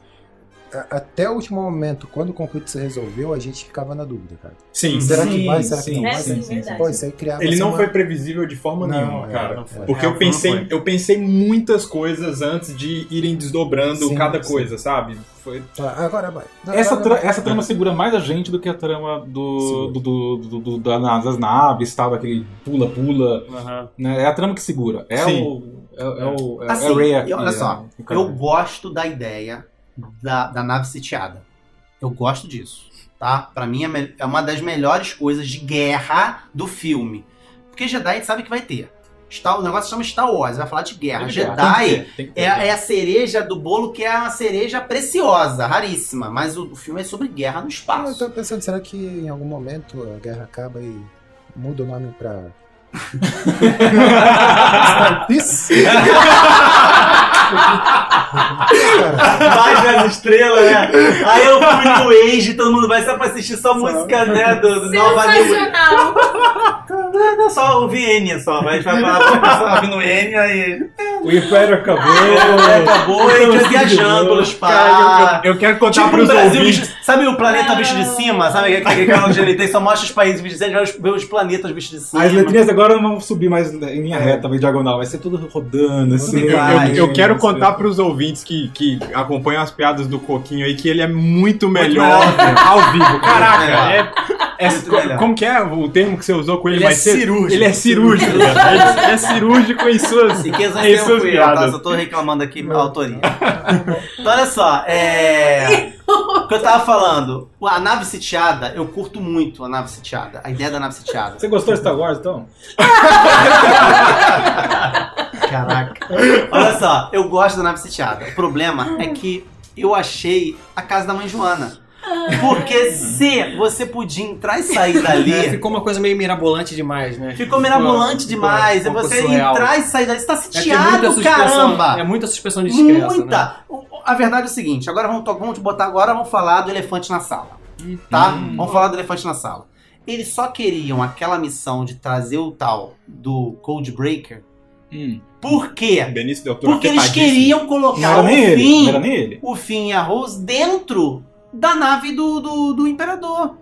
[SPEAKER 4] a- até o último momento, quando o conflito se resolveu, a gente ficava na dúvida, cara.
[SPEAKER 6] Sim,
[SPEAKER 4] Será que vai? Será que
[SPEAKER 6] sim,
[SPEAKER 4] não
[SPEAKER 1] É,
[SPEAKER 4] vai?
[SPEAKER 1] sim, verdade.
[SPEAKER 4] Pô, isso aí criava
[SPEAKER 6] Ele
[SPEAKER 4] assim,
[SPEAKER 6] não
[SPEAKER 4] uma-
[SPEAKER 6] foi previsível de forma
[SPEAKER 4] Não,
[SPEAKER 6] nenhuma,
[SPEAKER 4] é,
[SPEAKER 6] cara.
[SPEAKER 4] não foi.
[SPEAKER 6] Porque
[SPEAKER 3] É,
[SPEAKER 6] eu
[SPEAKER 3] não
[SPEAKER 6] pensei,
[SPEAKER 3] foi.
[SPEAKER 6] eu pensei muitas coisas antes de irem desdobrando
[SPEAKER 4] Sim,
[SPEAKER 6] cada
[SPEAKER 4] sim.
[SPEAKER 6] coisa, sabe? Foi-
[SPEAKER 4] Tá, agora vai. Agora
[SPEAKER 5] Essa,
[SPEAKER 4] vai.
[SPEAKER 2] né?
[SPEAKER 5] tra- essa trama segura mais a gente do que a trama do, do, do, do- do- da- na- das naves, tal, daquele pula-pula.
[SPEAKER 3] Aham.
[SPEAKER 5] né? É a trama que segura. É
[SPEAKER 6] Sim.
[SPEAKER 5] o. É, é o. É,
[SPEAKER 2] Assim,
[SPEAKER 5] é o Rey aqui,
[SPEAKER 2] eu- olha
[SPEAKER 5] é
[SPEAKER 2] só,
[SPEAKER 5] o cara.
[SPEAKER 2] Eu gosto da ideia da, da nave sitiada. Eu gosto disso, tá? Pra mim é, me- é uma das melhores coisas de guerra do filme. Porque Jedi a gente sabe que vai ter. Star, o negócio chama Star Wars, vai falar de guerra. Jedi
[SPEAKER 5] É Tem que ter, tem que ter.
[SPEAKER 2] é, é a cereja do bolo que é uma cereja preciosa, raríssima. Mas o, o filme é sobre guerra no
[SPEAKER 4] Ah, Eu
[SPEAKER 2] espaço.
[SPEAKER 4] tava pensando, será que em algum momento a guerra acaba e muda o nome
[SPEAKER 3] [laughs]
[SPEAKER 4] pra. Star Peace? Cara,
[SPEAKER 2] Vai das estrelas, né? Aí eu fui no Age, todo mundo vai só pra assistir só música, né? Do, do
[SPEAKER 1] Sensacional.
[SPEAKER 2] Não, não, É só o Viena só. A gente vai falar sobre o Viena e.
[SPEAKER 5] O Império acabou.
[SPEAKER 2] [laughs] Acabou e fica viajando pelos
[SPEAKER 6] Cara,
[SPEAKER 2] pá.
[SPEAKER 6] eu, eu quero contar
[SPEAKER 2] Tipo o
[SPEAKER 6] pros
[SPEAKER 2] Brasil,
[SPEAKER 6] ouvintes.
[SPEAKER 2] bicho- sabe o planeta bicho de cima? Sabe aquele canal onde ele tem? Só mostra os países bicho de cima, a gente vai ver os planetas bicho de cima. É.
[SPEAKER 5] As letrinhas agora não vão subir mais em linha reta, vai diagonal. Vai ser tudo rodando, assim.
[SPEAKER 6] Eu,
[SPEAKER 2] Vai,
[SPEAKER 6] eu- eu quero
[SPEAKER 5] Sim.
[SPEAKER 6] contar pros ouvintes que, que acompanham as piadas do Coquinho aí que ele é muito melhor
[SPEAKER 2] melhor.
[SPEAKER 6] [laughs] ao vivo.
[SPEAKER 2] melhor.
[SPEAKER 6] Caraca, é- é-
[SPEAKER 2] Muito
[SPEAKER 6] co-
[SPEAKER 2] melhor.
[SPEAKER 6] como que é o termo que você usou com ele?
[SPEAKER 3] Ele é
[SPEAKER 6] mais cedo?
[SPEAKER 3] cirúrgico.
[SPEAKER 6] Ele é cirúrgico. ele é cirúrgico em suas,
[SPEAKER 2] Riqueza
[SPEAKER 6] em
[SPEAKER 2] não tem
[SPEAKER 6] suas
[SPEAKER 2] o que, tá?
[SPEAKER 6] piadas.
[SPEAKER 2] Só tô reclamando aqui a autoria. Então, olha só, é. O que eu tava falando, a nave sitiada, eu curto muito a nave sitiada, a ideia da nave sitiada.
[SPEAKER 5] Você gostou de Star Wars, então?
[SPEAKER 2] Caraca. [laughs] Olha só, eu gosto da nave sitiada. O problema é que eu achei a casa da mãe Joana. Porque se você podia entrar e sair dali.
[SPEAKER 3] É, ficou uma coisa meio mirabolante demais, né?
[SPEAKER 2] Ficou mirabolante
[SPEAKER 3] Ficou-
[SPEAKER 2] demais.
[SPEAKER 3] ficou
[SPEAKER 2] É
[SPEAKER 3] uma
[SPEAKER 2] você
[SPEAKER 3] coisa surreal.
[SPEAKER 2] entrar e sair daí. Você tá
[SPEAKER 3] É que é muita
[SPEAKER 2] sitiado,
[SPEAKER 3] suspensão-
[SPEAKER 2] caramba!
[SPEAKER 3] É muita suspensão de descrença,
[SPEAKER 2] Muita!
[SPEAKER 3] né?
[SPEAKER 2] O- o- A verdade é o seguinte, agora vamos, to- vamos te botar agora, vamos falar do elefante na sala. Tá?
[SPEAKER 3] Hum.
[SPEAKER 2] Vamos falar do elefante na sala. Eles só queriam aquela missão de trazer o tal do Codebreaker.
[SPEAKER 5] Hum.
[SPEAKER 2] Por quê?
[SPEAKER 6] É, Benício Del Toro
[SPEAKER 2] Porque eles
[SPEAKER 6] afetadíssimo.
[SPEAKER 2] queriam colocar
[SPEAKER 6] Não era
[SPEAKER 2] o
[SPEAKER 6] nem ele,
[SPEAKER 2] fim.
[SPEAKER 6] não era nem ele.
[SPEAKER 2] O fim e a Rose dentro da nave do, do, do Imperador.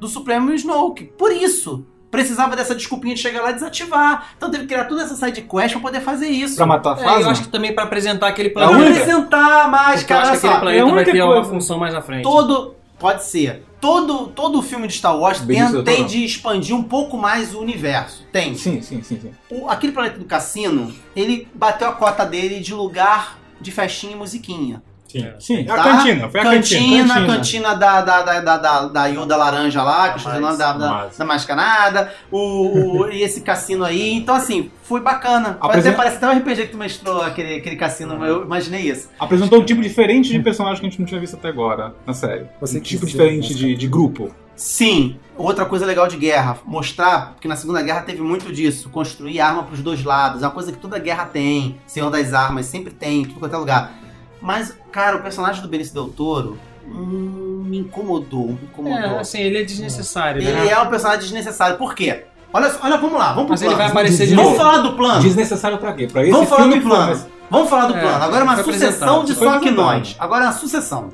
[SPEAKER 2] Do Supremo Snoke. Por isso. Precisava dessa desculpinha de chegar lá e desativar. Então teve que criar toda essa side quest pra poder fazer isso.
[SPEAKER 6] Pra matar a
[SPEAKER 3] É, eu
[SPEAKER 6] Phasma?
[SPEAKER 3] acho que também pra apresentar aquele
[SPEAKER 2] Pra
[SPEAKER 3] planeta.
[SPEAKER 2] apresentar mais,
[SPEAKER 3] Porque eu
[SPEAKER 2] cara.
[SPEAKER 3] acho que
[SPEAKER 2] olha
[SPEAKER 3] aquele
[SPEAKER 2] só.
[SPEAKER 3] planeta
[SPEAKER 2] É a
[SPEAKER 3] vai
[SPEAKER 2] única
[SPEAKER 3] ter uma
[SPEAKER 2] coisa.
[SPEAKER 3] função mais na frente.
[SPEAKER 2] Todo. Pode ser. Todo, todo filme de Star Wars tem,
[SPEAKER 6] Benício del Toro.
[SPEAKER 2] tem de expandir um pouco mais o universo. Tem.
[SPEAKER 6] Sim, sim, sim, sim.
[SPEAKER 2] O- aquele planeta do cassino, ele bateu a cota dele de lugar de festinha e musiquinha.
[SPEAKER 5] É.
[SPEAKER 6] Sim, sim.
[SPEAKER 2] tá?
[SPEAKER 6] A cantina, foi a cantina.
[SPEAKER 2] Cantina, a cantina da, da, da, da, da, da Yoda Laranja lá, que eu esqueci o nome da, da, da Mascanada, o, o- e esse cassino aí. Então, assim, foi bacana. Pode
[SPEAKER 6] Apresen-
[SPEAKER 2] até parece até um RPG que tu mestrou aquele, aquele
[SPEAKER 6] Uhum.
[SPEAKER 2] cassino, eu imaginei isso.
[SPEAKER 6] Apresentou um tipo diferente de personagem que a gente não tinha visto até agora, na série.
[SPEAKER 4] Você
[SPEAKER 6] um tipo
[SPEAKER 4] quis
[SPEAKER 6] diferente
[SPEAKER 4] dizer,
[SPEAKER 6] de, de grupo.
[SPEAKER 2] Sim, outra coisa legal de guerra, mostrar, porque na Segunda Guerra teve muito disso, construir arma pros dois lados, é uma coisa que toda guerra tem, Senhor das Armas sempre tem, em tudo quanto é lugar. Mas, cara, o personagem do Benício Del Toro hum, me incomodou, me
[SPEAKER 3] É,
[SPEAKER 2] incomodou.
[SPEAKER 3] assim, ele é desnecessário, né?
[SPEAKER 2] ele é um personagem desnecessário, por quê? Olha, só- olha vamos lá, vamos pro
[SPEAKER 3] Mas ele
[SPEAKER 2] plano.
[SPEAKER 3] vai aparecer de
[SPEAKER 2] vamos
[SPEAKER 3] novo.
[SPEAKER 2] falar do plano.
[SPEAKER 6] Desnecessário pra quê? Pra esse
[SPEAKER 2] Vamos falar
[SPEAKER 6] filme
[SPEAKER 2] do plano.
[SPEAKER 6] mas-
[SPEAKER 2] Vamos falar do
[SPEAKER 3] É,
[SPEAKER 2] plano. Agora é uma
[SPEAKER 3] foi
[SPEAKER 2] sucessão
[SPEAKER 3] apresentado,
[SPEAKER 2] de
[SPEAKER 3] foi
[SPEAKER 2] só que
[SPEAKER 6] apresentado.
[SPEAKER 2] nós. Agora é uma sucessão.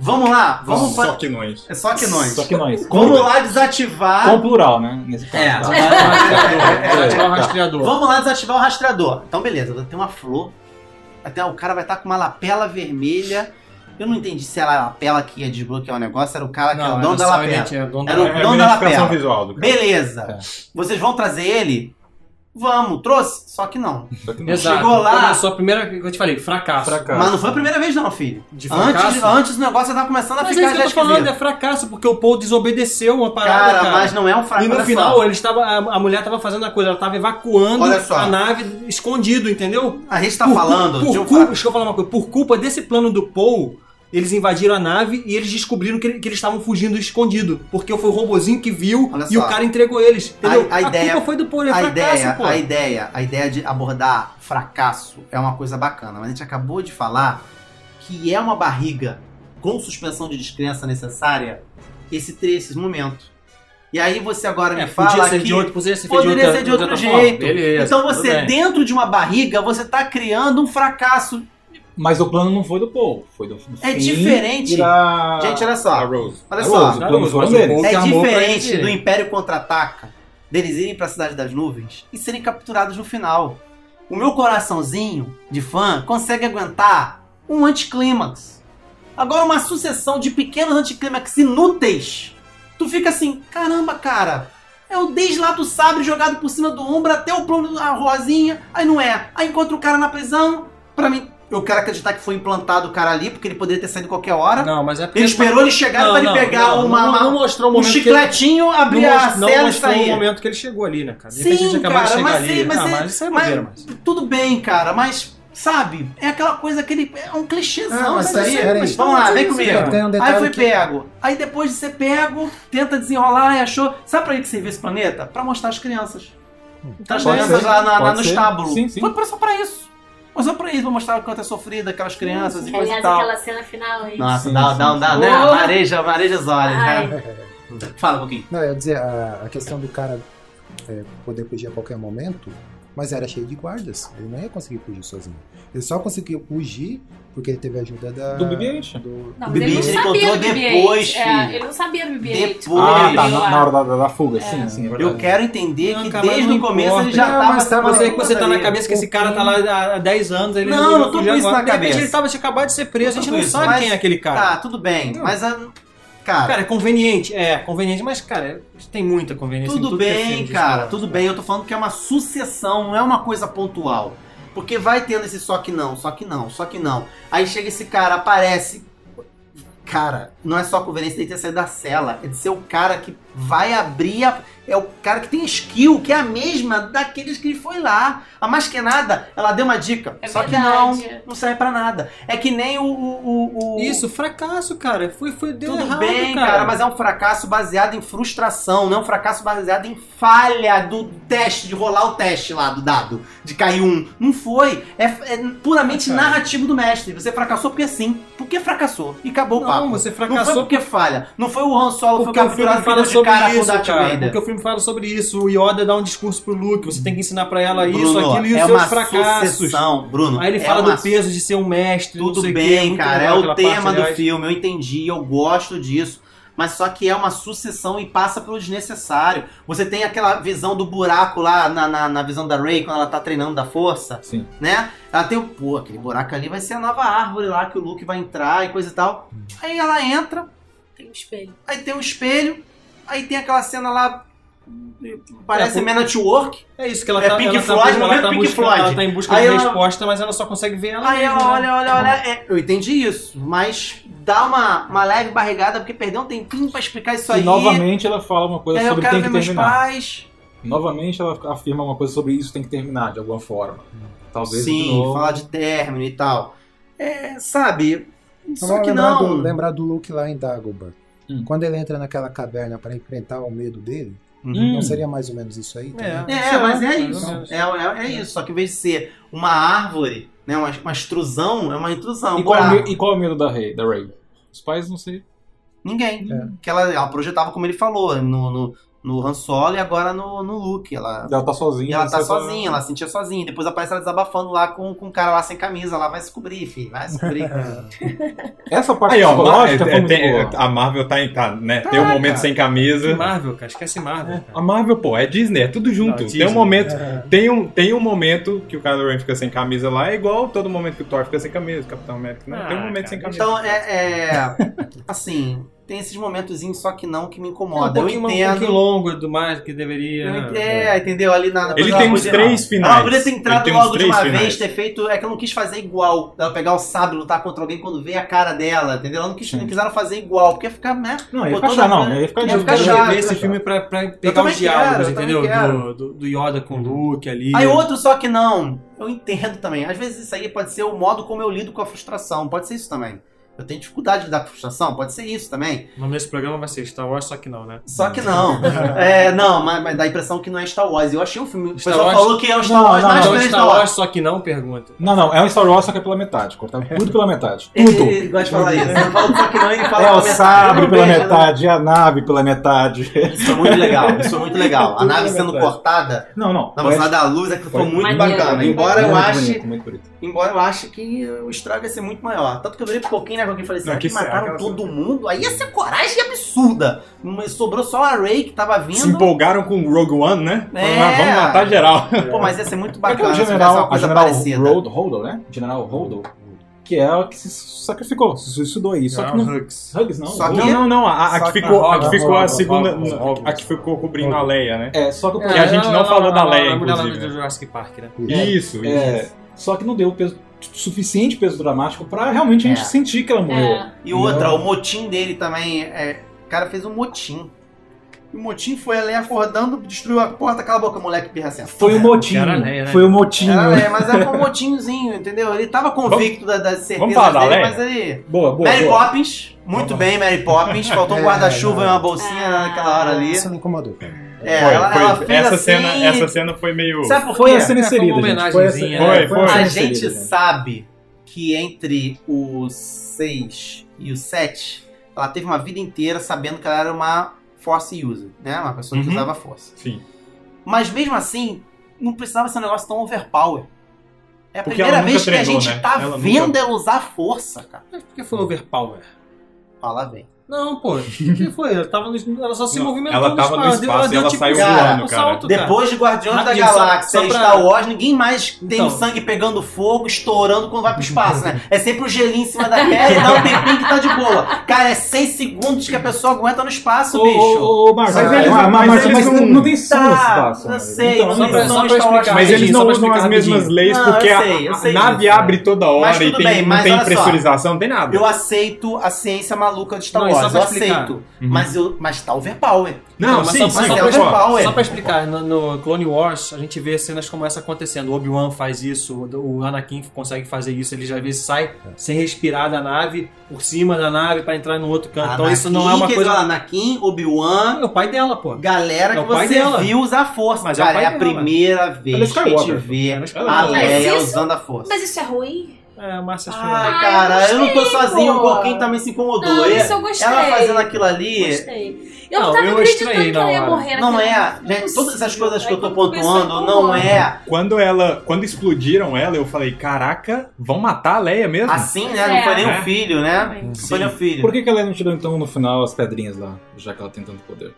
[SPEAKER 2] Vamos lá, vamos
[SPEAKER 6] Só
[SPEAKER 2] para.
[SPEAKER 6] que nós.
[SPEAKER 2] É só que nós.
[SPEAKER 6] Só que nós.
[SPEAKER 2] Vamos lá
[SPEAKER 5] é?
[SPEAKER 2] desativar.
[SPEAKER 6] Com plural, né? Nesse caso.
[SPEAKER 2] É,
[SPEAKER 6] Tá.
[SPEAKER 2] [laughs]
[SPEAKER 3] Ativar o
[SPEAKER 6] Tá.
[SPEAKER 3] É, tipo um rastreador.
[SPEAKER 2] Vamos lá desativar o rastreador. Então, beleza, tem uma flor. Até o cara vai estar com uma lapela vermelha. Eu não entendi se era a lapela que ia desbloquear o negócio, era o cara que é o dono da lapela.
[SPEAKER 3] É, dono
[SPEAKER 2] Era um o
[SPEAKER 3] da
[SPEAKER 6] É a
[SPEAKER 2] dono da
[SPEAKER 6] identificação
[SPEAKER 2] lapela.
[SPEAKER 6] visual do cara.
[SPEAKER 2] Beleza.
[SPEAKER 6] É.
[SPEAKER 2] Vocês vão trazer ele? Vamos, trouxe? Só que não.
[SPEAKER 6] Só que nós.
[SPEAKER 3] Exato.
[SPEAKER 2] Chegou lá-
[SPEAKER 3] Começou a primeira que eu te falei, fracasso.
[SPEAKER 6] Fracasso.
[SPEAKER 2] Mas não foi a primeira vez, não, filho.
[SPEAKER 3] De
[SPEAKER 2] Antes,
[SPEAKER 3] fracasso?
[SPEAKER 2] antes o negócio já tava começando a
[SPEAKER 3] Mas é
[SPEAKER 2] ficar
[SPEAKER 3] isso que
[SPEAKER 2] já
[SPEAKER 3] eu tô falando,
[SPEAKER 2] esquisito.
[SPEAKER 3] é fracasso, porque o Paul desobedeceu uma parada,
[SPEAKER 2] Cara,
[SPEAKER 3] cara.
[SPEAKER 2] mas não é um fracasso.
[SPEAKER 3] E no
[SPEAKER 2] Olha
[SPEAKER 3] final,
[SPEAKER 2] só.
[SPEAKER 3] eles tava, a, a mulher estava fazendo a coisa, ela estava evacuando
[SPEAKER 2] Olha só.
[SPEAKER 3] a nave escondido, entendeu?
[SPEAKER 2] a gente tá
[SPEAKER 3] Por cu-
[SPEAKER 2] falando
[SPEAKER 3] por
[SPEAKER 2] de um
[SPEAKER 3] culpa, deixa eu falar uma coisa, por culpa desse plano do Paul, eles invadiram a nave e eles descobriram que, ele- que eles estavam fugindo escondido, porque foi o robozinho que viu
[SPEAKER 2] Olha
[SPEAKER 3] e
[SPEAKER 2] só.
[SPEAKER 3] o cara entregou eles, entendeu?
[SPEAKER 2] A- a ideia-
[SPEAKER 3] culpa foi do Paul, é
[SPEAKER 2] a
[SPEAKER 3] fracasso,
[SPEAKER 2] ideia,
[SPEAKER 3] pô.
[SPEAKER 2] a ideia, a ideia de abordar fracasso é uma coisa bacana, mas a gente acabou de falar que é uma barriga com suspensão de descrença necessária esse tre- esse momento. E aí você agora
[SPEAKER 3] É,
[SPEAKER 2] me fala
[SPEAKER 3] podia ser
[SPEAKER 2] que
[SPEAKER 3] de outro, podia ser
[SPEAKER 2] poderia
[SPEAKER 3] outra-
[SPEAKER 2] ser de outro
[SPEAKER 3] outra forma.
[SPEAKER 2] jeito.
[SPEAKER 3] Beleza,
[SPEAKER 2] então
[SPEAKER 3] tudo
[SPEAKER 2] você
[SPEAKER 3] bem.
[SPEAKER 2] dentro de uma barriga você tá criando um fracasso.
[SPEAKER 6] Mas o plano não foi do Paul, foi do
[SPEAKER 2] É
[SPEAKER 6] Finn
[SPEAKER 2] diferente.
[SPEAKER 6] e da-
[SPEAKER 2] Gente, olha só.
[SPEAKER 6] da Ah, Rose.
[SPEAKER 2] Olha
[SPEAKER 6] Da
[SPEAKER 2] só.
[SPEAKER 6] Rose, o plano
[SPEAKER 3] Tá
[SPEAKER 6] foi
[SPEAKER 3] Mas
[SPEAKER 6] um
[SPEAKER 3] o
[SPEAKER 6] deles.
[SPEAKER 3] Paul que
[SPEAKER 2] É
[SPEAKER 3] armou pra eles
[SPEAKER 2] diferente do
[SPEAKER 3] irem.
[SPEAKER 2] Império Contra-Ataca, deles irem pra Cidade das Nuvens e serem capturados no final. O meu coraçãozinho de fã consegue aguentar um anticlímax. Agora uma sucessão de pequenos anticlímax inúteis. Tu fica assim, caramba, cara. É o desde lá do sabre jogado por cima do ombro até o plano da rosinha. Aí não é. Aí encontra o cara na prisão. Pra mim, eu quero acreditar que foi implantado o cara ali, porque ele poderia ter saído qualquer hora.
[SPEAKER 3] Não, mas é porque
[SPEAKER 2] Ele esperou ele chegar
[SPEAKER 3] Não,
[SPEAKER 2] pra ele
[SPEAKER 3] não,
[SPEAKER 2] pegar
[SPEAKER 3] não,
[SPEAKER 2] uma,
[SPEAKER 3] não,
[SPEAKER 2] uma-
[SPEAKER 3] não mostrou o
[SPEAKER 2] um
[SPEAKER 3] momento que ele-
[SPEAKER 2] chicletinho,
[SPEAKER 3] não,
[SPEAKER 2] abrir a
[SPEAKER 3] mos- não
[SPEAKER 2] cela e
[SPEAKER 3] mostrou o
[SPEAKER 2] sair.
[SPEAKER 3] momento que ele chegou ali, né, cara? De
[SPEAKER 2] Sim,
[SPEAKER 3] repente ele acabou de
[SPEAKER 2] cara,
[SPEAKER 3] chegar
[SPEAKER 2] mas
[SPEAKER 3] ali.
[SPEAKER 2] sim, mas
[SPEAKER 3] ah,
[SPEAKER 2] é-
[SPEAKER 3] mas isso é
[SPEAKER 2] mas-
[SPEAKER 3] bobeira, mas...
[SPEAKER 2] Tudo bem, cara, mas sabe? É aquela coisa que ele. É um clichêzão,
[SPEAKER 4] Ah, mas
[SPEAKER 2] isso aí.
[SPEAKER 4] peraí, peraí.
[SPEAKER 2] Mas vamos lá, vem
[SPEAKER 3] Mas
[SPEAKER 2] comigo.
[SPEAKER 3] isso, cara.
[SPEAKER 4] Tem um detalhe
[SPEAKER 2] aí foi
[SPEAKER 4] que-
[SPEAKER 2] pego. Aí depois de ser pego, tenta desenrolar e achou. Sabe pra ele que serviu esse planeta? Pra mostrar as crianças. Tá as
[SPEAKER 6] Pode
[SPEAKER 2] crianças
[SPEAKER 6] ser,
[SPEAKER 2] lá na, lá
[SPEAKER 6] pode
[SPEAKER 2] no
[SPEAKER 6] ser.
[SPEAKER 2] estábulo.
[SPEAKER 6] Sim, sim.
[SPEAKER 2] Foi pra- só pra isso. Foi só pra isso, pra mostrar o quanto é sofrido aquelas crianças e coisa e
[SPEAKER 1] É, Aliás,
[SPEAKER 2] tal.
[SPEAKER 1] aquela cena final aí.
[SPEAKER 2] Nossa,
[SPEAKER 6] Sim,
[SPEAKER 2] dá,
[SPEAKER 6] sim,
[SPEAKER 2] dá,
[SPEAKER 6] sim.
[SPEAKER 2] dá, né?
[SPEAKER 1] Oh!
[SPEAKER 2] Mareja, mareja as horas,
[SPEAKER 1] Ai.
[SPEAKER 2] né? Fala um pouquinho.
[SPEAKER 4] Não, eu ia dizer, a, a questão do cara é, poder fugir a qualquer momento, mas era cheio de guardas. Ele não ia conseguir fugir sozinho. Ele só conseguiu fugir porque ele teve a ajuda da.
[SPEAKER 6] Do BB-8.
[SPEAKER 4] do-
[SPEAKER 1] Não,
[SPEAKER 2] O
[SPEAKER 1] mas
[SPEAKER 2] BB-8
[SPEAKER 1] ele não
[SPEAKER 2] ele
[SPEAKER 1] sabia
[SPEAKER 2] encontrou
[SPEAKER 1] do BB-8.
[SPEAKER 2] depois,
[SPEAKER 1] é,
[SPEAKER 2] filho.
[SPEAKER 1] ele não sabia do BB-8.
[SPEAKER 2] Depois.
[SPEAKER 6] Ah,
[SPEAKER 1] Ele
[SPEAKER 6] tá,
[SPEAKER 1] lá.
[SPEAKER 6] na, na hora da, da- da fuga, sim, sim. é
[SPEAKER 2] Eu
[SPEAKER 6] verdade.
[SPEAKER 2] quero entender
[SPEAKER 3] Ah,
[SPEAKER 2] que
[SPEAKER 3] cara, mas
[SPEAKER 2] desde
[SPEAKER 3] não
[SPEAKER 2] o começo ele
[SPEAKER 3] importa.
[SPEAKER 2] já
[SPEAKER 4] Ah,
[SPEAKER 2] tava...
[SPEAKER 4] mas tá, mas
[SPEAKER 3] Você,
[SPEAKER 4] aí
[SPEAKER 2] sabendo
[SPEAKER 4] que
[SPEAKER 3] você tá na
[SPEAKER 2] ali.
[SPEAKER 3] cabeça que esse cara tá lá há 10 anos, ele
[SPEAKER 2] Não, não tô com
[SPEAKER 3] fugiu
[SPEAKER 2] isso
[SPEAKER 3] agora.
[SPEAKER 2] na
[SPEAKER 3] De repente
[SPEAKER 2] cabeça.
[SPEAKER 3] ele tava de acabar de ser preso, a gente
[SPEAKER 2] Tudo
[SPEAKER 3] não
[SPEAKER 2] isso,
[SPEAKER 3] sabe
[SPEAKER 2] mas-
[SPEAKER 3] quem é aquele
[SPEAKER 2] Tá,
[SPEAKER 3] cara.
[SPEAKER 2] tudo bem, mas... a- Cara,
[SPEAKER 3] Cara, é conveniente, é, conveniente, mas cara, tem muita conveniência. em
[SPEAKER 2] tudo,
[SPEAKER 3] tudo que é filme
[SPEAKER 2] bem,
[SPEAKER 3] de
[SPEAKER 2] cara,
[SPEAKER 3] Star Wars.
[SPEAKER 2] tudo bem. Eu tô falando que é uma sucessão, não é uma coisa pontual. Porque vai tendo esse só que não, só que não, só que não. Aí chega esse cara, aparece... Cara, não é só que o Valência tem que ter saído da cela, é de ser o cara que vai abrir a. É o cara que tem skill, que é a mesma daqueles que foi lá. A masquenada, ela deu uma dica.
[SPEAKER 1] É
[SPEAKER 2] só que
[SPEAKER 1] verdade.
[SPEAKER 2] não, não serve pra nada. É que nem o. o- o- o-
[SPEAKER 3] Isso, fracasso, cara. Foi, foi deu
[SPEAKER 2] Tudo
[SPEAKER 3] errado,
[SPEAKER 2] bem, cara.
[SPEAKER 3] cara.
[SPEAKER 2] mas é um fracasso baseado em frustração, não é um fracasso baseado em falha do teste, de rolar o teste lá do dado, de cair um. Não foi. É, é puramente
[SPEAKER 3] Ah, cara.
[SPEAKER 2] narrativo do mestre. Você fracassou porque sim, porque fracassou. E acabou o um papo.
[SPEAKER 3] Não, você
[SPEAKER 2] Não foi
[SPEAKER 3] fracassou
[SPEAKER 2] porque falha. Não foi o Han Solo
[SPEAKER 3] porque
[SPEAKER 2] que foi
[SPEAKER 3] o filme
[SPEAKER 2] capturado e ficou
[SPEAKER 3] fala
[SPEAKER 2] de
[SPEAKER 3] sobre
[SPEAKER 2] cara
[SPEAKER 3] isso,
[SPEAKER 2] com o Darth
[SPEAKER 3] cara.
[SPEAKER 2] Vader.
[SPEAKER 3] Porque o filme fala sobre isso. O Yoda dá um discurso pro Luke. Você tem que ensinar pra ela
[SPEAKER 2] Bruno,
[SPEAKER 3] isso, aquilo e os
[SPEAKER 2] é
[SPEAKER 3] seus
[SPEAKER 2] uma
[SPEAKER 3] fracassos.
[SPEAKER 2] sucessão, Bruno.
[SPEAKER 3] Aí ele
[SPEAKER 2] é
[SPEAKER 3] fala
[SPEAKER 2] uma
[SPEAKER 3] do peso de ser um mestre. não
[SPEAKER 2] Tudo
[SPEAKER 3] sei o quê, é
[SPEAKER 2] bem,
[SPEAKER 3] muito
[SPEAKER 2] cara. É
[SPEAKER 3] legal
[SPEAKER 2] o
[SPEAKER 3] aquela
[SPEAKER 2] tema
[SPEAKER 3] parte,
[SPEAKER 2] do
[SPEAKER 3] aliás.
[SPEAKER 2] filme, eu entendi, eu gosto disso. Mas só que é uma sucessão e passa pelo desnecessário. Você tem aquela visão do buraco lá na, na, na visão da Ray quando ela tá treinando da força,
[SPEAKER 5] Sim.
[SPEAKER 2] né? Ela tem o, pô, aquele buraco ali vai ser a nova árvore lá que o Luke vai entrar e coisa e tal.
[SPEAKER 3] Hum.
[SPEAKER 2] Aí ela entra,
[SPEAKER 1] Tem um espelho.
[SPEAKER 2] aí tem um espelho, aí tem aquela cena lá. Parece
[SPEAKER 3] É,
[SPEAKER 2] Man at Work.
[SPEAKER 3] É isso que ela
[SPEAKER 2] É
[SPEAKER 3] tá
[SPEAKER 2] Pink
[SPEAKER 3] ela tá-
[SPEAKER 2] Floyd,
[SPEAKER 3] ela
[SPEAKER 2] momento
[SPEAKER 3] tá
[SPEAKER 2] Pink
[SPEAKER 3] buscando-
[SPEAKER 2] Floyd.
[SPEAKER 3] Ela tá em busca
[SPEAKER 2] Aí
[SPEAKER 3] de
[SPEAKER 2] ela-
[SPEAKER 3] resposta, mas ela só consegue ver ela.
[SPEAKER 2] Aí
[SPEAKER 3] mesma,
[SPEAKER 2] ela
[SPEAKER 3] né?
[SPEAKER 2] olha, olha, olha. é, eu entendi isso, mas dá uma, uma leve barrigada, porque perdeu um tempinho pra explicar isso
[SPEAKER 5] E
[SPEAKER 2] aí.
[SPEAKER 5] novamente ela fala uma coisa
[SPEAKER 2] aí eu
[SPEAKER 5] sobre
[SPEAKER 2] quero
[SPEAKER 5] tem
[SPEAKER 2] ver
[SPEAKER 5] que
[SPEAKER 2] meus
[SPEAKER 5] terminar.
[SPEAKER 2] pais.
[SPEAKER 5] Novamente ela afirma uma coisa sobre isso tem que terminar de alguma forma. Talvez de
[SPEAKER 2] Sim,
[SPEAKER 5] novo.
[SPEAKER 2] falar de término e tal. É, sabe, só
[SPEAKER 4] Vamos
[SPEAKER 2] que
[SPEAKER 4] lembrar, Do,
[SPEAKER 2] não.
[SPEAKER 4] lembrar do Luke lá em Dagobah.
[SPEAKER 5] Hum.
[SPEAKER 4] Quando ele entra naquela caverna para enfrentar o medo dele,
[SPEAKER 6] Uhum.
[SPEAKER 5] Hum.
[SPEAKER 4] não seria mais ou menos isso aí? também?
[SPEAKER 2] É, mas é
[SPEAKER 3] mais ou
[SPEAKER 2] isso.
[SPEAKER 3] menos.
[SPEAKER 2] É, é, é isso, só que em vez de ser uma árvore, né, uma, uma extrusão, é uma intrusão.
[SPEAKER 5] E
[SPEAKER 2] um
[SPEAKER 5] qual, é o
[SPEAKER 2] buraco.
[SPEAKER 5] me- e qual é o medo da Rey? Da Rey? Os pais não sei.
[SPEAKER 2] Ninguém.
[SPEAKER 4] É.
[SPEAKER 2] Que ela, ela projetava, como ele falou, no, no, no Han Solo e agora no, no Luke. Ela
[SPEAKER 5] Ela tá sozinha.
[SPEAKER 2] E ela
[SPEAKER 5] não
[SPEAKER 2] tá
[SPEAKER 5] sei qual é.
[SPEAKER 2] sozinha, ela se sentia sozinha. Depois aparece ela desabafando lá com, com um cara lá sem camisa. Ela vai se cobrir, filho. Vai se cobrir.
[SPEAKER 5] Essa parte
[SPEAKER 6] Aí, ó, Marvel,
[SPEAKER 5] psicológica foi
[SPEAKER 6] é,
[SPEAKER 5] muito
[SPEAKER 6] tem-
[SPEAKER 5] boa.
[SPEAKER 6] é, a Marvel tá, em- tá, né, tem um momento sem camisa.
[SPEAKER 3] Marvel, cara. Esquece Marvel. cara.
[SPEAKER 6] A Marvel, pô, é Disney, é tudo junto.
[SPEAKER 3] Não,
[SPEAKER 6] tem um
[SPEAKER 3] Disney.
[SPEAKER 6] momento, tem um, tem um momento que o Kylo Ren fica sem camisa lá, é igual todo momento que o Thor fica sem camisa, o Capitão América, né?
[SPEAKER 3] Ah,
[SPEAKER 6] tem um momento
[SPEAKER 3] cara,
[SPEAKER 6] sem camisa.
[SPEAKER 2] Então, é, é, Assim, tem esses momentozinhos só que não que me
[SPEAKER 3] É um
[SPEAKER 2] incomoda. eu
[SPEAKER 3] pouquinho, um pouquinho
[SPEAKER 2] entendo.
[SPEAKER 3] longo do mais que deveria.
[SPEAKER 2] Eu
[SPEAKER 3] né?
[SPEAKER 2] entendo, é, entendeu? Ali na,
[SPEAKER 6] Ele
[SPEAKER 2] ela
[SPEAKER 6] tem uns
[SPEAKER 2] podia-
[SPEAKER 6] três finais.
[SPEAKER 2] Ela podia ter
[SPEAKER 6] Ele
[SPEAKER 2] entrado
[SPEAKER 6] tem uns
[SPEAKER 2] logo de
[SPEAKER 6] três
[SPEAKER 2] uma
[SPEAKER 6] finais.
[SPEAKER 2] vez, ter feito. É que eu não quis fazer igual. Ela pegar o sábio e lutar contra alguém quando vê a cara dela, entendeu? Ela não, quis,
[SPEAKER 5] Sim.
[SPEAKER 2] não quiseram fazer igual, porque ia ficar, né?
[SPEAKER 5] Não, ia
[SPEAKER 2] Pô,
[SPEAKER 5] ficar
[SPEAKER 2] toda
[SPEAKER 5] chato, não.
[SPEAKER 2] vez-
[SPEAKER 5] Ia ficar
[SPEAKER 2] ia
[SPEAKER 5] chato.
[SPEAKER 3] Eu quero
[SPEAKER 2] chato,
[SPEAKER 3] rever esse
[SPEAKER 2] cara.
[SPEAKER 3] filme pra, pra pegar
[SPEAKER 2] também
[SPEAKER 3] os diálogos,
[SPEAKER 2] quero, eu
[SPEAKER 3] entendeu?
[SPEAKER 2] também quero.
[SPEAKER 3] Do, do, do Yoda com o Luke ali.
[SPEAKER 2] Aí outro só que não. Eu entendo também. Às vezes isso aí pode ser o modo como eu lido com a frustração. Pode ser isso também. Eu tenho dificuldade de lidar com frustração, pode ser isso também.
[SPEAKER 3] O nome desse programa vai ser Star Wars, só que não, né?
[SPEAKER 2] Só que não.
[SPEAKER 5] [laughs]
[SPEAKER 2] É, não, mas, mas dá a impressão que não é Star Wars. Eu achei o filme. O
[SPEAKER 3] Star
[SPEAKER 2] pessoal
[SPEAKER 3] Wars-
[SPEAKER 2] falou que é o Star
[SPEAKER 5] Não,
[SPEAKER 2] Wars,
[SPEAKER 5] não,
[SPEAKER 2] mas
[SPEAKER 5] não,
[SPEAKER 2] não
[SPEAKER 3] Então,
[SPEAKER 2] é
[SPEAKER 3] Star Wars, só que não, pergunta.
[SPEAKER 5] Não, não, é um Star Wars só que é pela metade, cortava tudo pela metade.
[SPEAKER 2] Ele,
[SPEAKER 5] Tudo!
[SPEAKER 2] ele gosta de falar isso. Ele fala só que não, ele fala
[SPEAKER 5] É o
[SPEAKER 2] pela metade.
[SPEAKER 5] sabre
[SPEAKER 2] Eu não
[SPEAKER 5] pela
[SPEAKER 2] vejo,
[SPEAKER 5] metade, é a nave
[SPEAKER 3] [laughs]
[SPEAKER 5] pela metade.
[SPEAKER 2] né? Isso foi muito legal. Isso foi muito legal. A
[SPEAKER 5] Tudo
[SPEAKER 2] nave
[SPEAKER 5] pela
[SPEAKER 2] sendo
[SPEAKER 5] metade.
[SPEAKER 2] cortada
[SPEAKER 5] Não, não.
[SPEAKER 2] na velocidade da luz é que foi
[SPEAKER 5] Foi
[SPEAKER 2] muito
[SPEAKER 1] muito
[SPEAKER 2] bacana.
[SPEAKER 1] bonito.
[SPEAKER 2] Embora eu
[SPEAKER 5] Muito
[SPEAKER 2] ache
[SPEAKER 5] bonito, muito bonito.
[SPEAKER 2] Embora eu ache que o estrago ia ser muito maior. Tanto que eu virei um pouquinho, né, com alguém e falei, será
[SPEAKER 6] Não,
[SPEAKER 2] que,
[SPEAKER 6] que será
[SPEAKER 2] mataram
[SPEAKER 6] que elas-
[SPEAKER 2] todo mundo? Aí ia ser coragem absurda. Mas sobrou só a Ray que tava
[SPEAKER 6] Se
[SPEAKER 2] vindo.
[SPEAKER 6] empolgaram com o Rogue One, né?
[SPEAKER 2] É.
[SPEAKER 6] Ah, vamos matar geral.
[SPEAKER 2] Pô, mas ia ser muito
[SPEAKER 5] É que
[SPEAKER 2] bacana se
[SPEAKER 5] o
[SPEAKER 2] tivesse uma
[SPEAKER 5] general, o
[SPEAKER 2] coisa
[SPEAKER 5] general
[SPEAKER 2] parecida.
[SPEAKER 5] Rold, Holdo, né? General Holdo, que é o que se sacrificou, se suicidou aí. Só que não.
[SPEAKER 3] É Hux.
[SPEAKER 5] Hugs não.
[SPEAKER 2] Só que-
[SPEAKER 5] Holdo.
[SPEAKER 6] Não, não, não. A, a
[SPEAKER 5] Só
[SPEAKER 6] que
[SPEAKER 5] que-
[SPEAKER 6] ficou, a que
[SPEAKER 5] Ah,
[SPEAKER 6] ficou a
[SPEAKER 5] Rogue,
[SPEAKER 6] segunda.
[SPEAKER 5] Rogue, Rogue.
[SPEAKER 6] A que ficou cobrindo a Leia, né?
[SPEAKER 5] É, só que o
[SPEAKER 6] É, a gente não falou da Leia,
[SPEAKER 3] a mulher lá
[SPEAKER 6] inclusive,
[SPEAKER 3] do
[SPEAKER 6] né?
[SPEAKER 3] Jurassic Park, né?
[SPEAKER 4] É.
[SPEAKER 6] Isso, isso.
[SPEAKER 5] É, só que não deu peso suficiente peso dramático pra realmente a gente
[SPEAKER 2] É.
[SPEAKER 5] sentir que ela morreu.
[SPEAKER 1] É.
[SPEAKER 2] E outra,
[SPEAKER 5] Não.
[SPEAKER 2] o motim dele também. é, o cara fez um motim. E o motim foi a Leia acordando, destruiu a porta, cala a boca, moleque pirra assim.
[SPEAKER 5] Foi o motim.
[SPEAKER 3] Era a Leia, né?
[SPEAKER 5] Foi o motim.
[SPEAKER 2] Era a Leia, mas era um motinhozinho, entendeu? Ele tava convicto da- das certezas
[SPEAKER 6] falar da
[SPEAKER 2] dele,
[SPEAKER 6] Leia?
[SPEAKER 2] mas ele...
[SPEAKER 5] Boa, boa.
[SPEAKER 2] Mary
[SPEAKER 5] boa.
[SPEAKER 2] Poppins, muito bem, Mary Poppins. Faltou um
[SPEAKER 4] É,
[SPEAKER 2] guarda-chuva e
[SPEAKER 4] não.
[SPEAKER 2] uma bolsinha naquela hora ali.
[SPEAKER 4] Isso não incomodou. cara.
[SPEAKER 2] É,
[SPEAKER 6] Foi,
[SPEAKER 2] ela,
[SPEAKER 6] foi.
[SPEAKER 2] ela fez
[SPEAKER 6] essa,
[SPEAKER 2] assim,
[SPEAKER 6] cena, essa cena foi meio.
[SPEAKER 2] Sabe por
[SPEAKER 5] Foi
[SPEAKER 2] quê?
[SPEAKER 5] a cena
[SPEAKER 3] É, foi uma
[SPEAKER 5] inserida. gente. Foi, a
[SPEAKER 3] homenagenzinha,
[SPEAKER 5] cena-
[SPEAKER 6] né?
[SPEAKER 5] foi a
[SPEAKER 6] Foi,
[SPEAKER 5] cena
[SPEAKER 2] A
[SPEAKER 5] inserida,
[SPEAKER 2] gente
[SPEAKER 5] né?
[SPEAKER 2] sabe que entre o 6 e o 7, ela teve uma vida inteira sabendo que ela era uma force user, né? Uma pessoa que
[SPEAKER 6] Uhum.
[SPEAKER 2] usava força.
[SPEAKER 6] Sim.
[SPEAKER 2] Mas mesmo assim, não precisava ser um negócio tão overpower. É a
[SPEAKER 6] Porque
[SPEAKER 2] primeira
[SPEAKER 6] ela nunca
[SPEAKER 2] vez que a
[SPEAKER 6] treinou,
[SPEAKER 2] gente
[SPEAKER 6] né?
[SPEAKER 2] tá
[SPEAKER 6] Ela nunca-
[SPEAKER 2] vendo ela usar força, cara.
[SPEAKER 3] Mas por que foi overpower?
[SPEAKER 2] Fala bem.
[SPEAKER 3] Não,
[SPEAKER 6] [laughs]
[SPEAKER 3] pô. O que foi? Ela, tava no- ela só se
[SPEAKER 6] Não,
[SPEAKER 3] movimentou
[SPEAKER 6] ela tava no
[SPEAKER 3] espaço. deu-
[SPEAKER 6] espaço e
[SPEAKER 3] deu,
[SPEAKER 6] ela
[SPEAKER 3] tipo,
[SPEAKER 6] saiu
[SPEAKER 3] um
[SPEAKER 6] voando, cara.
[SPEAKER 3] salto,
[SPEAKER 2] Depois de Guardiões
[SPEAKER 3] Rapidinho,
[SPEAKER 2] da
[SPEAKER 3] só-
[SPEAKER 2] Galáxia
[SPEAKER 3] só
[SPEAKER 2] e
[SPEAKER 3] pra-
[SPEAKER 2] Star Wars, ninguém mais tem
[SPEAKER 3] Então.
[SPEAKER 2] o sangue pegando fogo, estourando quando vai pro espaço,
[SPEAKER 3] [laughs]
[SPEAKER 2] né? É sempre o gelinho em cima da terra e dá um tempinho que tá de boa. Cara, é 100 segundos que a pessoa aguenta no espaço, bicho.
[SPEAKER 6] Ô, ô, ô, Marcos,
[SPEAKER 2] Mas
[SPEAKER 6] mas,
[SPEAKER 2] eles-
[SPEAKER 6] mas,
[SPEAKER 2] mas
[SPEAKER 6] mas,
[SPEAKER 2] eles
[SPEAKER 6] não,
[SPEAKER 2] não-
[SPEAKER 6] não tem som no
[SPEAKER 2] Tá,
[SPEAKER 6] espaço.
[SPEAKER 2] eu
[SPEAKER 6] mas-
[SPEAKER 2] sei,
[SPEAKER 6] então,
[SPEAKER 2] mas
[SPEAKER 6] não
[SPEAKER 2] eles
[SPEAKER 6] tem
[SPEAKER 2] são
[SPEAKER 6] som.
[SPEAKER 2] Star Wars
[SPEAKER 6] Mas eles
[SPEAKER 2] rapidinho,
[SPEAKER 6] não
[SPEAKER 2] só pra
[SPEAKER 6] usam
[SPEAKER 2] explicar
[SPEAKER 6] as mesmas
[SPEAKER 2] rapidinho.
[SPEAKER 6] leis
[SPEAKER 2] Não,
[SPEAKER 6] porque
[SPEAKER 2] eu
[SPEAKER 6] a,
[SPEAKER 2] sei, eu
[SPEAKER 6] a
[SPEAKER 2] sei
[SPEAKER 6] nave
[SPEAKER 2] disso,
[SPEAKER 6] abre toda
[SPEAKER 2] Mas
[SPEAKER 6] hora e
[SPEAKER 2] tudo
[SPEAKER 6] tem,
[SPEAKER 2] bem,
[SPEAKER 6] não
[SPEAKER 2] mas
[SPEAKER 6] tem
[SPEAKER 2] olha só.
[SPEAKER 6] pressurização, não tem nada.
[SPEAKER 2] Eu aceito a ciência maluca de Star
[SPEAKER 3] Não, e só
[SPEAKER 2] Wars,
[SPEAKER 3] pra
[SPEAKER 2] eu
[SPEAKER 3] explicar.
[SPEAKER 2] aceito. Mas, eu, mas tá overpower. tá
[SPEAKER 6] Não,
[SPEAKER 3] mas
[SPEAKER 6] sim,
[SPEAKER 3] só, mas
[SPEAKER 6] sim, eu
[SPEAKER 3] só, pra,
[SPEAKER 6] concordo.
[SPEAKER 3] explicar-
[SPEAKER 2] Ué.
[SPEAKER 3] só pra explicar, no, no Clone Wars a gente vê cenas como essa acontecendo. O Obi-Wan faz isso, o o Anakin consegue fazer isso, ele já às vezes sai sem respirar da nave, por cima da nave pra entrar no outro canto. então isso não
[SPEAKER 2] Ah,
[SPEAKER 3] é uma
[SPEAKER 2] Anakin,
[SPEAKER 3] coisa.
[SPEAKER 2] que- Anakin, Obi-Wan,
[SPEAKER 3] É o pai dela, pô.
[SPEAKER 2] galera
[SPEAKER 3] É o
[SPEAKER 2] que
[SPEAKER 3] pai
[SPEAKER 2] você
[SPEAKER 3] dela.
[SPEAKER 2] viu usar a força.
[SPEAKER 3] Mas é o
[SPEAKER 2] cara, é,
[SPEAKER 3] pai
[SPEAKER 2] a
[SPEAKER 3] dela.
[SPEAKER 2] primeira
[SPEAKER 6] Ela é
[SPEAKER 2] vez que a gente
[SPEAKER 6] Skywalker.
[SPEAKER 2] vê
[SPEAKER 3] Ela é Skywalker.
[SPEAKER 2] a Leia
[SPEAKER 1] Mas isso-
[SPEAKER 2] usando a força.
[SPEAKER 1] Mas isso é ruim?
[SPEAKER 3] É, Márcia
[SPEAKER 2] Ah,
[SPEAKER 3] Churra.
[SPEAKER 1] Ah,
[SPEAKER 2] cara, eu
[SPEAKER 1] eu
[SPEAKER 2] não tô
[SPEAKER 1] gostei,
[SPEAKER 2] sozinho, o
[SPEAKER 1] pô.
[SPEAKER 2] Coquinho também se incomodou.
[SPEAKER 1] Não,
[SPEAKER 2] é?
[SPEAKER 1] isso eu gostei.
[SPEAKER 2] Ela fazendo aquilo ali.
[SPEAKER 1] Gostei. Eu não,
[SPEAKER 3] Não,
[SPEAKER 1] tava
[SPEAKER 3] eu
[SPEAKER 1] acreditando
[SPEAKER 3] estranhei
[SPEAKER 1] que ela
[SPEAKER 3] na
[SPEAKER 1] ia
[SPEAKER 3] hora.
[SPEAKER 1] morrer
[SPEAKER 2] Não
[SPEAKER 1] naquela-
[SPEAKER 2] é, gente, todas essas
[SPEAKER 1] possível.
[SPEAKER 2] coisas que
[SPEAKER 1] Aí
[SPEAKER 2] eu tô
[SPEAKER 1] quando começou,
[SPEAKER 2] pontuando não é
[SPEAKER 6] Quando ela. Quando explodiram ela, eu falei, caraca, vão matar a Leia mesmo?
[SPEAKER 2] assim, né? Não foi nem
[SPEAKER 6] É.
[SPEAKER 2] um filho, né?
[SPEAKER 1] Sim.
[SPEAKER 2] Não foi nem um filho.
[SPEAKER 5] Por que, que ela não tirou então no final as pedrinhas lá, já que ela tem tanto poder?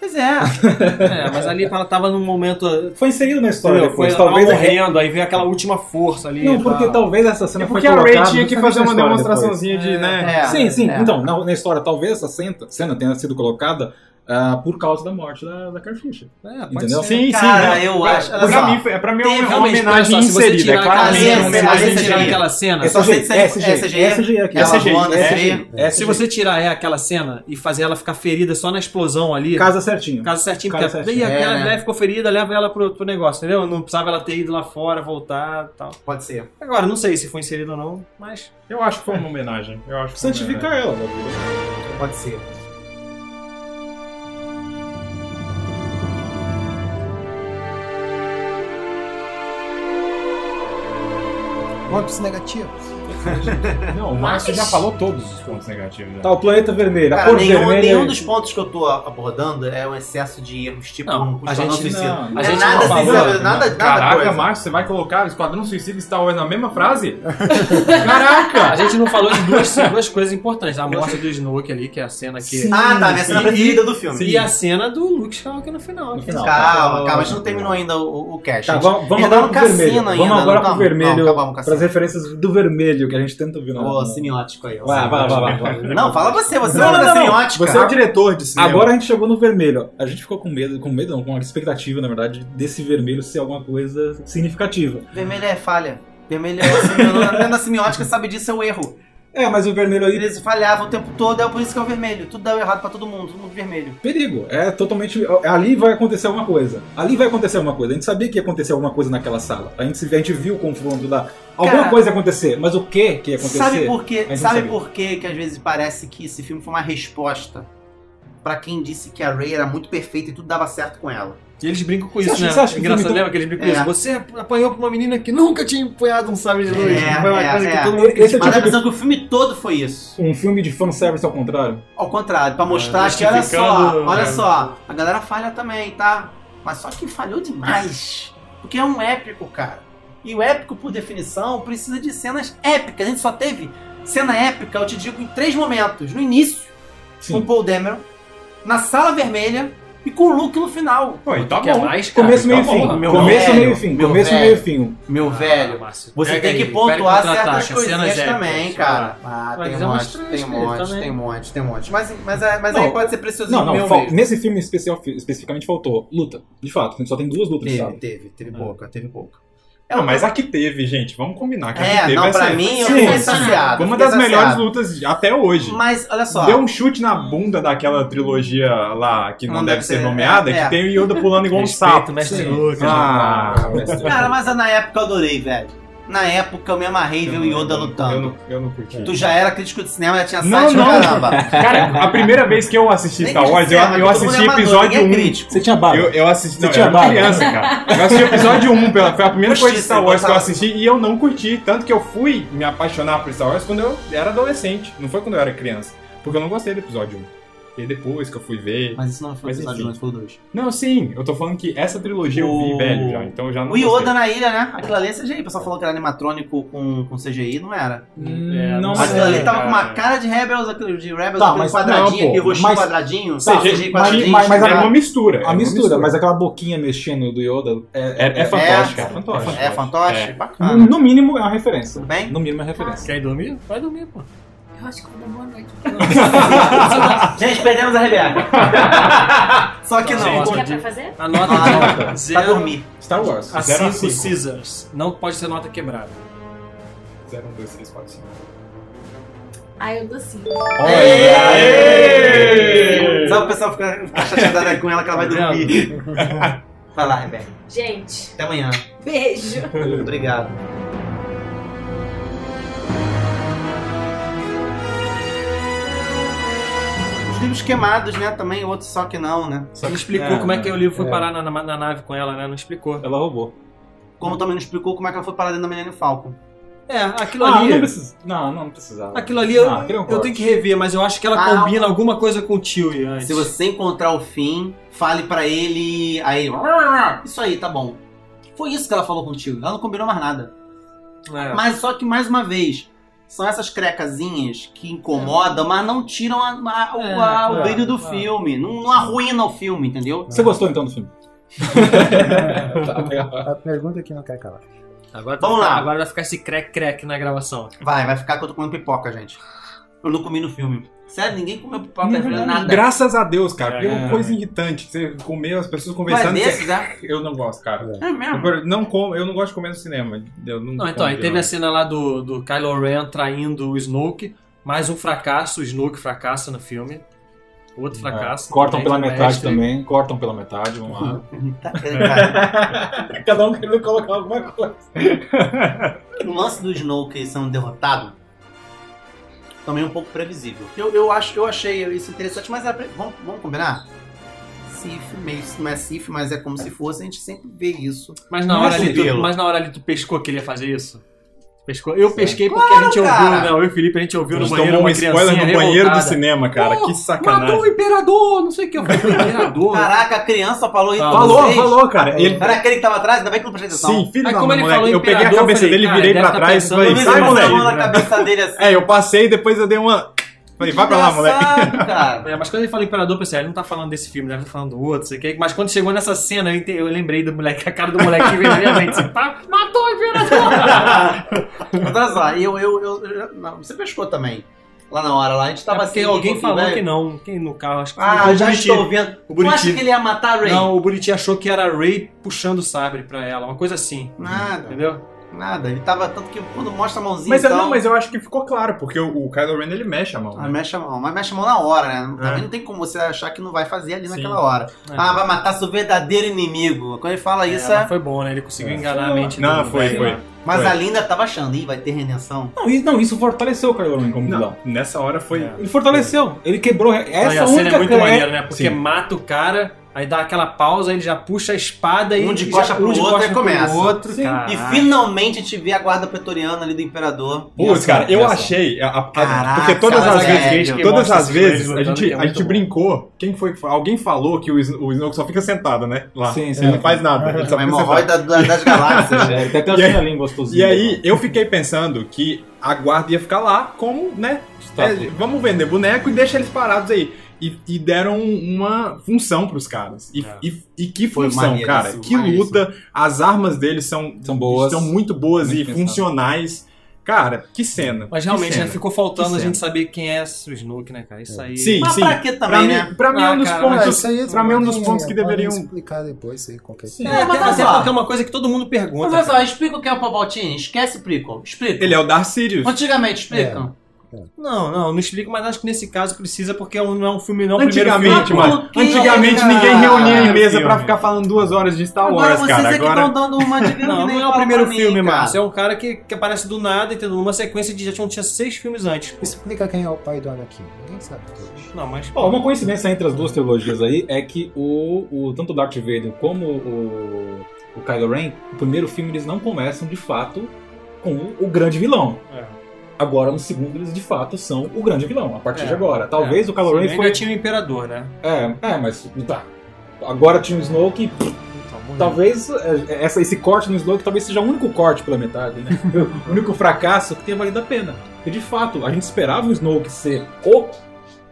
[SPEAKER 2] Pois é.
[SPEAKER 3] É, mas ali ela tava num momento.
[SPEAKER 5] Foi inserido na história
[SPEAKER 3] Entendeu? Foi
[SPEAKER 5] depois,
[SPEAKER 3] ela
[SPEAKER 5] talvez.
[SPEAKER 3] morrendo, aí veio aquela última força ali.
[SPEAKER 5] Não,
[SPEAKER 3] tá?
[SPEAKER 5] porque talvez essa cena
[SPEAKER 6] É
[SPEAKER 5] foi
[SPEAKER 6] porque a Ray
[SPEAKER 5] colocada
[SPEAKER 6] tinha que
[SPEAKER 5] justamente
[SPEAKER 6] fazer
[SPEAKER 5] na
[SPEAKER 6] uma
[SPEAKER 5] história
[SPEAKER 6] demonstraçãozinha de, né?
[SPEAKER 2] É,
[SPEAKER 5] depois. Sim, sim.
[SPEAKER 2] é.
[SPEAKER 5] Então, na, na história, talvez essa cena, cena tenha sido colocada ah, por causa da morte da, da Carrie Fisher.
[SPEAKER 3] É, pode
[SPEAKER 5] Entendeu?
[SPEAKER 3] ser.
[SPEAKER 6] Sim,
[SPEAKER 2] Cara,
[SPEAKER 6] sim. né?
[SPEAKER 2] eu
[SPEAKER 3] É,
[SPEAKER 6] Pra-
[SPEAKER 2] acho- olha
[SPEAKER 6] Pra
[SPEAKER 2] só.
[SPEAKER 6] mim, foi- pra mim é
[SPEAKER 2] Teve
[SPEAKER 6] uma
[SPEAKER 3] Realmente,
[SPEAKER 6] homenagem
[SPEAKER 3] olha só, se você
[SPEAKER 6] inserida.
[SPEAKER 3] tirar
[SPEAKER 6] É
[SPEAKER 3] aquela
[SPEAKER 6] claramente
[SPEAKER 2] cena,
[SPEAKER 6] uma
[SPEAKER 2] se
[SPEAKER 6] homenagem
[SPEAKER 2] você tirar
[SPEAKER 6] inserida.
[SPEAKER 3] aquela cena.
[SPEAKER 5] É
[SPEAKER 2] só sei que
[SPEAKER 5] SG,
[SPEAKER 2] você- é SG,
[SPEAKER 5] SG, SG aqui.
[SPEAKER 2] Ela
[SPEAKER 6] SG,
[SPEAKER 2] voando
[SPEAKER 6] é
[SPEAKER 2] assim.
[SPEAKER 5] É,
[SPEAKER 3] Se você tirar é, aquela cena e fazer ela ficar ferida só na explosão ali.
[SPEAKER 5] casa certinho.
[SPEAKER 3] Caso certinho,
[SPEAKER 5] Casa
[SPEAKER 3] porque
[SPEAKER 5] certinho.
[SPEAKER 3] daí
[SPEAKER 2] É,
[SPEAKER 3] aquela
[SPEAKER 2] né?
[SPEAKER 3] mulher ficou ferida, leva ela pro, pro negócio, entendeu? Não precisava ela ter ido lá fora, voltar e tal.
[SPEAKER 2] Pode ser.
[SPEAKER 3] Agora, não sei se foi inserido ou não, mas.
[SPEAKER 6] Eu acho que foi uma homenagem. Eu acho que foi uma
[SPEAKER 5] Santificar
[SPEAKER 6] homenagem.
[SPEAKER 5] ela, Gabriel.
[SPEAKER 2] Pode ser.
[SPEAKER 4] Pontos negativos.
[SPEAKER 6] Não, o Márcio já falou todos os pontos negativos. né?
[SPEAKER 5] Tá, o planeta vermelho, é a
[SPEAKER 2] Cara,
[SPEAKER 5] cor
[SPEAKER 2] nenhum,
[SPEAKER 5] vermelha.
[SPEAKER 2] nenhum dos pontos que eu tô abordando é um excesso de erros, tipo,
[SPEAKER 3] Não,
[SPEAKER 2] um
[SPEAKER 3] a
[SPEAKER 2] Esquadrão
[SPEAKER 3] gente não-
[SPEAKER 2] Suicida.
[SPEAKER 5] a
[SPEAKER 2] Não é
[SPEAKER 3] gente
[SPEAKER 2] nada,
[SPEAKER 3] não falou,
[SPEAKER 2] assim, nada, nada
[SPEAKER 6] Caraca,
[SPEAKER 2] coisa.
[SPEAKER 6] Márcio, você vai colocar Esquadrão Suicida e Star Wars na mesma frase? Caraca!
[SPEAKER 3] A gente não falou de duas, [laughs] duas coisas importantes. A morte do Snoke ali, que é a cena que.
[SPEAKER 2] Ah, tá, minha cena preferida do filme.
[SPEAKER 3] E a cena do Luke Skywalker no final. tá
[SPEAKER 5] No
[SPEAKER 3] que-
[SPEAKER 5] final.
[SPEAKER 2] Calma, calma, a gente não terminou ainda o, o cast.
[SPEAKER 5] Tá,
[SPEAKER 2] gente.
[SPEAKER 5] vamos, vamos
[SPEAKER 2] Ele tá
[SPEAKER 5] agora
[SPEAKER 2] no
[SPEAKER 5] pro
[SPEAKER 2] cassino
[SPEAKER 5] vermelho.
[SPEAKER 2] ainda,
[SPEAKER 5] vamos
[SPEAKER 2] não
[SPEAKER 5] agora
[SPEAKER 2] tá?
[SPEAKER 5] pro vermelho.
[SPEAKER 2] Não, acabamos com
[SPEAKER 5] pras referências do vermelho que a gente tanto viu na.
[SPEAKER 2] Ô,
[SPEAKER 5] na-
[SPEAKER 2] semiótico aí. ó.
[SPEAKER 5] Vai, vai, vai, vai, vai.
[SPEAKER 2] Não, fala você, você
[SPEAKER 5] Não,
[SPEAKER 2] é o
[SPEAKER 5] não,
[SPEAKER 2] da
[SPEAKER 5] não.
[SPEAKER 2] semiótica.
[SPEAKER 5] Você é o
[SPEAKER 6] diretor de
[SPEAKER 5] Agora a gente chegou no vermelho. A gente ficou com medo, com medo não, com a expectativa, na verdade, desse vermelho ser alguma coisa significativa.
[SPEAKER 2] Vermelho é falha. Vermelho é semiótica. Até na semiótica sabe disso, é o erro.
[SPEAKER 5] É, mas o vermelho aí
[SPEAKER 2] Eles falhavam o tempo todo, é por isso que é o vermelho. Tudo deu errado pra todo mundo, todo mundo vermelho.
[SPEAKER 5] perigo. É totalmente. Ali vai acontecer alguma coisa. Ali vai acontecer alguma coisa. A gente sabia que ia acontecer alguma coisa naquela sala. A gente, se- a gente viu o confronto lá. Alguma
[SPEAKER 2] Cara,
[SPEAKER 5] coisa ia acontecer, mas o que que ia acontecer?
[SPEAKER 2] Sabe por quê?
[SPEAKER 5] gente
[SPEAKER 2] Sabe
[SPEAKER 5] sabia.
[SPEAKER 2] por quê que às vezes parece que esse filme foi uma resposta pra quem disse que a Rey era muito perfeita e tudo dava certo com ela.
[SPEAKER 3] E eles brincam com
[SPEAKER 5] Você
[SPEAKER 3] isso,
[SPEAKER 5] acha-
[SPEAKER 3] né?
[SPEAKER 5] você acha que o
[SPEAKER 3] Engraçado,
[SPEAKER 5] filme-
[SPEAKER 3] lembra que eles brincam com
[SPEAKER 2] É.
[SPEAKER 3] isso? Você apanhou pra uma menina que nunca tinha empunhado um sabre de luz.
[SPEAKER 2] É,
[SPEAKER 3] Foi uma
[SPEAKER 2] é,
[SPEAKER 3] coisa
[SPEAKER 2] é.
[SPEAKER 3] que todo mundo
[SPEAKER 5] Esse é
[SPEAKER 2] Mas
[SPEAKER 5] o
[SPEAKER 2] dá a
[SPEAKER 5] tipo de-
[SPEAKER 2] impressão que o filme todo foi isso.
[SPEAKER 5] Um filme de fanservice ao contrário?
[SPEAKER 2] Ao contrário, pra mostrar que olha só,
[SPEAKER 6] justificando,
[SPEAKER 2] olha
[SPEAKER 6] né?
[SPEAKER 2] só, a galera falha também, tá? Mas só que falhou demais. Porque é um épico, cara. E o épico, por definição, precisa de cenas épicas. A gente só teve cena épica, eu te digo, em três momentos. No início, com o Paul Dameron, na sala vermelha e com o Luke no final.
[SPEAKER 6] Pô, e tá
[SPEAKER 3] Quer
[SPEAKER 6] bom.
[SPEAKER 3] é mais, cara?
[SPEAKER 5] Começo, meio e
[SPEAKER 3] Então vamos
[SPEAKER 5] fim.
[SPEAKER 3] lá.
[SPEAKER 2] meu
[SPEAKER 5] começo,
[SPEAKER 2] velho,
[SPEAKER 5] meio e fim.
[SPEAKER 2] meu
[SPEAKER 5] Começo,
[SPEAKER 2] velho.
[SPEAKER 5] meio e fim.
[SPEAKER 2] Meu
[SPEAKER 3] Ah,
[SPEAKER 2] velho,
[SPEAKER 3] Márcio,
[SPEAKER 2] você
[SPEAKER 3] pega
[SPEAKER 2] tem que
[SPEAKER 3] aí,
[SPEAKER 2] pontuar
[SPEAKER 3] pega contra-ataque,
[SPEAKER 2] certas coisinhas
[SPEAKER 3] cenas épicas.
[SPEAKER 2] também, cara. Ah,
[SPEAKER 3] Mas
[SPEAKER 2] tem
[SPEAKER 3] é né?
[SPEAKER 2] um
[SPEAKER 3] umas
[SPEAKER 2] monte,
[SPEAKER 3] três
[SPEAKER 2] tem um
[SPEAKER 3] dele
[SPEAKER 2] monte,
[SPEAKER 3] também.
[SPEAKER 2] tem um monte, tem um monte. Mas, mas, é- mas
[SPEAKER 5] Não.
[SPEAKER 2] aí pode ser preciosismo
[SPEAKER 5] Não, não.
[SPEAKER 2] meu
[SPEAKER 5] fal-
[SPEAKER 2] mesmo.
[SPEAKER 5] Nesse filme especial, especificamente faltou luta. De fato, a gente só tem duas lutas.
[SPEAKER 6] É.
[SPEAKER 2] Teve,
[SPEAKER 5] sabe?
[SPEAKER 2] teve, teve
[SPEAKER 6] Ah.
[SPEAKER 2] pouca, teve pouca.
[SPEAKER 6] Não, mas a que teve, gente. Vamos combinar que a que
[SPEAKER 2] É,
[SPEAKER 6] teve
[SPEAKER 2] não,
[SPEAKER 6] essa
[SPEAKER 2] pra
[SPEAKER 6] é-
[SPEAKER 2] mim eu
[SPEAKER 6] Sim,
[SPEAKER 2] fiquei
[SPEAKER 6] sim.
[SPEAKER 2] saciado.
[SPEAKER 6] Foi uma
[SPEAKER 2] fiquei
[SPEAKER 6] das melhores
[SPEAKER 2] saciado.
[SPEAKER 6] lutas de- até hoje.
[SPEAKER 2] Mas, olha só.
[SPEAKER 6] Deu um chute na bunda daquela trilogia lá que não,
[SPEAKER 2] Não
[SPEAKER 6] deve
[SPEAKER 2] deve
[SPEAKER 6] ser
[SPEAKER 2] ser,
[SPEAKER 6] nomeada,
[SPEAKER 2] é, é.
[SPEAKER 6] que tem o Yoda pulando igual um
[SPEAKER 3] Respeito,
[SPEAKER 6] sapo.
[SPEAKER 3] mestre
[SPEAKER 6] Sim.
[SPEAKER 3] Lucas,
[SPEAKER 6] Ah,
[SPEAKER 2] Cara, mas é na época eu adorei, velho. Na época eu me amarrei ver o Yoda
[SPEAKER 6] Eu
[SPEAKER 2] lutando.
[SPEAKER 6] não, eu não curti.
[SPEAKER 2] Tu já era crítico de cinema, já tinha site
[SPEAKER 6] Não,
[SPEAKER 2] pra
[SPEAKER 6] não.
[SPEAKER 2] caramba.
[SPEAKER 6] [laughs] Cara, a primeira vez que eu assisti
[SPEAKER 2] Nem
[SPEAKER 6] Star
[SPEAKER 2] crítico
[SPEAKER 6] Wars,
[SPEAKER 2] de
[SPEAKER 6] eu,
[SPEAKER 2] cinema,
[SPEAKER 6] eu
[SPEAKER 2] todo mundo
[SPEAKER 6] assisti
[SPEAKER 2] é amador,
[SPEAKER 6] episódio
[SPEAKER 2] ninguém é
[SPEAKER 6] 1.
[SPEAKER 2] crítico.
[SPEAKER 5] Você tinha barba.
[SPEAKER 6] Eu, eu assisti. Não,
[SPEAKER 5] tinha né?
[SPEAKER 6] eu era
[SPEAKER 5] barba?
[SPEAKER 6] criança, cara. Eu assisti o episódio 1 pela. Foi a primeira coisa de
[SPEAKER 2] Justiça,
[SPEAKER 6] Star Wars que eu
[SPEAKER 2] total.
[SPEAKER 6] assisti e eu não curti. Tanto que eu fui me apaixonar por Star Wars quando eu era adolescente. Não foi quando eu era criança. Porque eu não gostei do episódio 1. E aí depois que eu fui ver.
[SPEAKER 2] Mas isso não foi
[SPEAKER 6] Mas
[SPEAKER 2] o episódio
[SPEAKER 6] enfim.
[SPEAKER 2] 1, esse foi o 2.
[SPEAKER 6] Não, sim, eu tô falando que essa trilogia eu vi
[SPEAKER 2] O-
[SPEAKER 6] velho já, então eu já não.
[SPEAKER 2] O Yoda
[SPEAKER 6] gostei.
[SPEAKER 2] na ilha, né? Aquilo ali é CGI. O pessoal falou que era animatrônico com, com CGI, não era.
[SPEAKER 5] Hum,
[SPEAKER 6] É, não
[SPEAKER 2] Aquilo
[SPEAKER 6] sei,
[SPEAKER 2] ali tava com uma
[SPEAKER 6] cara.
[SPEAKER 2] cara de Rebels, aquele de Rebels,
[SPEAKER 5] Tá,
[SPEAKER 2] aquele
[SPEAKER 5] mas-
[SPEAKER 2] quadradinho,
[SPEAKER 5] não, pô,
[SPEAKER 2] aquele rostinho
[SPEAKER 5] mas-
[SPEAKER 2] quadradinho.
[SPEAKER 5] Tá,
[SPEAKER 2] CGI
[SPEAKER 5] mas-
[SPEAKER 2] quadradinho.
[SPEAKER 5] mas- mas
[SPEAKER 6] Era
[SPEAKER 5] a-
[SPEAKER 6] é uma mistura. era
[SPEAKER 5] A
[SPEAKER 6] uma
[SPEAKER 5] É, mistura, mas aquela boquinha mexendo do Yoda é,
[SPEAKER 6] É, é fantoche, cara. Fantoche.
[SPEAKER 2] É fantoche?
[SPEAKER 6] É.
[SPEAKER 2] Bacana.
[SPEAKER 5] no, no mínimo é uma referência.
[SPEAKER 2] Tudo bem?
[SPEAKER 5] No mínimo é uma referência.
[SPEAKER 3] Quer ir dormir? Vai dormir, pô.
[SPEAKER 1] Eu acho que vou dar boa noite.
[SPEAKER 2] Gente, perdemos a Rebeca. [laughs] Só que não.
[SPEAKER 1] O que é
[SPEAKER 3] entendi.
[SPEAKER 1] pra fazer?
[SPEAKER 3] A nota
[SPEAKER 2] Ah,
[SPEAKER 3] de
[SPEAKER 2] Pra
[SPEAKER 3] zero
[SPEAKER 2] dormir.
[SPEAKER 5] Star Wars.
[SPEAKER 3] a
[SPEAKER 6] Zero a
[SPEAKER 3] 5
[SPEAKER 6] cinco.
[SPEAKER 3] scissors. Não pode ser nota quebrada.
[SPEAKER 6] 0, 1, 2, 3, 4, 5.
[SPEAKER 1] Ah, eu dou sim.
[SPEAKER 2] Só o pessoal ficar ficar chateado com ela que ela vai dormir. Vai lá, Rebeca.
[SPEAKER 1] Gente,
[SPEAKER 2] Até amanhã.
[SPEAKER 1] beijo.
[SPEAKER 2] Obrigado. Os livros queimados, né? Também outros só que não, né?
[SPEAKER 3] Só não explicou
[SPEAKER 5] é,
[SPEAKER 3] como é que
[SPEAKER 5] é.
[SPEAKER 3] o livro foi
[SPEAKER 5] É.
[SPEAKER 3] parar na, na- na nave com ela, né? Não explicou.
[SPEAKER 5] Ela roubou.
[SPEAKER 2] Como também não explicou como é que ela foi parar dentro da Millennium Falcon.
[SPEAKER 3] É, aquilo
[SPEAKER 5] Ah, não
[SPEAKER 3] ali.
[SPEAKER 5] precisa. Não, não precisava.
[SPEAKER 3] Aquilo ali eu,
[SPEAKER 5] Ah, aquele é um
[SPEAKER 3] eu
[SPEAKER 5] corte.
[SPEAKER 3] tenho que rever, mas eu acho que ela
[SPEAKER 2] Tá Ah,
[SPEAKER 3] combina alguma coisa com o Chewie antes.
[SPEAKER 2] Se você encontrar o fim, fale pra ele. Aí. Isso aí, tá bom. Foi isso que ela falou contigo. Ela não combinou mais nada.
[SPEAKER 3] É.
[SPEAKER 2] Mas só que, mais uma vez, são essas crecazinhas que incomodam, mas não tiram a- a- o-
[SPEAKER 3] É,
[SPEAKER 2] a- o
[SPEAKER 5] é,
[SPEAKER 2] brilho do
[SPEAKER 5] é.
[SPEAKER 2] filme. Não, não arruina o filme, entendeu?
[SPEAKER 5] Você gostou então do filme?
[SPEAKER 6] Ah.
[SPEAKER 4] A pergunta é que não quer calar.
[SPEAKER 3] Agora,
[SPEAKER 2] Vamos lá.
[SPEAKER 3] agora vai ficar esse crack-crack na gravação.
[SPEAKER 2] Vai, vai ficar que eu tô comendo pipoca, gente. Eu não comi no filme. Sério, ninguém comeu pipoca,
[SPEAKER 6] Não,
[SPEAKER 2] não,
[SPEAKER 6] não,
[SPEAKER 2] nada.
[SPEAKER 6] Graças a Deus, cara. Porque é
[SPEAKER 3] É.
[SPEAKER 6] uma coisa irritante. Você comer, as pessoas
[SPEAKER 2] Mas
[SPEAKER 6] conversando. você-
[SPEAKER 2] desses, é?
[SPEAKER 6] Eu não gosto, cara.
[SPEAKER 2] É mesmo.
[SPEAKER 6] Eu não, como, eu não gosto de comer no cinema. Eu não,
[SPEAKER 3] Não, então,
[SPEAKER 6] como
[SPEAKER 3] aí
[SPEAKER 6] de
[SPEAKER 3] teve
[SPEAKER 6] lá.
[SPEAKER 3] a cena lá do, do Kylo Ren traindo o Snoke, mais um fracasso, o Snoke fracassa no filme. Outro fracasso.
[SPEAKER 5] É, cortam
[SPEAKER 3] também,
[SPEAKER 5] pela
[SPEAKER 3] de
[SPEAKER 5] metade
[SPEAKER 3] mestre.
[SPEAKER 5] também. Cortam pela metade, vamos lá.
[SPEAKER 2] Tá, cara,
[SPEAKER 5] [laughs] Cada um querendo colocar alguma coisa.
[SPEAKER 2] o lance do Snoke sendo derrotado também é um pouco previsível. Eu, eu, acho, eu achei isso interessante, mas era pre- vamos, vamos combinar? Sif, meio, não é Sif, mas é como se fosse, a gente sempre vê isso.
[SPEAKER 3] Mas na,
[SPEAKER 2] Não é
[SPEAKER 3] hora ali, tu,
[SPEAKER 2] modelo.
[SPEAKER 3] mas na hora ali tu pescou que ele ia fazer isso? Pescou? Eu pesquei porque a gente
[SPEAKER 2] cara.
[SPEAKER 3] ouviu, não, eu e o Felipe, a gente ouviu
[SPEAKER 6] A
[SPEAKER 3] no
[SPEAKER 6] gente
[SPEAKER 3] banheiro
[SPEAKER 6] tomou um
[SPEAKER 3] uma criancinha
[SPEAKER 6] spoiler no banheiro do
[SPEAKER 3] revoltada.
[SPEAKER 6] cinema, cara. que
[SPEAKER 3] Matou o
[SPEAKER 6] sacanagem.
[SPEAKER 3] imperador, não sei o que. Eu falei, imperador.
[SPEAKER 2] Caraca, a criança falou isso pra
[SPEAKER 3] Falou,
[SPEAKER 2] vocês?
[SPEAKER 6] cara.
[SPEAKER 2] Ele... Era aquele que tava atrás, ainda bem que não prestei atenção.
[SPEAKER 6] Sim, filho
[SPEAKER 3] Aí
[SPEAKER 6] da
[SPEAKER 3] como
[SPEAKER 6] mãe,
[SPEAKER 3] ele
[SPEAKER 6] moleque.
[SPEAKER 3] falou
[SPEAKER 6] eu peguei a
[SPEAKER 3] imperador,
[SPEAKER 6] cabeça
[SPEAKER 3] eu falei,
[SPEAKER 6] dele,
[SPEAKER 3] cara,
[SPEAKER 6] virei
[SPEAKER 3] ele
[SPEAKER 6] pra
[SPEAKER 3] deve tá
[SPEAKER 6] trás e
[SPEAKER 3] pensando
[SPEAKER 6] falei,
[SPEAKER 2] Eu
[SPEAKER 3] nisso,
[SPEAKER 6] sai,
[SPEAKER 2] vi essa mão
[SPEAKER 6] moleque.
[SPEAKER 2] na cabeça dele assim.
[SPEAKER 3] [laughs]
[SPEAKER 6] É, eu passei e depois eu dei uma. Falei, vai pra lá, moleque.
[SPEAKER 2] Engraçado, cara.
[SPEAKER 3] É, mas quando ele fala imperador, eu pensei, ah, ele não tá falando desse filme, deve estar falando do outro, sei o que. Mas quando chegou nessa cena, eu, ente- eu lembrei do moleque, a cara do moleque que veio na minha mente, assim, pá, matou o imperador.
[SPEAKER 2] Olha só, eu, eu, eu, eu- não, você pescou também. Lá na hora, lá, a gente tava
[SPEAKER 3] É porque
[SPEAKER 2] assim,
[SPEAKER 3] alguém
[SPEAKER 2] um pouquinho,
[SPEAKER 3] falou
[SPEAKER 2] velho.
[SPEAKER 3] que não, quem no carro, acho que
[SPEAKER 2] Ah,
[SPEAKER 3] o
[SPEAKER 2] já
[SPEAKER 3] Buriti.
[SPEAKER 2] estou vendo.
[SPEAKER 3] O
[SPEAKER 2] Tu acha que
[SPEAKER 3] Buriti.
[SPEAKER 2] ele ia matar a Ray?
[SPEAKER 3] Não, o Buriti achou que era a Ray puxando o sabre pra ela, uma coisa assim,
[SPEAKER 2] Nada,
[SPEAKER 3] entendeu?
[SPEAKER 2] nada. Ele tava tanto que quando mostra a mãozinha.
[SPEAKER 6] Mas, é,
[SPEAKER 2] então,
[SPEAKER 6] não, mas eu acho que ficou claro, porque o, o Kylo Ren ele mexe a mão.
[SPEAKER 2] Ah,
[SPEAKER 6] né?
[SPEAKER 2] mexe a mão, mas mexe a mão na hora, né?
[SPEAKER 6] É.
[SPEAKER 2] Também não tem como você achar que não vai fazer ali
[SPEAKER 3] Sim.
[SPEAKER 2] naquela hora.
[SPEAKER 3] É.
[SPEAKER 2] Ah, vai matar seu verdadeiro inimigo. Quando ele fala
[SPEAKER 3] É,
[SPEAKER 2] isso,
[SPEAKER 3] mas
[SPEAKER 2] é...
[SPEAKER 3] foi bom, né? Ele conseguiu enganar a mente
[SPEAKER 6] Não,
[SPEAKER 3] do
[SPEAKER 6] foi,
[SPEAKER 3] velho né?
[SPEAKER 6] foi.
[SPEAKER 3] lá.
[SPEAKER 2] mas
[SPEAKER 6] foi.
[SPEAKER 2] ali ainda tava achando, ih, vai ter redenção.
[SPEAKER 5] Não, isso, não, isso fortaleceu o Kylo Ren como vilão.
[SPEAKER 6] Não, nessa hora foi.
[SPEAKER 3] É.
[SPEAKER 5] Ele fortaleceu. Ele quebrou.
[SPEAKER 3] Aí
[SPEAKER 5] Essa
[SPEAKER 3] a cena
[SPEAKER 5] única
[SPEAKER 3] é muito
[SPEAKER 5] cre-
[SPEAKER 3] maneira, né? Porque
[SPEAKER 5] Sim.
[SPEAKER 3] mata o cara, aí dá aquela pausa, ele já puxa a espada e
[SPEAKER 2] Um de
[SPEAKER 3] e
[SPEAKER 2] costa
[SPEAKER 3] já-
[SPEAKER 2] pro
[SPEAKER 3] de
[SPEAKER 2] outro,
[SPEAKER 3] costa
[SPEAKER 2] aí
[SPEAKER 3] pro
[SPEAKER 6] um
[SPEAKER 2] começa.
[SPEAKER 3] outro,
[SPEAKER 5] Sim. [laughs]
[SPEAKER 3] cara.
[SPEAKER 2] E finalmente a gente vê a guarda pretoriana ali do imperador.
[SPEAKER 6] Putz, cara, eu
[SPEAKER 3] Essa.
[SPEAKER 6] achei. a- a- a-
[SPEAKER 2] Caraca,
[SPEAKER 6] porque todas
[SPEAKER 2] mas
[SPEAKER 6] as
[SPEAKER 2] é,
[SPEAKER 6] vezes.
[SPEAKER 2] velho.
[SPEAKER 3] que
[SPEAKER 6] Todas
[SPEAKER 3] mostra
[SPEAKER 6] as
[SPEAKER 3] esses
[SPEAKER 6] vezes
[SPEAKER 3] dois
[SPEAKER 6] a
[SPEAKER 3] lutando,
[SPEAKER 6] gente,
[SPEAKER 3] que é
[SPEAKER 6] a
[SPEAKER 3] muito
[SPEAKER 6] gente
[SPEAKER 3] bom.
[SPEAKER 6] brincou. Quem foi? que falou? Alguém falou que o, Sn- o Snoke só fica sentado, né? Lá.
[SPEAKER 5] Sim, sim.
[SPEAKER 6] Ele não faz nada. Ele só
[SPEAKER 2] Uma
[SPEAKER 6] fica sentado.
[SPEAKER 2] hemorroida da- das galáxias.
[SPEAKER 5] É, tem até
[SPEAKER 6] E aí-
[SPEAKER 5] uma janelinha gostosinha.
[SPEAKER 6] E aí, eu fiquei pensando que a guarda ia ficar lá como, né? é, vamos vender boneco e deixa eles parados aí. E, e deram um, uma função pros caras. E,
[SPEAKER 3] É.
[SPEAKER 6] e- e que
[SPEAKER 2] Foi
[SPEAKER 6] função,
[SPEAKER 2] maneiro
[SPEAKER 6] cara.
[SPEAKER 2] isso,
[SPEAKER 6] que
[SPEAKER 2] maneiro
[SPEAKER 6] luta. As armas deles são,
[SPEAKER 5] São boas.
[SPEAKER 6] são muito boas
[SPEAKER 5] Muito
[SPEAKER 6] e
[SPEAKER 5] pensadas.
[SPEAKER 6] funcionais. Cara, que cena.
[SPEAKER 3] Mas
[SPEAKER 6] que
[SPEAKER 3] realmente,
[SPEAKER 6] cena.
[SPEAKER 3] né, ficou faltando
[SPEAKER 6] Que
[SPEAKER 3] a gente saber quem é o Snook, né, cara? Isso aí.
[SPEAKER 6] [laughs] Sim,
[SPEAKER 2] Mas
[SPEAKER 6] sim.
[SPEAKER 2] pra que
[SPEAKER 6] Pra
[SPEAKER 2] também,
[SPEAKER 6] mim,
[SPEAKER 2] né?
[SPEAKER 6] pra mim é
[SPEAKER 3] Ah,
[SPEAKER 6] um dos
[SPEAKER 3] cara,
[SPEAKER 6] pontos.
[SPEAKER 3] mas
[SPEAKER 4] Isso aí,
[SPEAKER 6] pra mim é um dos
[SPEAKER 4] podem-
[SPEAKER 6] pontos que
[SPEAKER 4] podem
[SPEAKER 6] deveriam-
[SPEAKER 4] explicar depois aí qualquer
[SPEAKER 6] Sim.
[SPEAKER 3] É,
[SPEAKER 2] É, mas
[SPEAKER 3] até,
[SPEAKER 2] olha
[SPEAKER 3] até
[SPEAKER 2] só.
[SPEAKER 3] porque é uma coisa que todo mundo pergunta.
[SPEAKER 2] Mas olha
[SPEAKER 3] cara.
[SPEAKER 2] só, explica o que é o Palpatine. Esquece o Prequel. Explica.
[SPEAKER 6] Ele é Tá o Darth Sirius.
[SPEAKER 2] Antigamente, explica.
[SPEAKER 3] Não, não, não explico, mas acho que nesse caso precisa porque é um- não é um filme, não.
[SPEAKER 6] Antigamente,
[SPEAKER 3] primeiro filme.
[SPEAKER 6] mano.
[SPEAKER 2] por quê,
[SPEAKER 6] Antigamente
[SPEAKER 2] cara?
[SPEAKER 6] ninguém reunia em mesa
[SPEAKER 3] Filme.
[SPEAKER 6] pra ficar falando duas horas de Star
[SPEAKER 2] Agora
[SPEAKER 6] Wars,
[SPEAKER 2] vocês
[SPEAKER 6] cara.
[SPEAKER 2] é que
[SPEAKER 6] Agora.
[SPEAKER 2] estão dando
[SPEAKER 6] [laughs]
[SPEAKER 2] uma de grande
[SPEAKER 3] Não,
[SPEAKER 2] nem
[SPEAKER 3] não é o
[SPEAKER 2] fala
[SPEAKER 3] primeiro
[SPEAKER 2] pra mim,
[SPEAKER 3] filme,
[SPEAKER 2] cara.
[SPEAKER 3] Márcio. É um cara que, que aparece do nada, entendeu? Numa sequência de já tinha, tinha seis filmes antes. pô.
[SPEAKER 4] Explica quem é o pai do Anakin. Ninguém sabe é até hoje.
[SPEAKER 3] Não, mas.
[SPEAKER 5] Ó, uma coincidência entre as duas trilogias aí é que o, o tanto o Darth Vader como o, o Kylo Ren, o primeiro filme eles não começam de fato com o, o grande vilão.
[SPEAKER 3] É.
[SPEAKER 5] Agora, no segundo, eles de fato são o grande vilão, a partir
[SPEAKER 3] É,
[SPEAKER 5] de agora. Talvez
[SPEAKER 3] é.
[SPEAKER 5] o Calorani
[SPEAKER 3] Sim,
[SPEAKER 5] foi.
[SPEAKER 3] ainda tinha o Imperador, né?
[SPEAKER 5] É, é, mas tá. Agora tinha o Snoke.
[SPEAKER 6] Tá
[SPEAKER 5] Talvez é, é, essa- esse corte no Snoke talvez seja o único corte pela metade,
[SPEAKER 6] [laughs]
[SPEAKER 5] né? o único fracasso que tenha valido a pena. Porque de fato, a gente esperava o Snoke ser o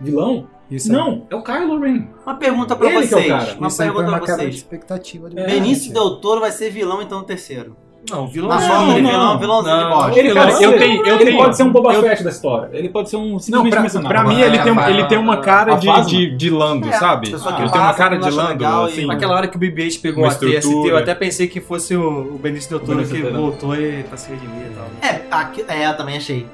[SPEAKER 5] vilão. Não, é o Kylo Ren.
[SPEAKER 2] Uma pergunta pra
[SPEAKER 5] Ele que é o
[SPEAKER 2] vocês.
[SPEAKER 5] cara.
[SPEAKER 2] Uma
[SPEAKER 4] Isso aí foi
[SPEAKER 2] pergunta
[SPEAKER 4] uma
[SPEAKER 2] pra
[SPEAKER 4] quebra de
[SPEAKER 2] vocês.
[SPEAKER 4] expectativa
[SPEAKER 3] É,
[SPEAKER 4] do
[SPEAKER 2] Benício Del Toro vai ser vilão então no terceiro.
[SPEAKER 3] Não, é vilão
[SPEAKER 2] Na
[SPEAKER 5] não,
[SPEAKER 2] forma de
[SPEAKER 5] não.
[SPEAKER 2] vilão, vilãozinho de
[SPEAKER 3] Não.
[SPEAKER 2] bosta.
[SPEAKER 5] Ele,
[SPEAKER 6] Cara,
[SPEAKER 5] pode,
[SPEAKER 6] eu
[SPEAKER 5] ser,
[SPEAKER 6] tenho- eu
[SPEAKER 5] ele
[SPEAKER 6] tenho-
[SPEAKER 5] pode ser um Boba
[SPEAKER 6] eu-
[SPEAKER 5] Fett da história. Ele pode ser um
[SPEAKER 6] Não,
[SPEAKER 5] simplesmente
[SPEAKER 6] pra,
[SPEAKER 5] mercenário.
[SPEAKER 6] pra mim é
[SPEAKER 5] Ah,
[SPEAKER 6] ele tem, um-
[SPEAKER 5] vai.
[SPEAKER 6] ele tem uma cara
[SPEAKER 5] A
[SPEAKER 6] de,
[SPEAKER 5] fase-
[SPEAKER 6] de, de lando,
[SPEAKER 2] É,
[SPEAKER 6] sabe?
[SPEAKER 2] pessoa que
[SPEAKER 6] ele tem uma
[SPEAKER 2] passa,
[SPEAKER 6] cara
[SPEAKER 2] que
[SPEAKER 6] de
[SPEAKER 2] não acha
[SPEAKER 6] lando,
[SPEAKER 2] legal e-
[SPEAKER 6] assim.
[SPEAKER 3] Naquela hora que o BB-8 pegou
[SPEAKER 6] Uma
[SPEAKER 3] a TST, eu
[SPEAKER 6] estrutura.
[SPEAKER 3] até pensei que fosse o, o Benício Del Toro
[SPEAKER 5] Benício
[SPEAKER 3] que
[SPEAKER 5] Del Toro.
[SPEAKER 3] voltou e tá se redimir e tal.
[SPEAKER 2] É, aqui, é, eu também achei.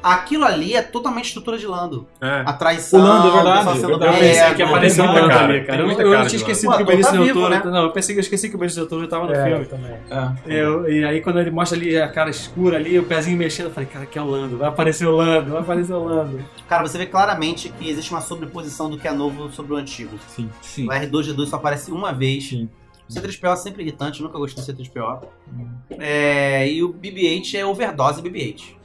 [SPEAKER 2] Aquilo ali é totalmente estrutura de Lando.
[SPEAKER 6] É.
[SPEAKER 2] A traição.
[SPEAKER 5] O Lando, é
[SPEAKER 2] o
[SPEAKER 5] verdade,
[SPEAKER 2] pessoal sendo
[SPEAKER 5] verdade.
[SPEAKER 2] pego.
[SPEAKER 5] Eu pensei que um
[SPEAKER 6] apareceu
[SPEAKER 3] Tem
[SPEAKER 6] muita
[SPEAKER 3] nada
[SPEAKER 6] cara.
[SPEAKER 3] ali, é
[SPEAKER 6] Tem
[SPEAKER 3] Eu,
[SPEAKER 6] muita
[SPEAKER 3] eu
[SPEAKER 6] cara de
[SPEAKER 3] tinha
[SPEAKER 6] vilão.
[SPEAKER 3] esquecido
[SPEAKER 2] Pô,
[SPEAKER 3] que o
[SPEAKER 2] então tá
[SPEAKER 3] Benício Del
[SPEAKER 2] vivo,
[SPEAKER 3] Toro.
[SPEAKER 2] né?
[SPEAKER 3] Não, eu pensei que eu esqueci que o Benício Del Toro tava no
[SPEAKER 4] É,
[SPEAKER 3] filme.
[SPEAKER 4] eu também.
[SPEAKER 5] É.
[SPEAKER 3] Eu- e aí quando ele mostra ali a cara escura ali, o pezinho mexendo, eu falei, cara, que é o Lando, vai aparecer o Lando, vai aparecer o Lando.
[SPEAKER 5] é.
[SPEAKER 2] Cara, você vê claramente que existe uma sobreposição do que é novo sobre o antigo.
[SPEAKER 6] Sim.
[SPEAKER 5] Sim.
[SPEAKER 2] O R2D2 só aparece uma vez.
[SPEAKER 6] Sim.
[SPEAKER 2] O C3PO é sempre irritante, eu nunca gostei do C3PO. É, e o BB-8 é overdose BB-8.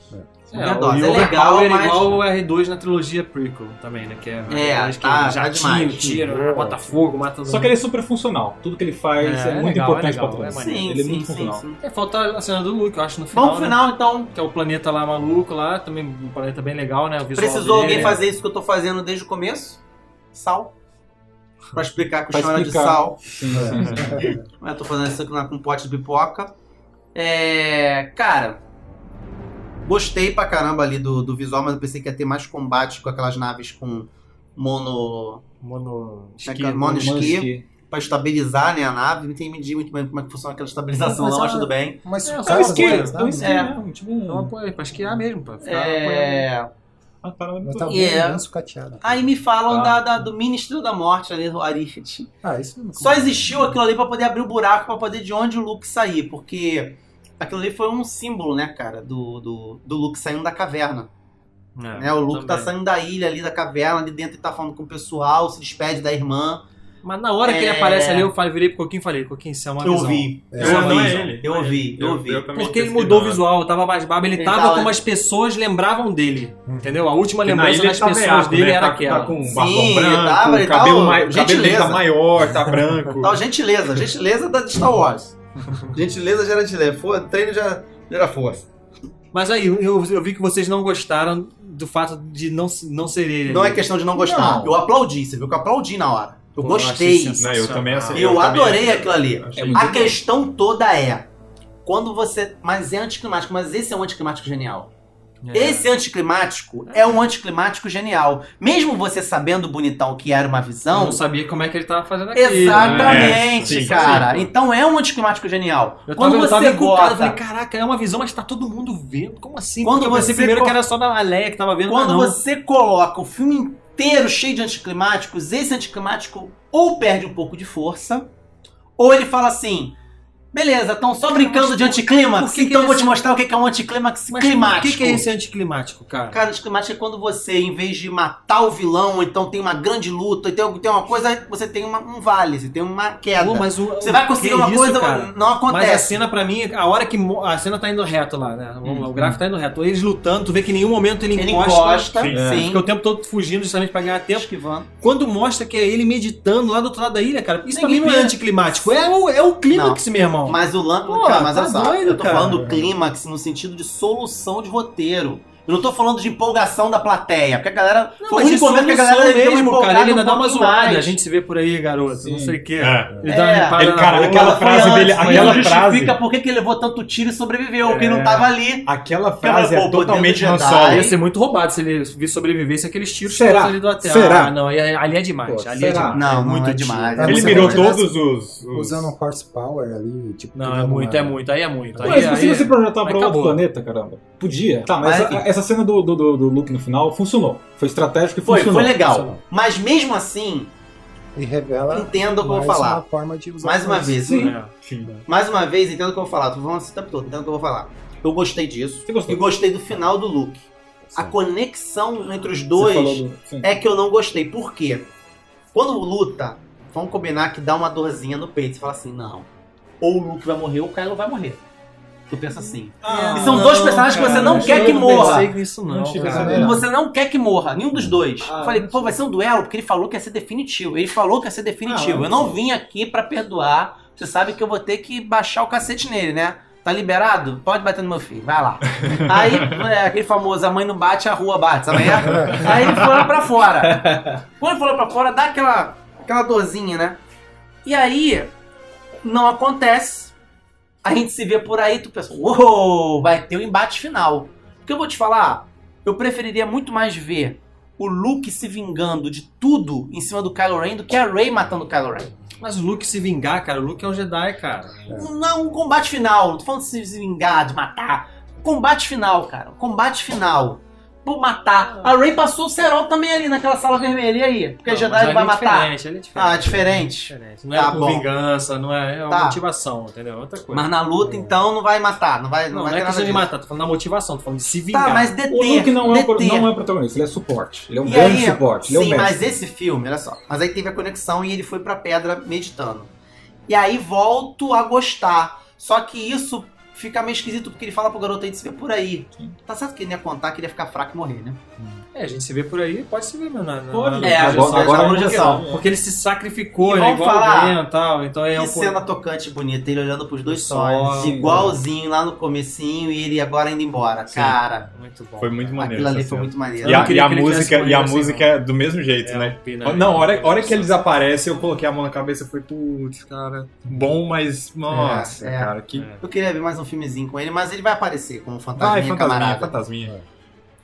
[SPEAKER 2] Overdose.
[SPEAKER 3] e
[SPEAKER 2] É
[SPEAKER 3] o
[SPEAKER 2] legal,
[SPEAKER 3] Overpower
[SPEAKER 2] mas-
[SPEAKER 3] é igual o R2 na trilogia prequel também, né? Que é,
[SPEAKER 2] É,
[SPEAKER 3] acho que
[SPEAKER 2] tá- tá
[SPEAKER 3] jatinho,
[SPEAKER 2] demais.
[SPEAKER 3] tiro, bota fogo, mata todo
[SPEAKER 5] Só que ele é super funcional. Tudo que ele faz
[SPEAKER 3] É,
[SPEAKER 5] é,
[SPEAKER 3] é
[SPEAKER 5] muito
[SPEAKER 3] legal,
[SPEAKER 5] importante
[SPEAKER 3] é legal,
[SPEAKER 5] pra trás.
[SPEAKER 3] é maneiro.
[SPEAKER 2] Sim,
[SPEAKER 5] ele é
[SPEAKER 2] sim,
[SPEAKER 5] muito
[SPEAKER 2] sim,
[SPEAKER 5] funcional.
[SPEAKER 2] sim.
[SPEAKER 3] É, falta a cena do Luke, eu acho, no final.
[SPEAKER 2] Bom final, então.
[SPEAKER 3] né? Que é o planeta lá maluco lá, também um planeta bem legal, né? O visual
[SPEAKER 2] Precisou
[SPEAKER 3] dele,
[SPEAKER 2] alguém
[SPEAKER 3] né?
[SPEAKER 2] fazer isso que eu tô fazendo desde o começo? Sal. Pra explicar que o
[SPEAKER 5] Pra
[SPEAKER 2] chão era de
[SPEAKER 5] explicar.
[SPEAKER 2] sal.
[SPEAKER 5] Sim, sim, sim.
[SPEAKER 2] [laughs] Eu tô fazendo isso aqui na- com um pote de pipoca. É. Cara. Gostei pra caramba ali do, do visual, mas eu pensei que ia ter mais combate com aquelas naves com mono.
[SPEAKER 3] Mono...
[SPEAKER 2] né, com mono esqui
[SPEAKER 5] Mansky.
[SPEAKER 2] pra estabilizar né, a nave. Não entendi muito bem como é que funciona aquela estabilização,
[SPEAKER 4] Mas
[SPEAKER 2] não,
[SPEAKER 4] ela-
[SPEAKER 2] mas tudo bem.
[SPEAKER 4] Mas
[SPEAKER 3] É,
[SPEAKER 4] é,
[SPEAKER 3] só
[SPEAKER 5] É um
[SPEAKER 4] cara,
[SPEAKER 5] esqui,
[SPEAKER 4] esquerdo,
[SPEAKER 5] é um esqui,
[SPEAKER 2] É.
[SPEAKER 5] né? Um Tipo,
[SPEAKER 3] Então
[SPEAKER 5] uma
[SPEAKER 3] apoia, pra esquiar mesmo, pra ficar apoiando.
[SPEAKER 2] É.
[SPEAKER 5] parada
[SPEAKER 4] Eu
[SPEAKER 5] muito-
[SPEAKER 4] tava
[SPEAKER 2] Yeah.
[SPEAKER 4] bem sucateada.
[SPEAKER 2] Aí me falam
[SPEAKER 5] Tá.
[SPEAKER 2] da, da- do Ministro da Morte ali, do Arifet.
[SPEAKER 4] Ah, isso não-
[SPEAKER 2] Só existiu aquilo ali pra poder abrir o buraco, pra poder de onde o Luke sair, porque aquilo ali foi um símbolo, né, cara, do, do, do Luke saindo da caverna.
[SPEAKER 3] É,
[SPEAKER 2] né? O Luke tá
[SPEAKER 3] também.
[SPEAKER 2] saindo da ilha ali, da caverna, ali dentro ele tá falando com o pessoal, se despede da irmã.
[SPEAKER 3] Mas na hora que ele
[SPEAKER 2] É.
[SPEAKER 3] aparece ali, eu falei, virei pro Coquinho e falei, Coquinho, isso é uma
[SPEAKER 2] Eu
[SPEAKER 3] visão.
[SPEAKER 2] vi,
[SPEAKER 4] É,
[SPEAKER 2] eu
[SPEAKER 6] não, não é
[SPEAKER 2] vi,
[SPEAKER 6] ele.
[SPEAKER 2] eu vi, eu vi.
[SPEAKER 6] também
[SPEAKER 3] Porque ele
[SPEAKER 6] esqueci,
[SPEAKER 3] mudou o
[SPEAKER 6] não.
[SPEAKER 3] visual, tava mais barba, ele
[SPEAKER 2] Ele
[SPEAKER 3] tava
[SPEAKER 2] tava-
[SPEAKER 3] como as pessoas lembravam dele. Entendeu? A última
[SPEAKER 6] Hum. Porque na
[SPEAKER 3] lembrança
[SPEAKER 6] ilha
[SPEAKER 3] das
[SPEAKER 6] tá
[SPEAKER 3] pessoas
[SPEAKER 6] veaco,
[SPEAKER 3] dele
[SPEAKER 6] né?
[SPEAKER 3] era
[SPEAKER 6] Tá-
[SPEAKER 3] aquela.
[SPEAKER 6] Tá com
[SPEAKER 2] Sim,
[SPEAKER 6] barbão
[SPEAKER 2] ele
[SPEAKER 6] branco,
[SPEAKER 2] tava- ele
[SPEAKER 6] o cabelo,
[SPEAKER 2] tava-
[SPEAKER 6] mai- o cabelo dele
[SPEAKER 2] gentileza.
[SPEAKER 6] tá
[SPEAKER 2] [laughs]
[SPEAKER 6] maior, tá branco.
[SPEAKER 2] Tal gentileza, gentileza da de Star Wars. gentileza gera gentileza, Fo- treino já gera força.
[SPEAKER 3] Mas aí, eu, eu vi que vocês não gostaram do fato de não, não ser ele.
[SPEAKER 2] Não é questão de não gostar,
[SPEAKER 5] Não.
[SPEAKER 2] eu aplaudi, você viu que eu aplaudi na hora. Eu
[SPEAKER 3] Pô, eu achei
[SPEAKER 2] gostei.
[SPEAKER 3] sensacional.
[SPEAKER 6] Não, eu também assim,
[SPEAKER 2] Eu,
[SPEAKER 6] também
[SPEAKER 2] adorei
[SPEAKER 6] achei-
[SPEAKER 2] aquilo ali.
[SPEAKER 6] achei
[SPEAKER 2] a
[SPEAKER 6] muito bom.
[SPEAKER 2] questão toda é. Quando você. Mas é anticlimático, mas esse é um anticlimático genial.
[SPEAKER 3] É.
[SPEAKER 2] Esse anticlimático é. um anticlimático genial. Mesmo você sabendo, bonitão, que era uma
[SPEAKER 3] Eu
[SPEAKER 2] visão.
[SPEAKER 3] não sabia como é que ele tava fazendo aquilo.
[SPEAKER 2] Exatamente,
[SPEAKER 6] É, sim,
[SPEAKER 2] cara.
[SPEAKER 6] sim.
[SPEAKER 2] Então é um anticlimático genial.
[SPEAKER 3] Eu tava,
[SPEAKER 2] Quando
[SPEAKER 3] eu tava
[SPEAKER 2] você
[SPEAKER 3] encucado, eu falei,
[SPEAKER 2] bota.
[SPEAKER 3] caraca, é uma visão, mas tá todo mundo vendo. Como assim?
[SPEAKER 2] Quando
[SPEAKER 3] Porque eu pensei
[SPEAKER 2] você
[SPEAKER 3] primeiro
[SPEAKER 2] co-
[SPEAKER 3] que era só da Aleia que tava vendo, mas
[SPEAKER 2] Quando
[SPEAKER 3] não.
[SPEAKER 2] você coloca o filme inteiro cheio de anticlimáticos, esse anticlimático ou perde um pouco de força, ou ele fala assim. Beleza, estão só brincando de anticlímax,
[SPEAKER 3] por que que
[SPEAKER 2] então
[SPEAKER 3] é
[SPEAKER 2] vou te
[SPEAKER 3] esse-
[SPEAKER 2] mostrar o que que é um anticlímax
[SPEAKER 3] Mas
[SPEAKER 2] climático.
[SPEAKER 3] o que, que é esse anticlimático, cara?
[SPEAKER 2] Cara, anticlimático é quando você, em vez de matar o vilão, ou então tem uma grande luta, ou então tem uma coisa, você tem uma- um vale, você tem uma queda.
[SPEAKER 3] Pô, mas o-
[SPEAKER 2] você
[SPEAKER 3] o
[SPEAKER 2] vai
[SPEAKER 3] que
[SPEAKER 2] conseguir
[SPEAKER 3] é
[SPEAKER 2] uma
[SPEAKER 3] isso,
[SPEAKER 2] coisa,
[SPEAKER 3] cara?
[SPEAKER 2] não acontece.
[SPEAKER 3] Mas assim, a cena, pra mim, a hora que mo- a cena tá indo reto lá, né? O, o gráfico tá indo reto. Eles lutando, tu vê que em nenhum momento ele,
[SPEAKER 2] Ele
[SPEAKER 3] encosta. É.
[SPEAKER 2] encosta,
[SPEAKER 6] Sim.
[SPEAKER 2] sim.
[SPEAKER 3] Fica o tempo todo fugindo justamente pra ganhar tempo.
[SPEAKER 2] Esquivando.
[SPEAKER 3] Quando mostra que é ele meditando lá do outro lado da ilha, cara, isso pra mim
[SPEAKER 2] Ninguém
[SPEAKER 3] não é
[SPEAKER 2] vê.
[SPEAKER 3] anticlimático. É o, é o clímax, meu irmão.
[SPEAKER 2] Mas o lance.
[SPEAKER 3] Pô,
[SPEAKER 2] Cara, mas
[SPEAKER 3] tá
[SPEAKER 2] olha só,
[SPEAKER 3] doido,
[SPEAKER 2] eu tô
[SPEAKER 3] cara.
[SPEAKER 2] falando clímax no sentido de solução de roteiro. Eu não tô falando de empolgação da plateia, porque a galera.
[SPEAKER 3] Não,
[SPEAKER 2] foi o único
[SPEAKER 3] isso é
[SPEAKER 2] momento é que a
[SPEAKER 3] solução
[SPEAKER 2] galera deu uma
[SPEAKER 3] mesmo,
[SPEAKER 2] empolgada
[SPEAKER 3] cara. Ele ainda
[SPEAKER 2] um
[SPEAKER 3] dá uma
[SPEAKER 2] pouquinho
[SPEAKER 3] zoada.
[SPEAKER 2] mais.
[SPEAKER 3] A gente se vê por aí, garoto. Não
[SPEAKER 5] Sim.
[SPEAKER 3] sei o quê.
[SPEAKER 6] É.
[SPEAKER 3] Ele dá uma
[SPEAKER 2] É.
[SPEAKER 3] ripada
[SPEAKER 6] Ele,
[SPEAKER 3] na
[SPEAKER 6] cara,
[SPEAKER 3] boca.
[SPEAKER 6] aquela
[SPEAKER 2] foi
[SPEAKER 6] frase dele,
[SPEAKER 2] antes, mas
[SPEAKER 6] aquela
[SPEAKER 2] não
[SPEAKER 6] frase,
[SPEAKER 2] justifica por que que ele levou tanto tiro e sobreviveu, quem
[SPEAKER 3] É.
[SPEAKER 2] não tava ali.
[SPEAKER 5] Aquela frase
[SPEAKER 2] Pô,
[SPEAKER 5] é
[SPEAKER 2] o poder
[SPEAKER 5] totalmente
[SPEAKER 2] do
[SPEAKER 5] Han
[SPEAKER 2] Jedi.
[SPEAKER 5] Solo.
[SPEAKER 3] Ia ser é muito roubado se ele vi- sobrevivesse aqueles tiros
[SPEAKER 5] Será?
[SPEAKER 3] todos ali do hotel.
[SPEAKER 5] Será?
[SPEAKER 3] Ah, não, aí- ali é demais.
[SPEAKER 5] Pô,
[SPEAKER 3] ali é
[SPEAKER 5] será?
[SPEAKER 3] demais.
[SPEAKER 2] Não, não
[SPEAKER 3] muito
[SPEAKER 2] é
[SPEAKER 3] tiro.
[SPEAKER 2] demais.
[SPEAKER 4] É
[SPEAKER 6] Ele
[SPEAKER 4] Você
[SPEAKER 6] mirou
[SPEAKER 4] vai olhar
[SPEAKER 6] todos os... os-
[SPEAKER 4] Usando um horse power ali, tipo.
[SPEAKER 3] Não, é
[SPEAKER 4] pegando
[SPEAKER 3] muito,
[SPEAKER 4] uma-
[SPEAKER 3] é muito. Aí é muito. Aí,
[SPEAKER 5] Mas se
[SPEAKER 3] aí-
[SPEAKER 5] você projetar
[SPEAKER 3] aí
[SPEAKER 5] pra outro
[SPEAKER 3] acabou.
[SPEAKER 5] planeta, caramba. Podia. Tá, mas
[SPEAKER 2] Mas,
[SPEAKER 5] essa,
[SPEAKER 2] enfim.
[SPEAKER 5] essa cena do, do, do do Luke no final funcionou. Foi estratégico e
[SPEAKER 2] Foi,
[SPEAKER 5] funcionou.
[SPEAKER 2] foi legal.
[SPEAKER 4] funcionou.
[SPEAKER 2] Mas mesmo assim,
[SPEAKER 4] E revela
[SPEAKER 2] entenda o que Então, eu vou
[SPEAKER 4] mais uma
[SPEAKER 2] falar.
[SPEAKER 4] forma de usar
[SPEAKER 2] Mais uma
[SPEAKER 4] força.
[SPEAKER 2] vez, né?
[SPEAKER 5] Sim.
[SPEAKER 3] É.
[SPEAKER 2] mais uma vez, entenda o que eu vou falar. Tô falando assim o tempo todo, entenda o que eu vou falar. Eu gostei disso.
[SPEAKER 5] Você gostou?
[SPEAKER 2] E gostei do final do Luke. A
[SPEAKER 4] Sim.
[SPEAKER 2] conexão entre os
[SPEAKER 5] Você
[SPEAKER 2] dois
[SPEAKER 5] falou do- sim.
[SPEAKER 2] é que eu não gostei. Por quê? Quando luta, vamos combinar que dá uma dorzinha no peito. Você fala assim, não. Ou o Luke vai morrer ou o Kylo vai morrer. tu pensa assim.
[SPEAKER 3] Ah,
[SPEAKER 2] e são dois
[SPEAKER 3] não,
[SPEAKER 2] personagens que você
[SPEAKER 3] cara,
[SPEAKER 2] não
[SPEAKER 3] acho
[SPEAKER 2] quer
[SPEAKER 3] que
[SPEAKER 2] que
[SPEAKER 3] eu não
[SPEAKER 2] morra.
[SPEAKER 3] pensei nisso, não,
[SPEAKER 2] Tipo,
[SPEAKER 3] cara.
[SPEAKER 4] é,
[SPEAKER 2] você- Você não quer que morra, nenhum dos dois.
[SPEAKER 3] É. Ah,
[SPEAKER 2] Eu Falei, pô, vai ser um duelo, porque ele falou que ia ser definitivo. Ele falou que ia ser definitivo.
[SPEAKER 3] Ah,
[SPEAKER 2] Eu não vim aqui pra perdoar. Você sabe que eu vou ter que baixar o cacete nele, né? Tá liberado? Pode bater no meu filho, vai
[SPEAKER 3] [laughs]
[SPEAKER 2] lá. Aí, é, aquele famoso, a mãe não bate, a rua bate, sabe? Aí ele foi lá pra fora. Quando ele foi lá pra fora, dá aquela, aquela dorzinha, né? E aí, não acontece. A gente se vê por aí, tu pensa, uou, vai ter o embate final. Porque eu vou te falar, eu preferiria muito mais ver o Luke se vingando de tudo em cima do Kylo Ren do que a Rey matando o Kylo Ren.
[SPEAKER 3] Mas o Luke se vingar, cara, o Luke é um Jedi, cara.
[SPEAKER 2] Não é um combate final, não tô falando de se vingar, de matar. Combate final, cara. Combate final. Vou matar. A Rey passou o cerol também ali naquela sala vermelha aí. Porque a
[SPEAKER 3] Não, mas
[SPEAKER 2] Jedi
[SPEAKER 3] ele
[SPEAKER 2] vai
[SPEAKER 3] é
[SPEAKER 2] matar.
[SPEAKER 3] diferente, ele é diferente.
[SPEAKER 2] Ah, diferente.
[SPEAKER 3] Diferente. Não é
[SPEAKER 2] Tá
[SPEAKER 3] por
[SPEAKER 2] bom.
[SPEAKER 3] vingança, não é, é uma
[SPEAKER 2] Tá.
[SPEAKER 3] motivação, entendeu? É outra coisa.
[SPEAKER 2] Mas na luta, então, não vai matar. Não vai, não
[SPEAKER 3] não, não,
[SPEAKER 2] vai
[SPEAKER 3] é
[SPEAKER 2] ter nada
[SPEAKER 3] questão de
[SPEAKER 2] disso.
[SPEAKER 3] matar, tô falando da motivação, tô falando de se vingar.
[SPEAKER 2] Tá, mas
[SPEAKER 5] O
[SPEAKER 2] deter.
[SPEAKER 5] Luke não é, o, pro-
[SPEAKER 2] deter.
[SPEAKER 5] não é o protagonista, ele é suporte. Ele é um
[SPEAKER 2] E
[SPEAKER 5] grande
[SPEAKER 2] aí,
[SPEAKER 5] suporte, ele é um
[SPEAKER 2] Sim, mas
[SPEAKER 5] mestre.
[SPEAKER 2] esse filme, olha só. Mas aí teve a conexão e ele foi pra pedra meditando. E aí volto a gostar. Só que isso fica meio esquisito, porque ele fala pro garoto aí de se ver por aí. Tá certo que ele ia contar que ele ia ficar fraco e morrer, né?
[SPEAKER 3] É, a gente se vê por aí, pode se ver mesmo. Na, na,
[SPEAKER 2] Pode.
[SPEAKER 3] na-
[SPEAKER 2] É,
[SPEAKER 3] na
[SPEAKER 2] agora-
[SPEAKER 3] projeção.
[SPEAKER 2] agora na
[SPEAKER 3] Porque-
[SPEAKER 2] projeção.
[SPEAKER 3] Porque ele se sacrificou,
[SPEAKER 2] E
[SPEAKER 3] né?
[SPEAKER 2] vamos
[SPEAKER 3] Igual
[SPEAKER 2] falar,
[SPEAKER 3] o Ben e tal. Então é
[SPEAKER 2] que
[SPEAKER 3] um
[SPEAKER 2] cena tocante bonita, ele olhando pros dois
[SPEAKER 3] Só,
[SPEAKER 2] sonhos,
[SPEAKER 3] sim.
[SPEAKER 2] igualzinho lá no comecinho e ele agora indo embora.
[SPEAKER 3] Sim.
[SPEAKER 2] Cara,
[SPEAKER 3] Muito bom.
[SPEAKER 6] Foi muito maneiro.
[SPEAKER 2] aquilo ali
[SPEAKER 6] essa
[SPEAKER 2] foi
[SPEAKER 6] cena.
[SPEAKER 2] muito maneiro.
[SPEAKER 6] E
[SPEAKER 3] Eu
[SPEAKER 6] a,
[SPEAKER 3] não
[SPEAKER 6] e
[SPEAKER 3] queria
[SPEAKER 6] a
[SPEAKER 3] que ele
[SPEAKER 6] música,
[SPEAKER 3] tivesse
[SPEAKER 6] e a
[SPEAKER 3] morrido assim,
[SPEAKER 6] música é do mesmo jeito,
[SPEAKER 3] É,
[SPEAKER 6] né?
[SPEAKER 3] o Pina-
[SPEAKER 6] Não, a hora, a hora que eles aparecem, eu coloquei a mão na cabeça e falei, putz, cara, bom, mas. Nossa,
[SPEAKER 2] É, é.
[SPEAKER 6] cara, que.
[SPEAKER 2] Eu queria ver mais um filmezinho com ele, mas ele vai aparecer como fantasminha,
[SPEAKER 6] Vai, fantasminha,
[SPEAKER 2] camarada.
[SPEAKER 6] fantasminha.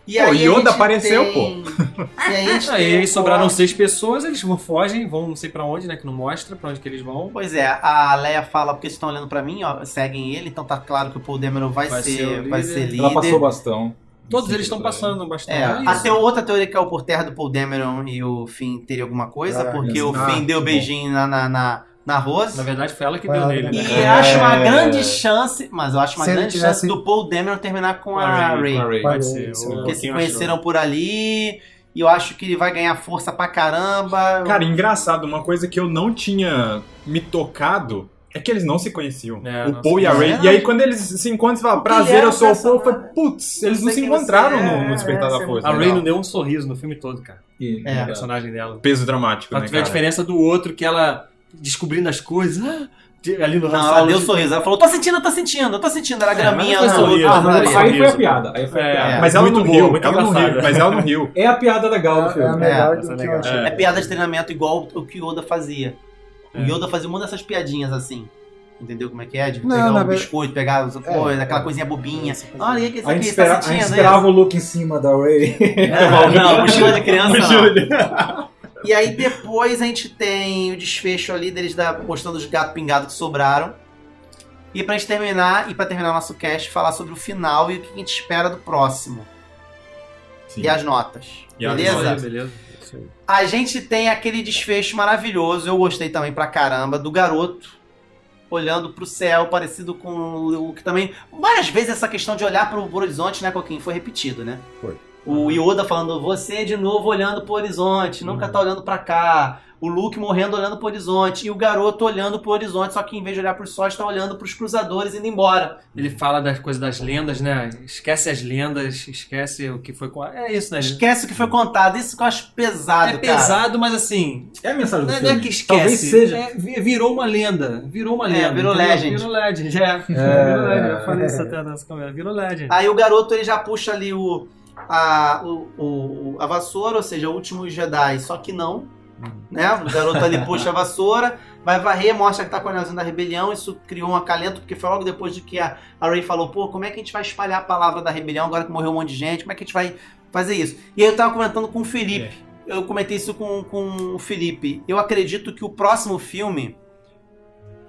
[SPEAKER 2] E
[SPEAKER 6] Pô,
[SPEAKER 2] aí a
[SPEAKER 6] Yoda
[SPEAKER 2] gente
[SPEAKER 6] apareceu,
[SPEAKER 2] tem- [laughs] E aí, a gente
[SPEAKER 3] Aí,
[SPEAKER 2] tem
[SPEAKER 3] aí
[SPEAKER 2] o
[SPEAKER 3] sobraram
[SPEAKER 2] plot-
[SPEAKER 3] seis pessoas, eles vão- fogem, vão não sei pra onde, né? Que não mostra pra onde que eles vão.
[SPEAKER 2] Pois é, a Leia fala porque vocês estão olhando pra mim, ó, seguem ele, então tá claro que o Paul Dameron vai,
[SPEAKER 3] Vai
[SPEAKER 2] ser,
[SPEAKER 3] ser o líder.
[SPEAKER 2] vai ser líder.
[SPEAKER 5] Ela passou o bastão.
[SPEAKER 3] Todos
[SPEAKER 5] Sim,
[SPEAKER 3] eles estão
[SPEAKER 5] pra ele.
[SPEAKER 3] passando bastante.
[SPEAKER 2] É, até outra teoria que é o por terra do Paul Dameron e o Finn teria alguma coisa,
[SPEAKER 4] Caraca,
[SPEAKER 2] porque o
[SPEAKER 5] sim.
[SPEAKER 2] Finn
[SPEAKER 5] Ah,
[SPEAKER 2] deu
[SPEAKER 5] bom.
[SPEAKER 2] beijinho na, na, na, na Rose.
[SPEAKER 3] Na verdade, foi ela que
[SPEAKER 4] Foi
[SPEAKER 3] deu
[SPEAKER 4] ela
[SPEAKER 3] nele,
[SPEAKER 4] que
[SPEAKER 3] né?
[SPEAKER 4] deu.
[SPEAKER 2] E é acho uma grande chance, mas eu acho uma
[SPEAKER 4] Se ele
[SPEAKER 2] grande
[SPEAKER 4] tivesse-
[SPEAKER 2] chance do Paul Dameron terminar com a Ray.
[SPEAKER 6] Com a
[SPEAKER 3] Pode
[SPEAKER 6] Rey.
[SPEAKER 4] Parou,
[SPEAKER 3] ser.
[SPEAKER 4] sim.
[SPEAKER 3] ou-
[SPEAKER 2] Porque se
[SPEAKER 3] quem
[SPEAKER 2] conheceram por ali, e eu acho que ele vai ganhar força pra caramba.
[SPEAKER 6] Cara, engraçado, uma coisa que eu não tinha me tocado é que eles não se conheciam.
[SPEAKER 3] É,
[SPEAKER 6] o
[SPEAKER 3] não
[SPEAKER 6] Paul
[SPEAKER 3] se
[SPEAKER 6] e a Ray.
[SPEAKER 2] conheciam.
[SPEAKER 6] E aí, quando eles se encontram, você fala,
[SPEAKER 2] Porque ele
[SPEAKER 6] prazer,
[SPEAKER 2] era
[SPEAKER 6] eu sou o
[SPEAKER 2] personagem.
[SPEAKER 6] Paul. Eu falei, Putz, eles
[SPEAKER 2] Eu
[SPEAKER 6] não
[SPEAKER 2] sei
[SPEAKER 6] se
[SPEAKER 2] quem você
[SPEAKER 6] encontraram
[SPEAKER 2] é,
[SPEAKER 6] no, no
[SPEAKER 2] é,
[SPEAKER 6] Despertar
[SPEAKER 2] você
[SPEAKER 6] da
[SPEAKER 2] é
[SPEAKER 6] Força.
[SPEAKER 3] achou.
[SPEAKER 6] né,
[SPEAKER 3] A Ray não
[SPEAKER 6] Legal.
[SPEAKER 3] deu um sorriso no filme todo, cara.
[SPEAKER 5] E-
[SPEAKER 2] É.
[SPEAKER 3] A personagem dela.
[SPEAKER 6] Peso dramático,
[SPEAKER 3] Pra
[SPEAKER 6] né,
[SPEAKER 3] tu ver a
[SPEAKER 6] cara?
[SPEAKER 3] diferença do outro, que ela descobrindo as coisas. ah, de- ali no Han
[SPEAKER 2] Não, ela
[SPEAKER 3] Solo, tipo,
[SPEAKER 2] deu um
[SPEAKER 3] de-
[SPEAKER 2] sorriso. Ela falou, tô sentindo, tô sentindo, tô sentindo. Era
[SPEAKER 3] É,
[SPEAKER 2] graminha.
[SPEAKER 3] mas não foi
[SPEAKER 2] não,
[SPEAKER 3] sorriso,
[SPEAKER 2] não,
[SPEAKER 3] mas não
[SPEAKER 2] não, não.
[SPEAKER 3] foi
[SPEAKER 5] Ah, Aí foi a
[SPEAKER 3] Sorriso.
[SPEAKER 5] piada. Aí foi a
[SPEAKER 3] É.
[SPEAKER 5] piada.
[SPEAKER 6] Mas ela
[SPEAKER 3] Muito
[SPEAKER 6] não
[SPEAKER 3] boa,
[SPEAKER 6] riu,
[SPEAKER 3] muito
[SPEAKER 2] é
[SPEAKER 6] ela não riu,
[SPEAKER 3] engraçada.
[SPEAKER 6] é mas ela não riu.
[SPEAKER 5] É a piada legal do
[SPEAKER 4] É a
[SPEAKER 5] filme.
[SPEAKER 4] melhor
[SPEAKER 3] essa
[SPEAKER 4] do
[SPEAKER 3] é
[SPEAKER 4] que eu
[SPEAKER 3] legal.
[SPEAKER 4] achei.
[SPEAKER 2] um É piada de treinamento igual o que o Yoda fazia. O Yoda fazia uma dessas piadinhas assim. Entendeu como é que é? De
[SPEAKER 4] Não,
[SPEAKER 2] pegar
[SPEAKER 4] na
[SPEAKER 2] um
[SPEAKER 4] verdade-
[SPEAKER 2] biscoito, pegar outra
[SPEAKER 4] É,
[SPEAKER 2] coisa, aquela
[SPEAKER 4] é.
[SPEAKER 2] coisinha bobinha.
[SPEAKER 4] Essa coisa.
[SPEAKER 2] Olha, e aí, que isso
[SPEAKER 5] A gente,
[SPEAKER 2] aqui,
[SPEAKER 5] espera-
[SPEAKER 2] tá
[SPEAKER 5] a gente
[SPEAKER 2] sentindo?
[SPEAKER 5] esperava o look em cima da Ray.
[SPEAKER 2] É, Não, não, mochila de criança não.
[SPEAKER 6] Mochila de-
[SPEAKER 2] E aí depois a gente tem o desfecho ali deles da, mostrando os gatos pingados que sobraram. E pra gente terminar, e pra terminar o nosso cast, falar sobre o final e o que a gente espera do próximo.
[SPEAKER 6] Sim.
[SPEAKER 2] E as notas.
[SPEAKER 6] E as
[SPEAKER 2] beleza?
[SPEAKER 6] notas.
[SPEAKER 3] Olha, beleza.
[SPEAKER 2] A gente tem aquele desfecho maravilhoso, eu gostei também pra caramba, do garoto olhando pro céu, parecido com o que também. Várias vezes essa questão de olhar pro horizonte, né, Coquinho? Foi repetido, né?
[SPEAKER 4] Foi.
[SPEAKER 2] O Yoda falando, você de novo olhando pro horizonte, nunca tá olhando pra cá. O Luke morrendo olhando pro horizonte. E o garoto olhando pro horizonte, só que em vez de olhar pro sol, está olhando pros cruzadores indo embora.
[SPEAKER 3] Ele fala das coisas das lendas, né? Esquece as lendas, esquece o que foi com. a- É isso, né?
[SPEAKER 2] Esquece o que foi contado, isso que eu acho pesado,
[SPEAKER 3] É
[SPEAKER 2] cara.
[SPEAKER 3] pesado, mas assim.
[SPEAKER 5] É a mensagem do
[SPEAKER 3] Não é, não é
[SPEAKER 5] filme.
[SPEAKER 3] que esquece.
[SPEAKER 5] Talvez seja.
[SPEAKER 3] É, vi- virou uma lenda. Virou uma
[SPEAKER 2] É,
[SPEAKER 3] lenda.
[SPEAKER 2] virou
[SPEAKER 3] entendeu?
[SPEAKER 2] legend.
[SPEAKER 3] Virou legend, é. [laughs] Virou legend. Eu falei isso até nessa câmera. Virou legend.
[SPEAKER 2] Aí o garoto ele já puxa ali o a, o, o- a vassoura, ou seja, o último Jedi, só que não. Né? O garoto ali puxa a vassoura, vai varrer, mostra que tá com o anelzinho da rebelião. Isso criou um acalento, porque foi logo depois de que a, a Ray falou: pô, como é que a gente vai espalhar a palavra da rebelião agora que morreu um monte de gente? Como é que a gente vai fazer isso? E aí eu tava comentando com o Felipe.
[SPEAKER 6] É.
[SPEAKER 2] Eu comentei isso com, com o Felipe. Eu acredito que o próximo filme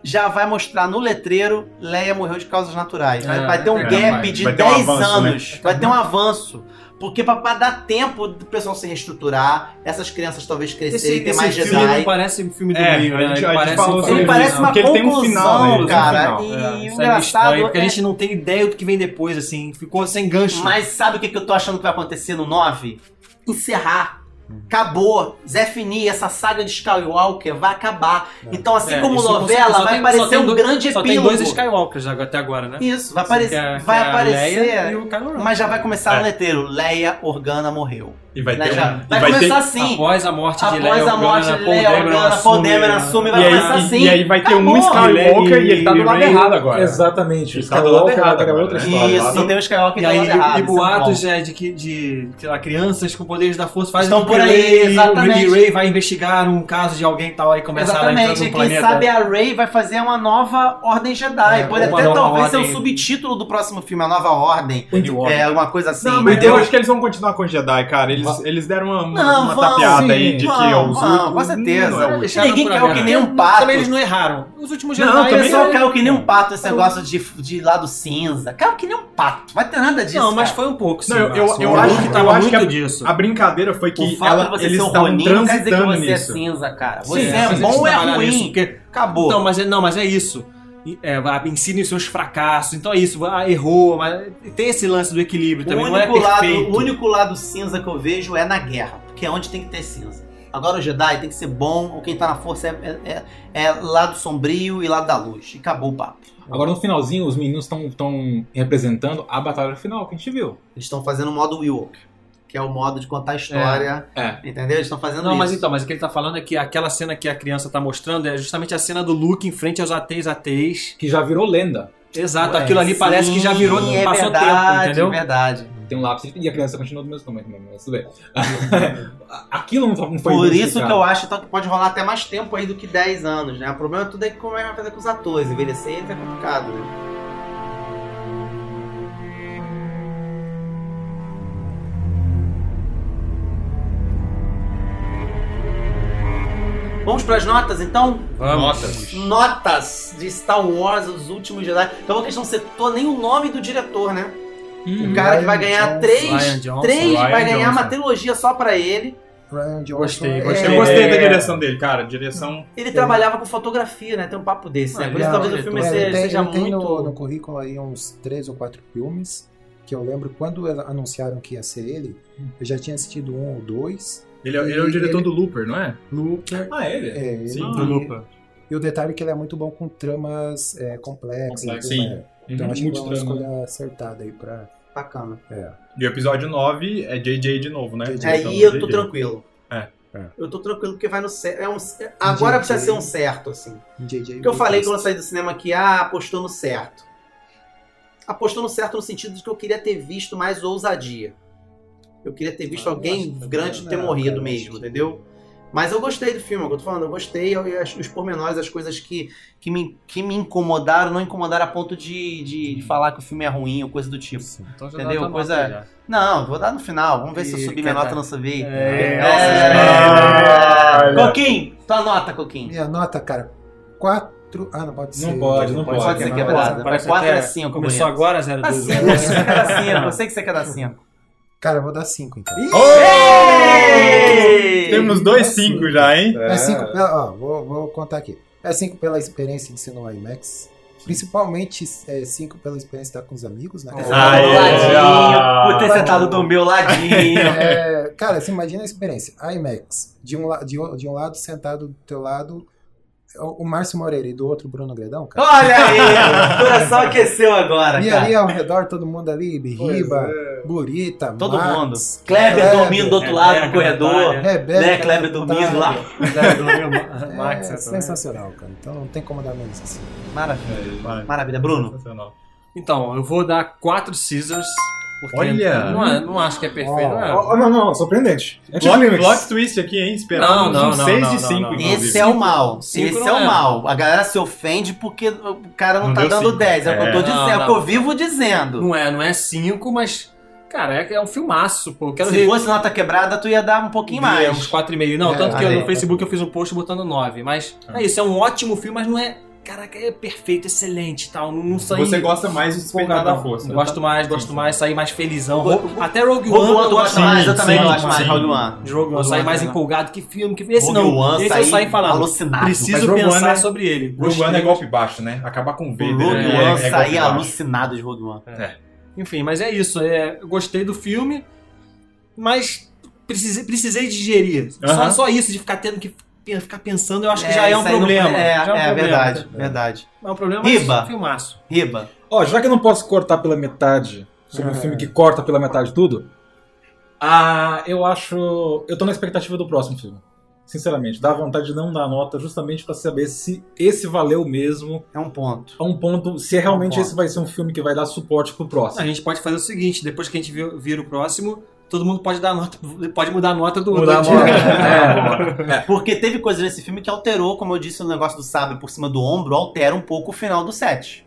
[SPEAKER 2] já vai mostrar no letreiro Leia morreu de causas naturais. Vai,
[SPEAKER 3] É,
[SPEAKER 2] vai ter um
[SPEAKER 6] é,
[SPEAKER 2] gap
[SPEAKER 6] vai.
[SPEAKER 2] de
[SPEAKER 6] Vai ter um
[SPEAKER 2] 10
[SPEAKER 6] avanço,
[SPEAKER 2] anos. Vai ter um avanço. Porque pra, pra dar tempo do pessoal se reestruturar, essas crianças talvez crescerem e ter mais
[SPEAKER 3] filme
[SPEAKER 2] Jedi.
[SPEAKER 3] não parece um filme do
[SPEAKER 6] É,
[SPEAKER 3] meio,
[SPEAKER 6] a
[SPEAKER 3] né?
[SPEAKER 6] gente-
[SPEAKER 3] Ele
[SPEAKER 6] a gente
[SPEAKER 3] parece
[SPEAKER 6] falou
[SPEAKER 3] um
[SPEAKER 6] sobre
[SPEAKER 2] Ele
[SPEAKER 3] filme
[SPEAKER 2] parece
[SPEAKER 6] não,
[SPEAKER 2] uma
[SPEAKER 6] porque ele tem um
[SPEAKER 2] conclusão,
[SPEAKER 6] final, ele tem um
[SPEAKER 2] cara.
[SPEAKER 6] final.
[SPEAKER 2] E
[SPEAKER 3] isso
[SPEAKER 2] o
[SPEAKER 3] é meio estranho,
[SPEAKER 2] engraçado
[SPEAKER 3] porque a gente não tem ideia do que vem depois, assim. Ficou sem gancho.
[SPEAKER 2] Mas sabe o que, que eu tô achando que vai acontecer no 9? Encerrar. Acabou. Zé Fini, essa saga de Skywalker vai acabar. Então, assim
[SPEAKER 3] É,
[SPEAKER 2] como
[SPEAKER 3] isso
[SPEAKER 2] novela,
[SPEAKER 3] só
[SPEAKER 2] vai
[SPEAKER 3] tem- só
[SPEAKER 2] parecer
[SPEAKER 3] tem
[SPEAKER 2] um
[SPEAKER 3] dois-
[SPEAKER 2] grande
[SPEAKER 3] Só
[SPEAKER 2] epílogo.
[SPEAKER 3] tem dois Skywalkers já até agora, né?
[SPEAKER 2] Isso, vai,
[SPEAKER 3] Sim,
[SPEAKER 2] aparecer-
[SPEAKER 3] que é- que
[SPEAKER 2] vai
[SPEAKER 3] é a Leia
[SPEAKER 2] aparecer,
[SPEAKER 3] e o Kylo Ren.
[SPEAKER 2] mas já vai começar
[SPEAKER 3] É.
[SPEAKER 2] no letreiro. Leia Organa morreu.
[SPEAKER 6] E vai
[SPEAKER 2] Né,
[SPEAKER 6] ter.
[SPEAKER 2] já-
[SPEAKER 6] um- e
[SPEAKER 2] vai
[SPEAKER 6] vai ter-
[SPEAKER 2] começar assim.
[SPEAKER 3] Após a morte de
[SPEAKER 2] Após
[SPEAKER 3] Leia
[SPEAKER 2] a morte
[SPEAKER 3] Organa,
[SPEAKER 2] de
[SPEAKER 3] Paul
[SPEAKER 2] Leia
[SPEAKER 3] Dameron
[SPEAKER 2] Organa, Paul
[SPEAKER 3] assume-
[SPEAKER 2] Dameron assume, vai
[SPEAKER 6] E aí,
[SPEAKER 2] começar
[SPEAKER 6] e-
[SPEAKER 2] assim.
[SPEAKER 6] e aí vai ter um
[SPEAKER 2] Acabou.
[SPEAKER 5] Ah,
[SPEAKER 6] Skywalker e ele tá do lado
[SPEAKER 5] é Ray-
[SPEAKER 6] errado agora.
[SPEAKER 5] Exatamente.
[SPEAKER 6] Ele tá do lado errado
[SPEAKER 5] era
[SPEAKER 6] agora,
[SPEAKER 5] é outra
[SPEAKER 6] né?
[SPEAKER 5] história.
[SPEAKER 2] Isso, não tem o Skywalker
[SPEAKER 3] E
[SPEAKER 2] tá
[SPEAKER 3] aí,
[SPEAKER 2] do lado errado,
[SPEAKER 3] e
[SPEAKER 2] isso é
[SPEAKER 3] boatos
[SPEAKER 2] bom.
[SPEAKER 3] é, de que de, sei lá, crianças com poderes da força fazem
[SPEAKER 2] Estão
[SPEAKER 3] com que
[SPEAKER 2] por aí,
[SPEAKER 3] Ray-
[SPEAKER 2] exatamente.
[SPEAKER 3] O Billy Ray vai investigar um caso de alguém tal aí começar a entrar
[SPEAKER 2] Exatamente,
[SPEAKER 3] no
[SPEAKER 2] quem
[SPEAKER 3] planeta.
[SPEAKER 2] sabe a Rey vai fazer uma nova Ordem Jedi.
[SPEAKER 3] É,
[SPEAKER 2] Pode
[SPEAKER 3] uma
[SPEAKER 2] até
[SPEAKER 3] nova
[SPEAKER 2] talvez ser
[SPEAKER 3] ordem.
[SPEAKER 2] o subtítulo do próximo filme, a Nova Ordem.
[SPEAKER 3] New Order.
[SPEAKER 2] É, alguma coisa assim.
[SPEAKER 6] Não, mas Então, eu
[SPEAKER 2] entendeu?
[SPEAKER 6] acho que eles vão continuar com o Jedi, cara. Eles, eles deram uma, uma,
[SPEAKER 2] Não,
[SPEAKER 6] uma
[SPEAKER 2] vão,
[SPEAKER 6] tapeada
[SPEAKER 2] sim,
[SPEAKER 6] aí de
[SPEAKER 2] vão,
[SPEAKER 6] que é os
[SPEAKER 2] vão,
[SPEAKER 6] últimos-
[SPEAKER 2] com certeza.
[SPEAKER 6] Não, é o último.
[SPEAKER 3] Deixaram
[SPEAKER 2] Ninguém
[SPEAKER 3] por
[SPEAKER 2] caiu
[SPEAKER 3] agora.
[SPEAKER 2] que nem um pato.
[SPEAKER 3] Também eles não erraram. Os últimos Jedi...
[SPEAKER 2] Não, o pessoal
[SPEAKER 3] eles-
[SPEAKER 2] caiu que nem um pato esse negócio de, de lado cinza. Caiu que nem um pato. Vai ter nada disso.
[SPEAKER 3] Não, mas
[SPEAKER 2] cara.
[SPEAKER 3] foi um pouco, sim.
[SPEAKER 6] Não, eu- eu-
[SPEAKER 3] Márcio.
[SPEAKER 6] eu
[SPEAKER 3] O
[SPEAKER 6] acho
[SPEAKER 3] Luke
[SPEAKER 6] que-
[SPEAKER 3] tava
[SPEAKER 6] eu acho
[SPEAKER 3] muito
[SPEAKER 6] que
[SPEAKER 3] disso.
[SPEAKER 6] A brincadeira foi
[SPEAKER 2] O
[SPEAKER 6] que
[SPEAKER 2] fato
[SPEAKER 6] ela,
[SPEAKER 2] de você
[SPEAKER 6] eles
[SPEAKER 2] ser um
[SPEAKER 6] estavam
[SPEAKER 2] Ronin não quer dizer que
[SPEAKER 6] transitando
[SPEAKER 2] você
[SPEAKER 6] nisso.
[SPEAKER 2] é cinza, cara. Você
[SPEAKER 3] Sim,
[SPEAKER 2] é
[SPEAKER 3] eles
[SPEAKER 2] bom ou é
[SPEAKER 3] trabalharam nisso,
[SPEAKER 2] ruim.
[SPEAKER 3] porque-
[SPEAKER 2] Acabou.
[SPEAKER 3] Não, mas é, não, mas é isso. E, É, vai- ensine os seus fracassos. Então é isso. Ah, errou, mas tem esse lance do equilíbrio
[SPEAKER 2] o,
[SPEAKER 3] também. Não é
[SPEAKER 2] único lado,
[SPEAKER 3] perfeito.
[SPEAKER 2] o único lado cinza que eu vejo é na guerra, porque é onde tem que ter cinza. Agora o Jedi tem que ser bom, ou quem tá na força é, é- é- é lado sombrio e lado da luz. E acabou o papo.
[SPEAKER 5] Agora no finalzinho, os meninos estão representando a batalha final que a gente viu.
[SPEAKER 2] Eles estão fazendo o modo Wilk, que é o modo de contar a história.
[SPEAKER 5] É.
[SPEAKER 2] Entendeu? Eles estão fazendo
[SPEAKER 3] Não,
[SPEAKER 2] isso.
[SPEAKER 3] mas então, mas o que ele tá falando é que aquela cena que a criança tá mostrando é justamente a cena do Luke em frente aos ateis ateis.
[SPEAKER 5] Que já virou lenda.
[SPEAKER 3] Exato, Ah, tá, aquilo ali parece que já
[SPEAKER 2] É, Sim,
[SPEAKER 3] virou,
[SPEAKER 2] é
[SPEAKER 3] passou
[SPEAKER 2] verdade,
[SPEAKER 3] tempo, entendeu?
[SPEAKER 2] É verdade.
[SPEAKER 5] Tem um lápis e a criança continua do mesmo tamanho também, mas tudo bem. [laughs] Aquilo não não foi
[SPEAKER 2] Por isso
[SPEAKER 5] identificado.
[SPEAKER 2] que eu acho então, que pode rolar até mais tempo aí do que 10 anos, né? O problema tudo é que como é que vai fazer com os atores. Envelhecer é complicado, né? Vamos pras notas, então?
[SPEAKER 6] Notas.
[SPEAKER 2] Notas de Star Wars, os últimos Jedi. Então a questão, você citou nem o nome do diretor, né? O cara que vai
[SPEAKER 4] Ryan
[SPEAKER 2] ganhar
[SPEAKER 3] Ryan
[SPEAKER 4] Johnson.
[SPEAKER 2] três,
[SPEAKER 3] Johnson,
[SPEAKER 2] três
[SPEAKER 6] Ryan
[SPEAKER 2] vai ganhar uma
[SPEAKER 6] Johnson.
[SPEAKER 2] trilogia só pra ele.
[SPEAKER 4] Ryan Johnson
[SPEAKER 3] Gostei,
[SPEAKER 4] é-
[SPEAKER 3] gostei.
[SPEAKER 6] Eu gostei da direção dele, cara. Direção.
[SPEAKER 2] Ele trabalhava com fotografia, né? Tem um papo desse, né?
[SPEAKER 3] Ah,
[SPEAKER 2] Por isso
[SPEAKER 4] ele
[SPEAKER 2] talvez
[SPEAKER 3] é
[SPEAKER 2] o filme
[SPEAKER 3] diretor.
[SPEAKER 2] seja,
[SPEAKER 4] ele tem,
[SPEAKER 2] seja
[SPEAKER 4] ele tem
[SPEAKER 2] muito...
[SPEAKER 4] no, no currículo aí uns três ou quatro filmes que eu lembro quando anunciaram que ia ser ele, eu já tinha assistido um ou dois.
[SPEAKER 6] Ele, é- ele é o diretor
[SPEAKER 4] Ele-
[SPEAKER 6] do Looper, não é?
[SPEAKER 4] Looper.
[SPEAKER 6] Ah, ele?
[SPEAKER 4] É, ele-
[SPEAKER 6] Sim,
[SPEAKER 3] Do Lupa.
[SPEAKER 4] E o detalhe é que ele é muito bom com tramas é, complexas.
[SPEAKER 6] Complexo,
[SPEAKER 4] tudo
[SPEAKER 6] sim.
[SPEAKER 4] mais. Então acho que foi uma
[SPEAKER 6] Multitrama.
[SPEAKER 4] escolha acertada aí pra.
[SPEAKER 2] Bacana.
[SPEAKER 4] É.
[SPEAKER 6] E o episódio 9 é JJ de novo, né?
[SPEAKER 4] JJ.
[SPEAKER 2] Aí
[SPEAKER 6] Então,
[SPEAKER 2] eu tô
[SPEAKER 6] JJ.
[SPEAKER 2] tranquilo.
[SPEAKER 6] É.
[SPEAKER 4] É.
[SPEAKER 2] Eu tô tranquilo porque vai no certo. É um... é- Agora
[SPEAKER 4] Gente,
[SPEAKER 2] precisa ser um
[SPEAKER 4] aí-
[SPEAKER 2] certo, assim.
[SPEAKER 4] JJ
[SPEAKER 2] Porque eu
[SPEAKER 4] Lucas.
[SPEAKER 2] falei quando eu saí do cinema que, ah, apostou no certo. Apostou no certo no sentido de que eu queria ter visto mais ousadia. Eu queria ter visto
[SPEAKER 4] Ah, eu
[SPEAKER 2] alguém
[SPEAKER 4] acho que-
[SPEAKER 2] grande ter
[SPEAKER 4] não,
[SPEAKER 2] morrido
[SPEAKER 4] cara,
[SPEAKER 2] mesmo,
[SPEAKER 4] acho que-
[SPEAKER 2] entendeu? Mas eu gostei do filme, é o que eu tô falando, eu gostei, eu, eu acho os pormenores, as coisas que, que, me, que me incomodaram, não incomodaram a ponto de, de, de falar que o filme é ruim ou coisa do tipo.
[SPEAKER 3] Então já
[SPEAKER 2] Entendeu?
[SPEAKER 3] dá outra
[SPEAKER 2] Pois
[SPEAKER 3] nota
[SPEAKER 2] é.
[SPEAKER 3] já.
[SPEAKER 2] Não, vou dar no final, vamos ver se
[SPEAKER 3] Ih,
[SPEAKER 2] eu subi minha
[SPEAKER 3] quer
[SPEAKER 2] nota
[SPEAKER 3] dar?
[SPEAKER 2] ou não subi.
[SPEAKER 3] É,
[SPEAKER 2] É.
[SPEAKER 6] nossa,
[SPEAKER 2] Coquinho, tua nota, Coquinho.
[SPEAKER 4] Minha nota, cara, quatro. Ah, não pode ser.
[SPEAKER 5] Não pode, não
[SPEAKER 2] Pode,
[SPEAKER 5] pode.
[SPEAKER 2] ser
[SPEAKER 5] não
[SPEAKER 2] quebrada.
[SPEAKER 3] Parece
[SPEAKER 2] Quatro
[SPEAKER 3] até-
[SPEAKER 2] é cinco,
[SPEAKER 3] Começou Ah,
[SPEAKER 2] bonito.
[SPEAKER 3] agora, 0
[SPEAKER 2] Dá
[SPEAKER 3] 2
[SPEAKER 2] cinco, eu sei que você quer
[SPEAKER 3] [laughs]
[SPEAKER 2] dar cinco, eu sei que você quer dar cinco.
[SPEAKER 4] Cara, eu vou dar cinco então.
[SPEAKER 2] Ei!
[SPEAKER 6] Oh! Temos dois cinco já, hein?
[SPEAKER 4] É 5 pela. Ó, vou, vou contar aqui. É 5 pela experiência de ser no IMAX. Principalmente 5 pela experiência de estar com os amigos, né?
[SPEAKER 2] Ah,
[SPEAKER 6] Aê!
[SPEAKER 2] ladinho, por ter
[SPEAKER 4] Ah.
[SPEAKER 2] sentado do meu ladinho.
[SPEAKER 4] É, cara, você imagina a experiência. IMAX, de um, la- de, um- de um lado sentado do teu lado, o o Márcio Moreira e do outro o Bruno Gredão, cara.
[SPEAKER 2] Olha aí, o coração aqueceu agora,
[SPEAKER 4] E
[SPEAKER 2] cara.
[SPEAKER 4] ali ao redor, todo mundo ali, Birriba, Burita,
[SPEAKER 2] Todo
[SPEAKER 4] Max,
[SPEAKER 2] mundo.
[SPEAKER 4] É,
[SPEAKER 2] Kleber dormindo do outro
[SPEAKER 3] É,
[SPEAKER 2] lado do corredor.
[SPEAKER 4] Rebeca, tá
[SPEAKER 2] Né, Kleber dormindo lá.
[SPEAKER 3] [laughs]
[SPEAKER 4] É,
[SPEAKER 3] Max, essa-
[SPEAKER 4] sensacional, cara. Então não tem como dar menos assim.
[SPEAKER 2] Maravilha,
[SPEAKER 6] É,
[SPEAKER 2] maravilha. Bruno,
[SPEAKER 6] Sensacional.
[SPEAKER 3] Então, eu vou dar 4 scissors. porque
[SPEAKER 6] Olha!
[SPEAKER 3] Não, é- não acho que é perfeito. não é.
[SPEAKER 5] Ó, ó, não, não, surpreendente.
[SPEAKER 6] Plot,
[SPEAKER 5] Anticlimax.
[SPEAKER 6] plot twist aqui, hein? Esperava
[SPEAKER 3] Não, não,
[SPEAKER 6] um
[SPEAKER 3] não,
[SPEAKER 6] 6
[SPEAKER 3] não,
[SPEAKER 6] de
[SPEAKER 3] não,
[SPEAKER 6] 5.
[SPEAKER 3] não.
[SPEAKER 2] esse é o mal.
[SPEAKER 3] Cinco
[SPEAKER 2] esse
[SPEAKER 3] não
[SPEAKER 2] é o
[SPEAKER 3] é.
[SPEAKER 2] mal. A galera se ofende porque o cara não,
[SPEAKER 6] Não
[SPEAKER 2] tá
[SPEAKER 6] deu
[SPEAKER 2] dando
[SPEAKER 6] cinco.
[SPEAKER 2] 10. É o que eu tô
[SPEAKER 3] É.
[SPEAKER 2] dizendo,
[SPEAKER 3] Não,
[SPEAKER 2] é o que eu
[SPEAKER 3] não.
[SPEAKER 2] vivo dizendo.
[SPEAKER 3] Não é, não é 5, mas. Cara, é, é um filmaço, pô. Eu quero
[SPEAKER 2] Se
[SPEAKER 3] ver.
[SPEAKER 2] fosse nota quebrada, tu ia dar é um pouquinho
[SPEAKER 3] Dei Uns
[SPEAKER 2] mais.
[SPEAKER 3] 4,5. Não,
[SPEAKER 4] É,
[SPEAKER 3] tanto que
[SPEAKER 2] olha
[SPEAKER 3] eu,
[SPEAKER 2] aí.
[SPEAKER 3] no Facebook eu fiz um post botando 9. Mas é isso, é um ótimo filme, mas não é. Caraca, é perfeito, excelente e tal. Não, não saí.
[SPEAKER 6] Você gosta mais do Despertar da
[SPEAKER 3] empolgadão.
[SPEAKER 6] Força. tá?
[SPEAKER 3] Gosto mais,
[SPEAKER 6] Sim,
[SPEAKER 3] gosto
[SPEAKER 6] sim.
[SPEAKER 3] mais, saí mais felizão.
[SPEAKER 2] Ro-
[SPEAKER 3] Ro- Até Rogue One,
[SPEAKER 2] Rogue One
[SPEAKER 3] eu
[SPEAKER 2] tu
[SPEAKER 3] gosto
[SPEAKER 2] gosta
[SPEAKER 6] Sim,
[SPEAKER 2] mais, eu também
[SPEAKER 6] sim,
[SPEAKER 2] gosto mais.
[SPEAKER 6] sim.
[SPEAKER 2] Rogue One.
[SPEAKER 3] de Rogue One,
[SPEAKER 2] Rogue
[SPEAKER 3] eu saí
[SPEAKER 2] One,
[SPEAKER 3] mais
[SPEAKER 2] né?
[SPEAKER 3] empolgado. Que filme, que Esse
[SPEAKER 2] Rogue
[SPEAKER 3] não.
[SPEAKER 2] One,
[SPEAKER 3] esse eu
[SPEAKER 2] saí
[SPEAKER 3] saí falando.
[SPEAKER 2] alucinado.
[SPEAKER 6] Mas
[SPEAKER 3] Preciso
[SPEAKER 6] Rogue
[SPEAKER 3] pensar
[SPEAKER 6] One é-
[SPEAKER 3] sobre ele.
[SPEAKER 6] Rogue
[SPEAKER 3] Gostei.
[SPEAKER 6] One é golpe baixo, né? Acabar com o
[SPEAKER 2] O
[SPEAKER 6] Vader.
[SPEAKER 2] Rogue
[SPEAKER 6] né?
[SPEAKER 2] One
[SPEAKER 6] é, é golpe
[SPEAKER 2] saía
[SPEAKER 6] baixo.
[SPEAKER 2] alucinado de Rogue One.
[SPEAKER 3] Enfim, mas é isso. é, eu gostei do filme, mas precisei, precisei digerir. Só,
[SPEAKER 2] Aham.
[SPEAKER 3] só isso de ficar tendo que pe- ficar pensando, eu acho que
[SPEAKER 2] É,
[SPEAKER 3] já é um
[SPEAKER 2] isso aí não-
[SPEAKER 3] problema.
[SPEAKER 2] é,
[SPEAKER 3] Já um
[SPEAKER 2] é
[SPEAKER 3] problema.
[SPEAKER 2] verdade, verdade.
[SPEAKER 3] É um problema, mas
[SPEAKER 2] Riba.
[SPEAKER 3] filmaço.
[SPEAKER 2] Riba.
[SPEAKER 5] Ó, já que eu não posso cortar pela metade, sobre um filme que corta pela metade tudo, ah, eu acho. Eu tô na expectativa do próximo filme. Sinceramente, dá vontade de não dar nota justamente pra saber se esse valeu mesmo.
[SPEAKER 2] É um ponto.
[SPEAKER 5] É um ponto. Se realmente
[SPEAKER 2] ponto.
[SPEAKER 5] esse vai ser um filme que vai dar suporte pro
[SPEAKER 3] A
[SPEAKER 5] próximo.
[SPEAKER 3] gente pode fazer o seguinte, depois que a gente vir, vir o próximo, todo mundo pode dar nota, pode mudar a nota do
[SPEAKER 5] Mudar
[SPEAKER 2] [laughs]
[SPEAKER 3] [laughs]
[SPEAKER 4] [laughs]
[SPEAKER 5] a
[SPEAKER 3] do-
[SPEAKER 5] nota. É.
[SPEAKER 2] Porque teve coisa nesse filme que alterou, como eu disse, o negócio do sabre por cima do ombro, altera um pouco o final do set.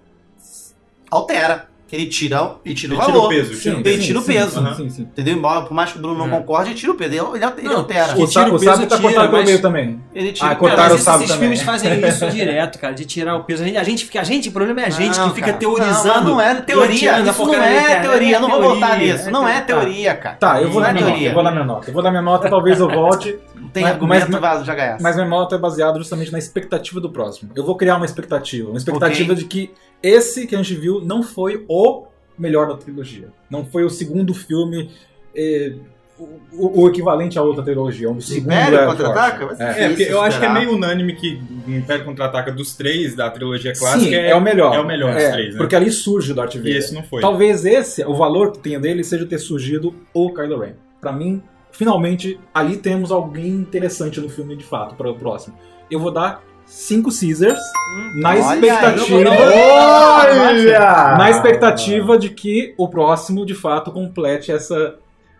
[SPEAKER 2] Altera. Ele tira, ele tira o
[SPEAKER 6] Ele tira
[SPEAKER 2] valor.
[SPEAKER 6] o peso,
[SPEAKER 5] Sim,
[SPEAKER 2] ele tira o
[SPEAKER 5] sim,
[SPEAKER 2] peso.
[SPEAKER 5] Sim,
[SPEAKER 6] aham.
[SPEAKER 5] sim, sim.
[SPEAKER 2] Entendeu? Embora, por mais que o Bruno não concorde, ele tira o peso. Ele, ele, ele
[SPEAKER 3] Não,
[SPEAKER 2] altera.
[SPEAKER 5] O,
[SPEAKER 3] Que tira
[SPEAKER 5] sa
[SPEAKER 3] o
[SPEAKER 5] o
[SPEAKER 3] peso,
[SPEAKER 5] sábio tá
[SPEAKER 3] tira,
[SPEAKER 5] cortado pelo
[SPEAKER 3] mas-
[SPEAKER 5] meio também.
[SPEAKER 2] Ele tira
[SPEAKER 5] Ah,
[SPEAKER 2] o
[SPEAKER 5] cortaram
[SPEAKER 2] peso.
[SPEAKER 5] o
[SPEAKER 3] esses,
[SPEAKER 5] sábio
[SPEAKER 3] esses
[SPEAKER 5] também,
[SPEAKER 3] filmes
[SPEAKER 5] é.
[SPEAKER 3] fazem isso direto, cara, de tirar o peso. A gente, a gente, fica- a gente o problema é a gente
[SPEAKER 2] Não,
[SPEAKER 3] que fica
[SPEAKER 2] cara.
[SPEAKER 3] teorizando.
[SPEAKER 2] Não, não é teoria.
[SPEAKER 3] teorizando a
[SPEAKER 2] Isso não
[SPEAKER 3] porcaria da
[SPEAKER 2] é
[SPEAKER 3] internet.
[SPEAKER 2] teoria. Não vou
[SPEAKER 3] teoria, Então,
[SPEAKER 2] voltar nisso. Não é teoria, cara.
[SPEAKER 5] Tá, eu
[SPEAKER 2] Não
[SPEAKER 5] vou dar
[SPEAKER 2] é
[SPEAKER 5] minha nota.
[SPEAKER 2] teoria.
[SPEAKER 5] Eu vou dar minha nota. Eu vou dar minha nota, talvez
[SPEAKER 2] [laughs]
[SPEAKER 5] eu volte.
[SPEAKER 2] Não tem
[SPEAKER 5] Mas-
[SPEAKER 2] argumento
[SPEAKER 5] mas-
[SPEAKER 2] vaso, joga essa.
[SPEAKER 5] Mas minha nota é baseada justamente na expectativa do próximo. Eu vou criar uma expectativa. Uma expectativa
[SPEAKER 2] Ok.
[SPEAKER 5] de que esse que a gente viu não foi o melhor da trilogia. Não foi o segundo filme. eh, o- o, o equivalente à outra trilogia. O segundo
[SPEAKER 2] Império
[SPEAKER 5] é o
[SPEAKER 2] Contra-Ataca?
[SPEAKER 5] próximo.
[SPEAKER 2] Vai
[SPEAKER 5] É.
[SPEAKER 2] ser
[SPEAKER 6] É, porque eu acho que é
[SPEAKER 2] esperar.
[SPEAKER 6] meio unânime que Império Contra-Ataca dos três da trilogia clássica
[SPEAKER 5] Sim, é o melhor.
[SPEAKER 6] é o melhor dos
[SPEAKER 5] É,
[SPEAKER 6] três, né?
[SPEAKER 5] Porque ali surge o Darth
[SPEAKER 6] E
[SPEAKER 5] Vader.
[SPEAKER 6] esse não foi.
[SPEAKER 5] Talvez esse, o valor que tenha dele, seja ter surgido o Kylo Ren. Pra mim, finalmente, ali temos alguém interessante no filme de fato, para o próximo. Eu vou dar cinco Caesars na
[SPEAKER 2] Hum, olha aí,
[SPEAKER 5] expectativa.
[SPEAKER 2] eu vou
[SPEAKER 5] Olha! Na expectativa de que o próximo, de fato, complete essa,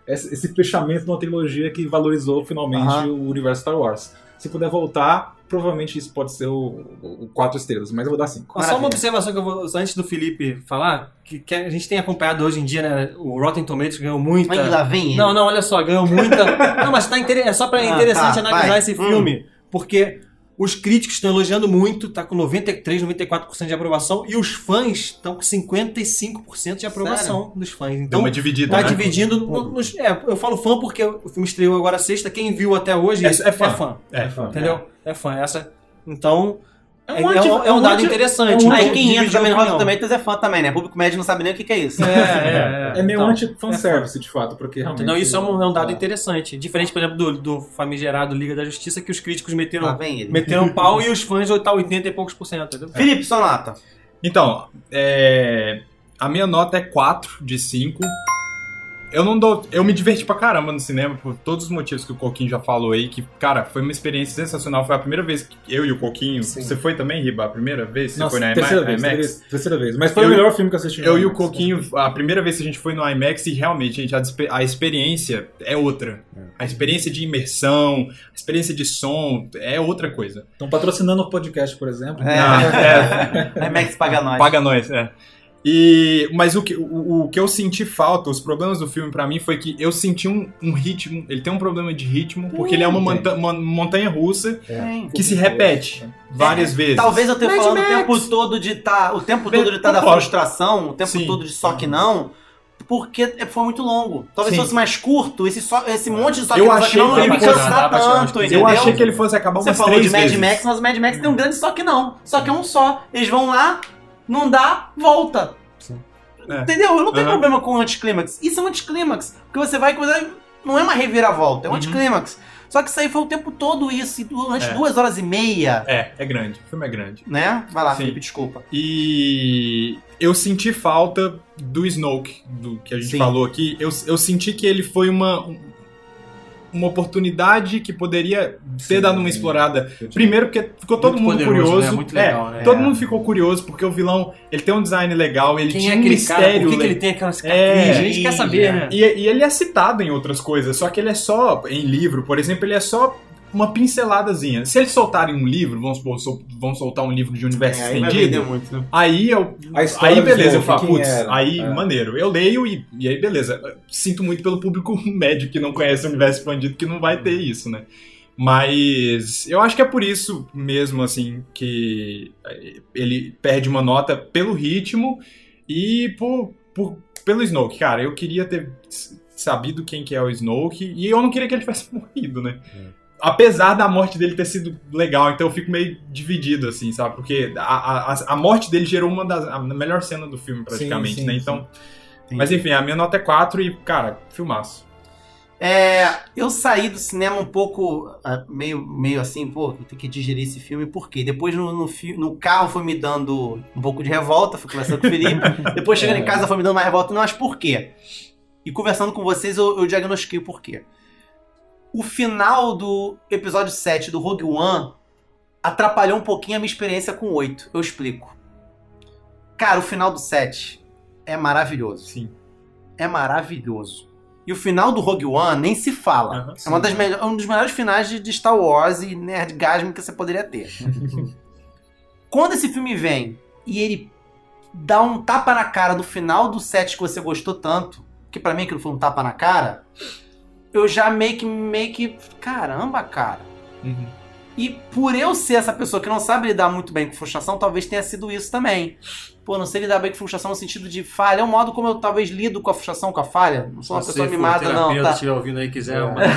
[SPEAKER 5] essa- esse fechamento de uma trilogia que valorizou finalmente
[SPEAKER 2] Aham.
[SPEAKER 5] o universo Star Wars. Se puder voltar, provavelmente isso pode ser o, o- o quatro estrelas, mas eu vou dar cinco.
[SPEAKER 3] Ó, Só uma
[SPEAKER 2] Maravilha.
[SPEAKER 3] observação que eu vou, só antes do Felipe falar, que, que a gente tem acompanhado hoje em dia, né? O Rotten Tomatoes ganhou muita.
[SPEAKER 2] Ai, lá vem ele.
[SPEAKER 3] Não, não, olha só,
[SPEAKER 2] [laughs]
[SPEAKER 3] ganhou muita. não, mas tá inter... é só pra é
[SPEAKER 2] Ah,
[SPEAKER 3] interessante
[SPEAKER 2] tá,
[SPEAKER 3] analisar
[SPEAKER 2] vai.
[SPEAKER 3] esse
[SPEAKER 2] Hum.
[SPEAKER 3] filme, porque os críticos estão elogiando muito, tá com 93, 94% de aprovação, e os fãs estão com 55% de aprovação dos fãs.
[SPEAKER 6] Deu
[SPEAKER 3] Então,
[SPEAKER 6] uma dividida,
[SPEAKER 3] tá
[SPEAKER 6] né?
[SPEAKER 3] dividindo. no- nos- é, eu falo fã porque o filme estreou agora sexta, quem viu até hoje
[SPEAKER 6] É- é fã.
[SPEAKER 5] né?
[SPEAKER 6] É.
[SPEAKER 3] entendeu? É fã, essa. Então, é
[SPEAKER 5] um
[SPEAKER 3] é um,
[SPEAKER 5] ati-
[SPEAKER 3] é um dado
[SPEAKER 5] ati-
[SPEAKER 3] interessante.
[SPEAKER 2] Aí
[SPEAKER 3] Não
[SPEAKER 2] quem entra
[SPEAKER 3] dividiu
[SPEAKER 2] também no Rotten
[SPEAKER 3] opinião.
[SPEAKER 2] Tomatoes é fã também, né? Público médio não sabe nem o que que é isso.
[SPEAKER 3] É, é, é.
[SPEAKER 5] É meio
[SPEAKER 3] Então,
[SPEAKER 5] anti-fanservice, de fato, porque realmente.
[SPEAKER 3] Entendeu? Isso é um, é um dado
[SPEAKER 5] É.
[SPEAKER 3] interessante. Diferente, por exemplo, do, do famigerado Liga da Justiça, que os críticos
[SPEAKER 2] [laughs]
[SPEAKER 3] meteram,
[SPEAKER 2] Lá vem ele.
[SPEAKER 3] meteram pau e os fãs tá 80 e poucos por cento. entendeu?
[SPEAKER 2] Felipe, sua nota.
[SPEAKER 6] Então, é, a minha nota é 4 de 5. Eu não dou. Eu me diverti pra caramba no cinema, por todos os motivos que o Coquinho já falou aí, que, cara, foi uma experiência sensacional. Foi a primeira vez que eu e o Coquinho.
[SPEAKER 5] Sim.
[SPEAKER 6] Você foi também, Riba? A primeira vez? Você
[SPEAKER 5] Nossa,
[SPEAKER 6] foi na IMA-
[SPEAKER 5] terceira vez,
[SPEAKER 6] IMAX?
[SPEAKER 5] terceira- terceira vez. Mas foi
[SPEAKER 6] é Eu-
[SPEAKER 5] o melhor filme que eu assisti. no
[SPEAKER 6] Eu e o
[SPEAKER 5] IMAX.
[SPEAKER 6] Coquinho, a primeira vez que a gente foi no IMAX, e realmente, gente, a, despe- a experiência é outra. A experiência de imersão, a experiência de som, é outra coisa.
[SPEAKER 5] Estão Então, patrocinando o podcast, por exemplo.
[SPEAKER 2] [laughs] É Max paga nós.
[SPEAKER 6] Paga nós, é. E, mas o que, o, o que eu senti falta, os problemas do filme pra mim foi que eu senti um, um ritmo, ele tem um problema de ritmo, porque ele é uma monta- uma montanha russa
[SPEAKER 2] Tem. É.
[SPEAKER 6] que se repete várias vezes.
[SPEAKER 2] Talvez eu tenha
[SPEAKER 1] Mad
[SPEAKER 2] falando
[SPEAKER 1] Max.
[SPEAKER 2] o tempo todo de tá, o tempo
[SPEAKER 6] Bem,
[SPEAKER 2] todo de tá da
[SPEAKER 6] concordo.
[SPEAKER 2] frustração, o tempo
[SPEAKER 6] Sim.
[SPEAKER 2] todo de só que não, porque é- foi muito longo. Talvez
[SPEAKER 6] Sim.
[SPEAKER 2] fosse mais curto, esse, só, esse monte de só que
[SPEAKER 6] Eu
[SPEAKER 2] não, só
[SPEAKER 6] achei
[SPEAKER 2] que não,
[SPEAKER 6] que
[SPEAKER 2] não ia me
[SPEAKER 6] dá pra
[SPEAKER 2] cansar
[SPEAKER 3] tirar umas
[SPEAKER 2] tanto,
[SPEAKER 3] coisas.
[SPEAKER 2] entendeu?
[SPEAKER 6] eu achei que ele fosse acabar
[SPEAKER 2] Você
[SPEAKER 6] umas
[SPEAKER 2] falou
[SPEAKER 6] três
[SPEAKER 2] de Mad
[SPEAKER 6] vezes.
[SPEAKER 2] Max, mas o Mad Max tem um grande só que não. Só que é um só. Eles vão lá, não dá, volta.
[SPEAKER 6] É.
[SPEAKER 2] Entendeu? Eu não tenho
[SPEAKER 6] Aham.
[SPEAKER 2] problema com o anticlímax. Isso é um anticlímax. Porque você vai. coisa- Não é uma reviravolta, é um anticlímax. Só que isso aí foi o tempo todo isso, e durante
[SPEAKER 6] Uhum. É.
[SPEAKER 2] duas horas e meia.
[SPEAKER 6] É, é grande, o filme é grande.
[SPEAKER 2] Né? Vai lá,
[SPEAKER 6] Sim.
[SPEAKER 2] Felipe, desculpa.
[SPEAKER 6] E eu senti falta do Snoke, do que a gente
[SPEAKER 2] Sim.
[SPEAKER 6] falou aqui. Eu, eu senti que ele foi uma, um- uma oportunidade que poderia ter
[SPEAKER 5] Sim.
[SPEAKER 6] dado uma explorada. Primeiro porque ficou todo
[SPEAKER 3] Muito
[SPEAKER 6] mundo
[SPEAKER 3] poderoso,
[SPEAKER 6] curioso.
[SPEAKER 3] né? Muito legal,
[SPEAKER 6] é,
[SPEAKER 3] né?
[SPEAKER 6] todo
[SPEAKER 3] É.
[SPEAKER 6] mundo ficou curioso porque o vilão, ele tem um design legal, ele
[SPEAKER 3] Quem é
[SPEAKER 6] tinha um
[SPEAKER 3] aquele cara?
[SPEAKER 6] mistério
[SPEAKER 3] Por que, que ele
[SPEAKER 6] le-
[SPEAKER 3] tem aquelas
[SPEAKER 6] É,
[SPEAKER 3] características? a gente quer saber, né?
[SPEAKER 6] e, e ele é citado em outras coisas, só que ele é só, em livro, por exemplo, ele é só uma pinceladazinha. Se eles soltarem um livro, vamos supor, sol- vão soltar um livro de universo
[SPEAKER 3] É,
[SPEAKER 6] estendido,
[SPEAKER 3] um-
[SPEAKER 2] muito.
[SPEAKER 6] Aí é eu.
[SPEAKER 5] A história
[SPEAKER 6] Aí
[SPEAKER 5] do
[SPEAKER 6] beleza, eu
[SPEAKER 5] Snoke,
[SPEAKER 6] falo,
[SPEAKER 5] quem
[SPEAKER 6] putz,
[SPEAKER 5] era?
[SPEAKER 6] aí
[SPEAKER 5] É.
[SPEAKER 6] maneiro. Eu leio e, e aí beleza. Sinto muito pelo público [laughs] médio que não conhece o universo expandido que não vai
[SPEAKER 5] Uhum.
[SPEAKER 6] ter isso, né? Mas eu acho que é por isso mesmo, assim, que eh, ele perde uma nota pelo ritmo e por, por- pelo Snoke. Cara, eu queria ter s- sabido quem que é o Snoke e eu não queria que ele tivesse [laughs] morrido, né? apesar da morte dele ter sido legal, então eu fico meio dividido, assim, sabe? Porque a, a, a morte dele gerou uma das a melhor cena do filme, praticamente,
[SPEAKER 5] Sim, sim,
[SPEAKER 6] né?
[SPEAKER 5] sim.
[SPEAKER 6] Então. Mas enfim, a minha nota é 4 e, cara, filmaço.
[SPEAKER 2] É, eu saí do cinema um pouco, ah, meio, meio assim, pô, vou ter que digerir esse filme, por quê? Depois no, no, fi- no carro foi me dando um pouco de revolta, fui conversando com o Felipe. Depois chegando em casa foi me dando mais revolta, não, mas por quê? E conversando com vocês eu, eu diagnostiquei o porquê. O final do episódio 7 do Rogue One atrapalhou um pouquinho a minha experiência com o 8. Eu explico. Cara, o final do 7 é maravilhoso.
[SPEAKER 6] Sim.
[SPEAKER 2] É maravilhoso. E o final do Rogue One nem se fala. é uma das melho- um dos melhores finais de de Star Wars e nerdgasmo que você poderia ter. Quando esse filme vem e ele dá um tapa na cara do final do 7 que você gostou tanto, que pra mim aquilo foi um tapa na cara, eu já meio que, meio que, caramba, cara.
[SPEAKER 6] Uhum.
[SPEAKER 2] E por eu ser essa pessoa que não sabe lidar muito bem com frustração, talvez tenha sido isso também. Pô, não sei lidar bem com frustração no sentido de falha. É um modo como eu talvez lido com a frustração, com a falha. Não sou uma
[SPEAKER 3] Se
[SPEAKER 2] pessoa
[SPEAKER 3] você for
[SPEAKER 2] mimada, não,
[SPEAKER 3] terapeuta,
[SPEAKER 2] tá?
[SPEAKER 3] estiver ouvindo aí quiser. uma-
[SPEAKER 5] É.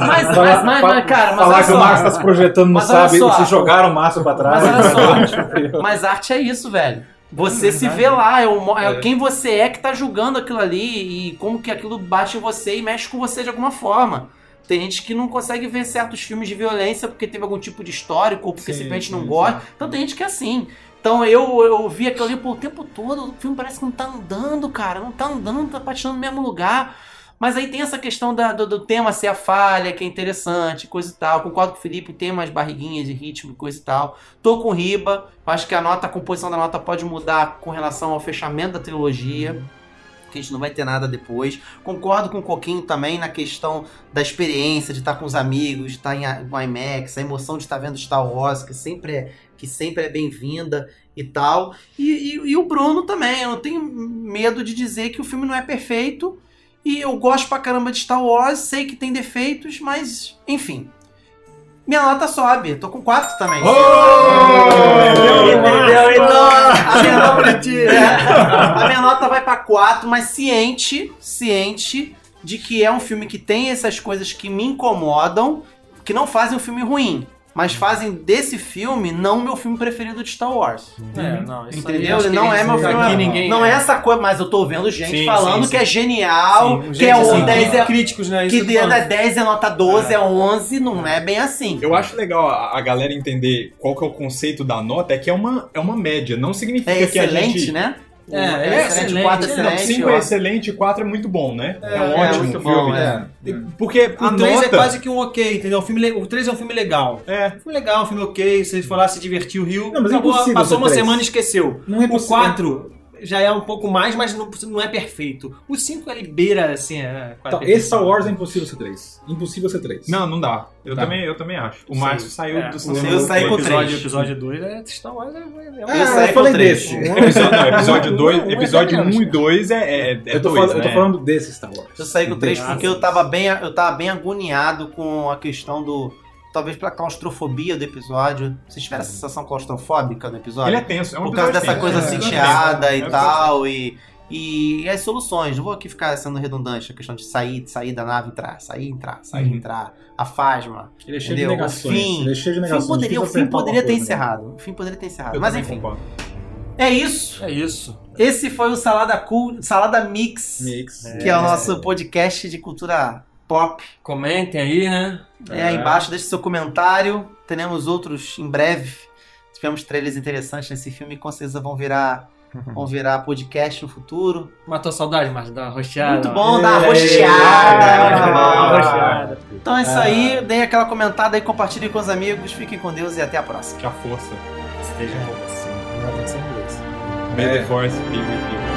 [SPEAKER 2] Mas, mas, mas, mas, cara, mas
[SPEAKER 5] Falar
[SPEAKER 2] olha
[SPEAKER 5] que o
[SPEAKER 2] só.
[SPEAKER 5] Márcio tá se
[SPEAKER 6] [laughs]
[SPEAKER 5] projetando não
[SPEAKER 2] Mas olha
[SPEAKER 5] sabe,
[SPEAKER 2] só.
[SPEAKER 5] vocês jogaram o Márcio pra trás. né?
[SPEAKER 2] Mas olha só, mas arte é isso, velho. Você se vê lá, é, o mo- é quem você é que tá julgando aquilo ali e como que aquilo bate em você e mexe com você de alguma forma. Tem gente que não consegue ver certos filmes de violência porque teve algum tipo de histórico ou porque
[SPEAKER 6] Sim,
[SPEAKER 2] simplesmente
[SPEAKER 6] sim,
[SPEAKER 2] não
[SPEAKER 6] sim.
[SPEAKER 2] gosta. Então tem gente que é assim. Então eu, eu vi aquilo ali pô, o tempo todo, o filme parece que não tá andando, cara. Não tá andando, não tá patinando no mesmo lugar. Mas aí tem essa questão da- do, do tema ser a falha, que é interessante, coisa e tal. Concordo com o Felipe, tem umas barriguinhas de ritmo, coisa e tal. Tô com riba, acho que a nota, a composição da nota pode mudar com relação ao fechamento da trilogia. Que a gente não vai ter nada depois. Concordo com o Coquinho também na questão da experiência, de estar com os amigos, de estar em a- no IMAX, a emoção de estar vendo Star Wars, que sempre é, que sempre é bem-vinda e tal. E, e- e o Bruno também, eu não tenho medo de dizer que o filme não é perfeito. E eu gosto pra caramba de Star Wars, sei que tem defeitos, mas enfim. Minha nota sobe, tô com 4 também. Entendeu? Então, a minha nota, É, a minha nota vai pra 4, mas ciente, ciente de que é um filme que tem essas coisas que me incomodam, que não fazem um filme ruim, mas fazem desse filme não o meu filme preferido de Star Wars.
[SPEAKER 3] É, não, isso aí
[SPEAKER 2] Entendeu?
[SPEAKER 3] acho
[SPEAKER 2] Ele
[SPEAKER 3] que
[SPEAKER 2] não
[SPEAKER 3] nem
[SPEAKER 2] é meu
[SPEAKER 3] aqui
[SPEAKER 2] filme.
[SPEAKER 3] ninguém
[SPEAKER 2] não é essa coisa, mas eu tô vendo gente
[SPEAKER 3] Sim,
[SPEAKER 2] falando
[SPEAKER 3] sim, sim.
[SPEAKER 2] que é genial,
[SPEAKER 3] Sim,
[SPEAKER 2] que é
[SPEAKER 3] gente,
[SPEAKER 2] o
[SPEAKER 3] assim,
[SPEAKER 2] 10 é.
[SPEAKER 3] críticos, né? Isso
[SPEAKER 2] Que
[SPEAKER 3] eu tô falando.
[SPEAKER 2] é 10 é nota 12, é, 11, não é bem assim.
[SPEAKER 6] Eu acho legal a, a galera entender qual que é o conceito da nota, é que é uma, é uma média, não significa
[SPEAKER 2] É excelente,
[SPEAKER 6] que a gente...
[SPEAKER 2] né?
[SPEAKER 3] É,
[SPEAKER 2] Um
[SPEAKER 3] é excelente,
[SPEAKER 2] quatro
[SPEAKER 3] é
[SPEAKER 6] Não,
[SPEAKER 2] excelente.
[SPEAKER 6] 5
[SPEAKER 2] ó.
[SPEAKER 6] é excelente, 4 é muito bom, né? É, um
[SPEAKER 2] é,
[SPEAKER 6] ótimo
[SPEAKER 2] muito
[SPEAKER 6] filme.
[SPEAKER 2] bom, é.
[SPEAKER 6] Porque a
[SPEAKER 3] O 3
[SPEAKER 6] nota...
[SPEAKER 3] é quase que um ok, entendeu? O, filme, le- o 3 é um filme legal.
[SPEAKER 6] É.
[SPEAKER 3] É um filme legal, um filme ok, você foi lá, se divertiu, riu,
[SPEAKER 5] Não, mas é
[SPEAKER 3] acabou,
[SPEAKER 5] impossível
[SPEAKER 3] passou
[SPEAKER 5] ser
[SPEAKER 3] uma
[SPEAKER 5] três.
[SPEAKER 3] semana e esqueceu.
[SPEAKER 5] Não é
[SPEAKER 3] O
[SPEAKER 5] possível.
[SPEAKER 3] 4 já é um pouco mais, mas não, não é perfeito. O 5 ele beira, assim, é quase
[SPEAKER 5] Então,
[SPEAKER 3] perfeito.
[SPEAKER 5] esse Star Wars é impossível ser 3. Impossível ser 3.
[SPEAKER 6] Não, não dá. Eu,
[SPEAKER 5] Tá.
[SPEAKER 6] também, eu também acho. O Márcio saiu
[SPEAKER 3] É,
[SPEAKER 6] do
[SPEAKER 3] o-
[SPEAKER 6] cinema.
[SPEAKER 2] Eu saí com
[SPEAKER 3] o episódio,
[SPEAKER 2] três.
[SPEAKER 3] episódio 2 é Star Wars. É, é,
[SPEAKER 5] Ah,
[SPEAKER 2] Eu saí
[SPEAKER 5] eu
[SPEAKER 2] com
[SPEAKER 5] falei
[SPEAKER 2] três.
[SPEAKER 5] desse.
[SPEAKER 6] Episódio,
[SPEAKER 2] [laughs]
[SPEAKER 6] não, episódio
[SPEAKER 5] Um-
[SPEAKER 6] 2,
[SPEAKER 5] um-
[SPEAKER 6] episódio
[SPEAKER 5] um é
[SPEAKER 6] 1 e
[SPEAKER 5] melhor.
[SPEAKER 6] 2 é, é, é
[SPEAKER 5] eu, tô
[SPEAKER 6] dois,
[SPEAKER 5] falando, eu
[SPEAKER 6] né?
[SPEAKER 5] tô falando desse Star Wars.
[SPEAKER 2] Eu saí com três
[SPEAKER 5] Desse.
[SPEAKER 2] porque eu tava bem, eu tava bem agoniado com a questão do. Talvez pela claustrofobia do episódio. Vocês tiveram a sensação claustrofóbica no episódio?
[SPEAKER 6] Hum. Ele é tenso, é um
[SPEAKER 2] Por causa dessa
[SPEAKER 6] episódio tenso.
[SPEAKER 2] coisa
[SPEAKER 6] É, é,
[SPEAKER 2] cinteada
[SPEAKER 6] é,
[SPEAKER 2] e
[SPEAKER 6] é, é,
[SPEAKER 2] tal, e, e as soluções. Não vou aqui ficar sendo redundante, a questão de sair, sair da nave, entrar, sair, entrar, sair,
[SPEAKER 6] Uhum.
[SPEAKER 2] entrar. A fasma.
[SPEAKER 5] Ele é cheio
[SPEAKER 2] Entendeu?
[SPEAKER 5] de negações.
[SPEAKER 2] Fim.
[SPEAKER 5] Ele é cheio de
[SPEAKER 2] O
[SPEAKER 5] negações.
[SPEAKER 2] fim poderia, o
[SPEAKER 5] Difícil
[SPEAKER 2] fim
[SPEAKER 5] acertar
[SPEAKER 2] poderia ter
[SPEAKER 5] uma coisa, né?
[SPEAKER 2] encerrado. O fim poderia ter encerrado.
[SPEAKER 6] Eu
[SPEAKER 2] Mas
[SPEAKER 6] também
[SPEAKER 2] enfim,
[SPEAKER 6] concordo.
[SPEAKER 2] é isso.
[SPEAKER 3] é isso.
[SPEAKER 2] Esse foi o Salada Cool, Salada Mix,
[SPEAKER 5] Mix.
[SPEAKER 2] que é o nosso podcast de cultura pop.
[SPEAKER 3] Comentem aí, né?
[SPEAKER 2] É, aí embaixo, deixe seu comentário. Teremos outros em breve. Tivemos trailers interessantes nesse filme, com certeza vão virar, vão virar podcast no futuro.
[SPEAKER 3] Matou saudade, mas da
[SPEAKER 2] Muito
[SPEAKER 3] rocheada. ó.
[SPEAKER 2] bom, dá uma
[SPEAKER 3] Dá É. uma
[SPEAKER 2] rosteada.
[SPEAKER 3] rocheada.
[SPEAKER 2] Então é isso aí, deem aquela comentada aí, compartilhem com os amigos, fiquem com Deus e até a próxima.
[SPEAKER 6] Que a força.
[SPEAKER 3] Esteja com você.
[SPEAKER 4] Nada de ser inglês.
[SPEAKER 2] É.
[SPEAKER 6] May the force be with you.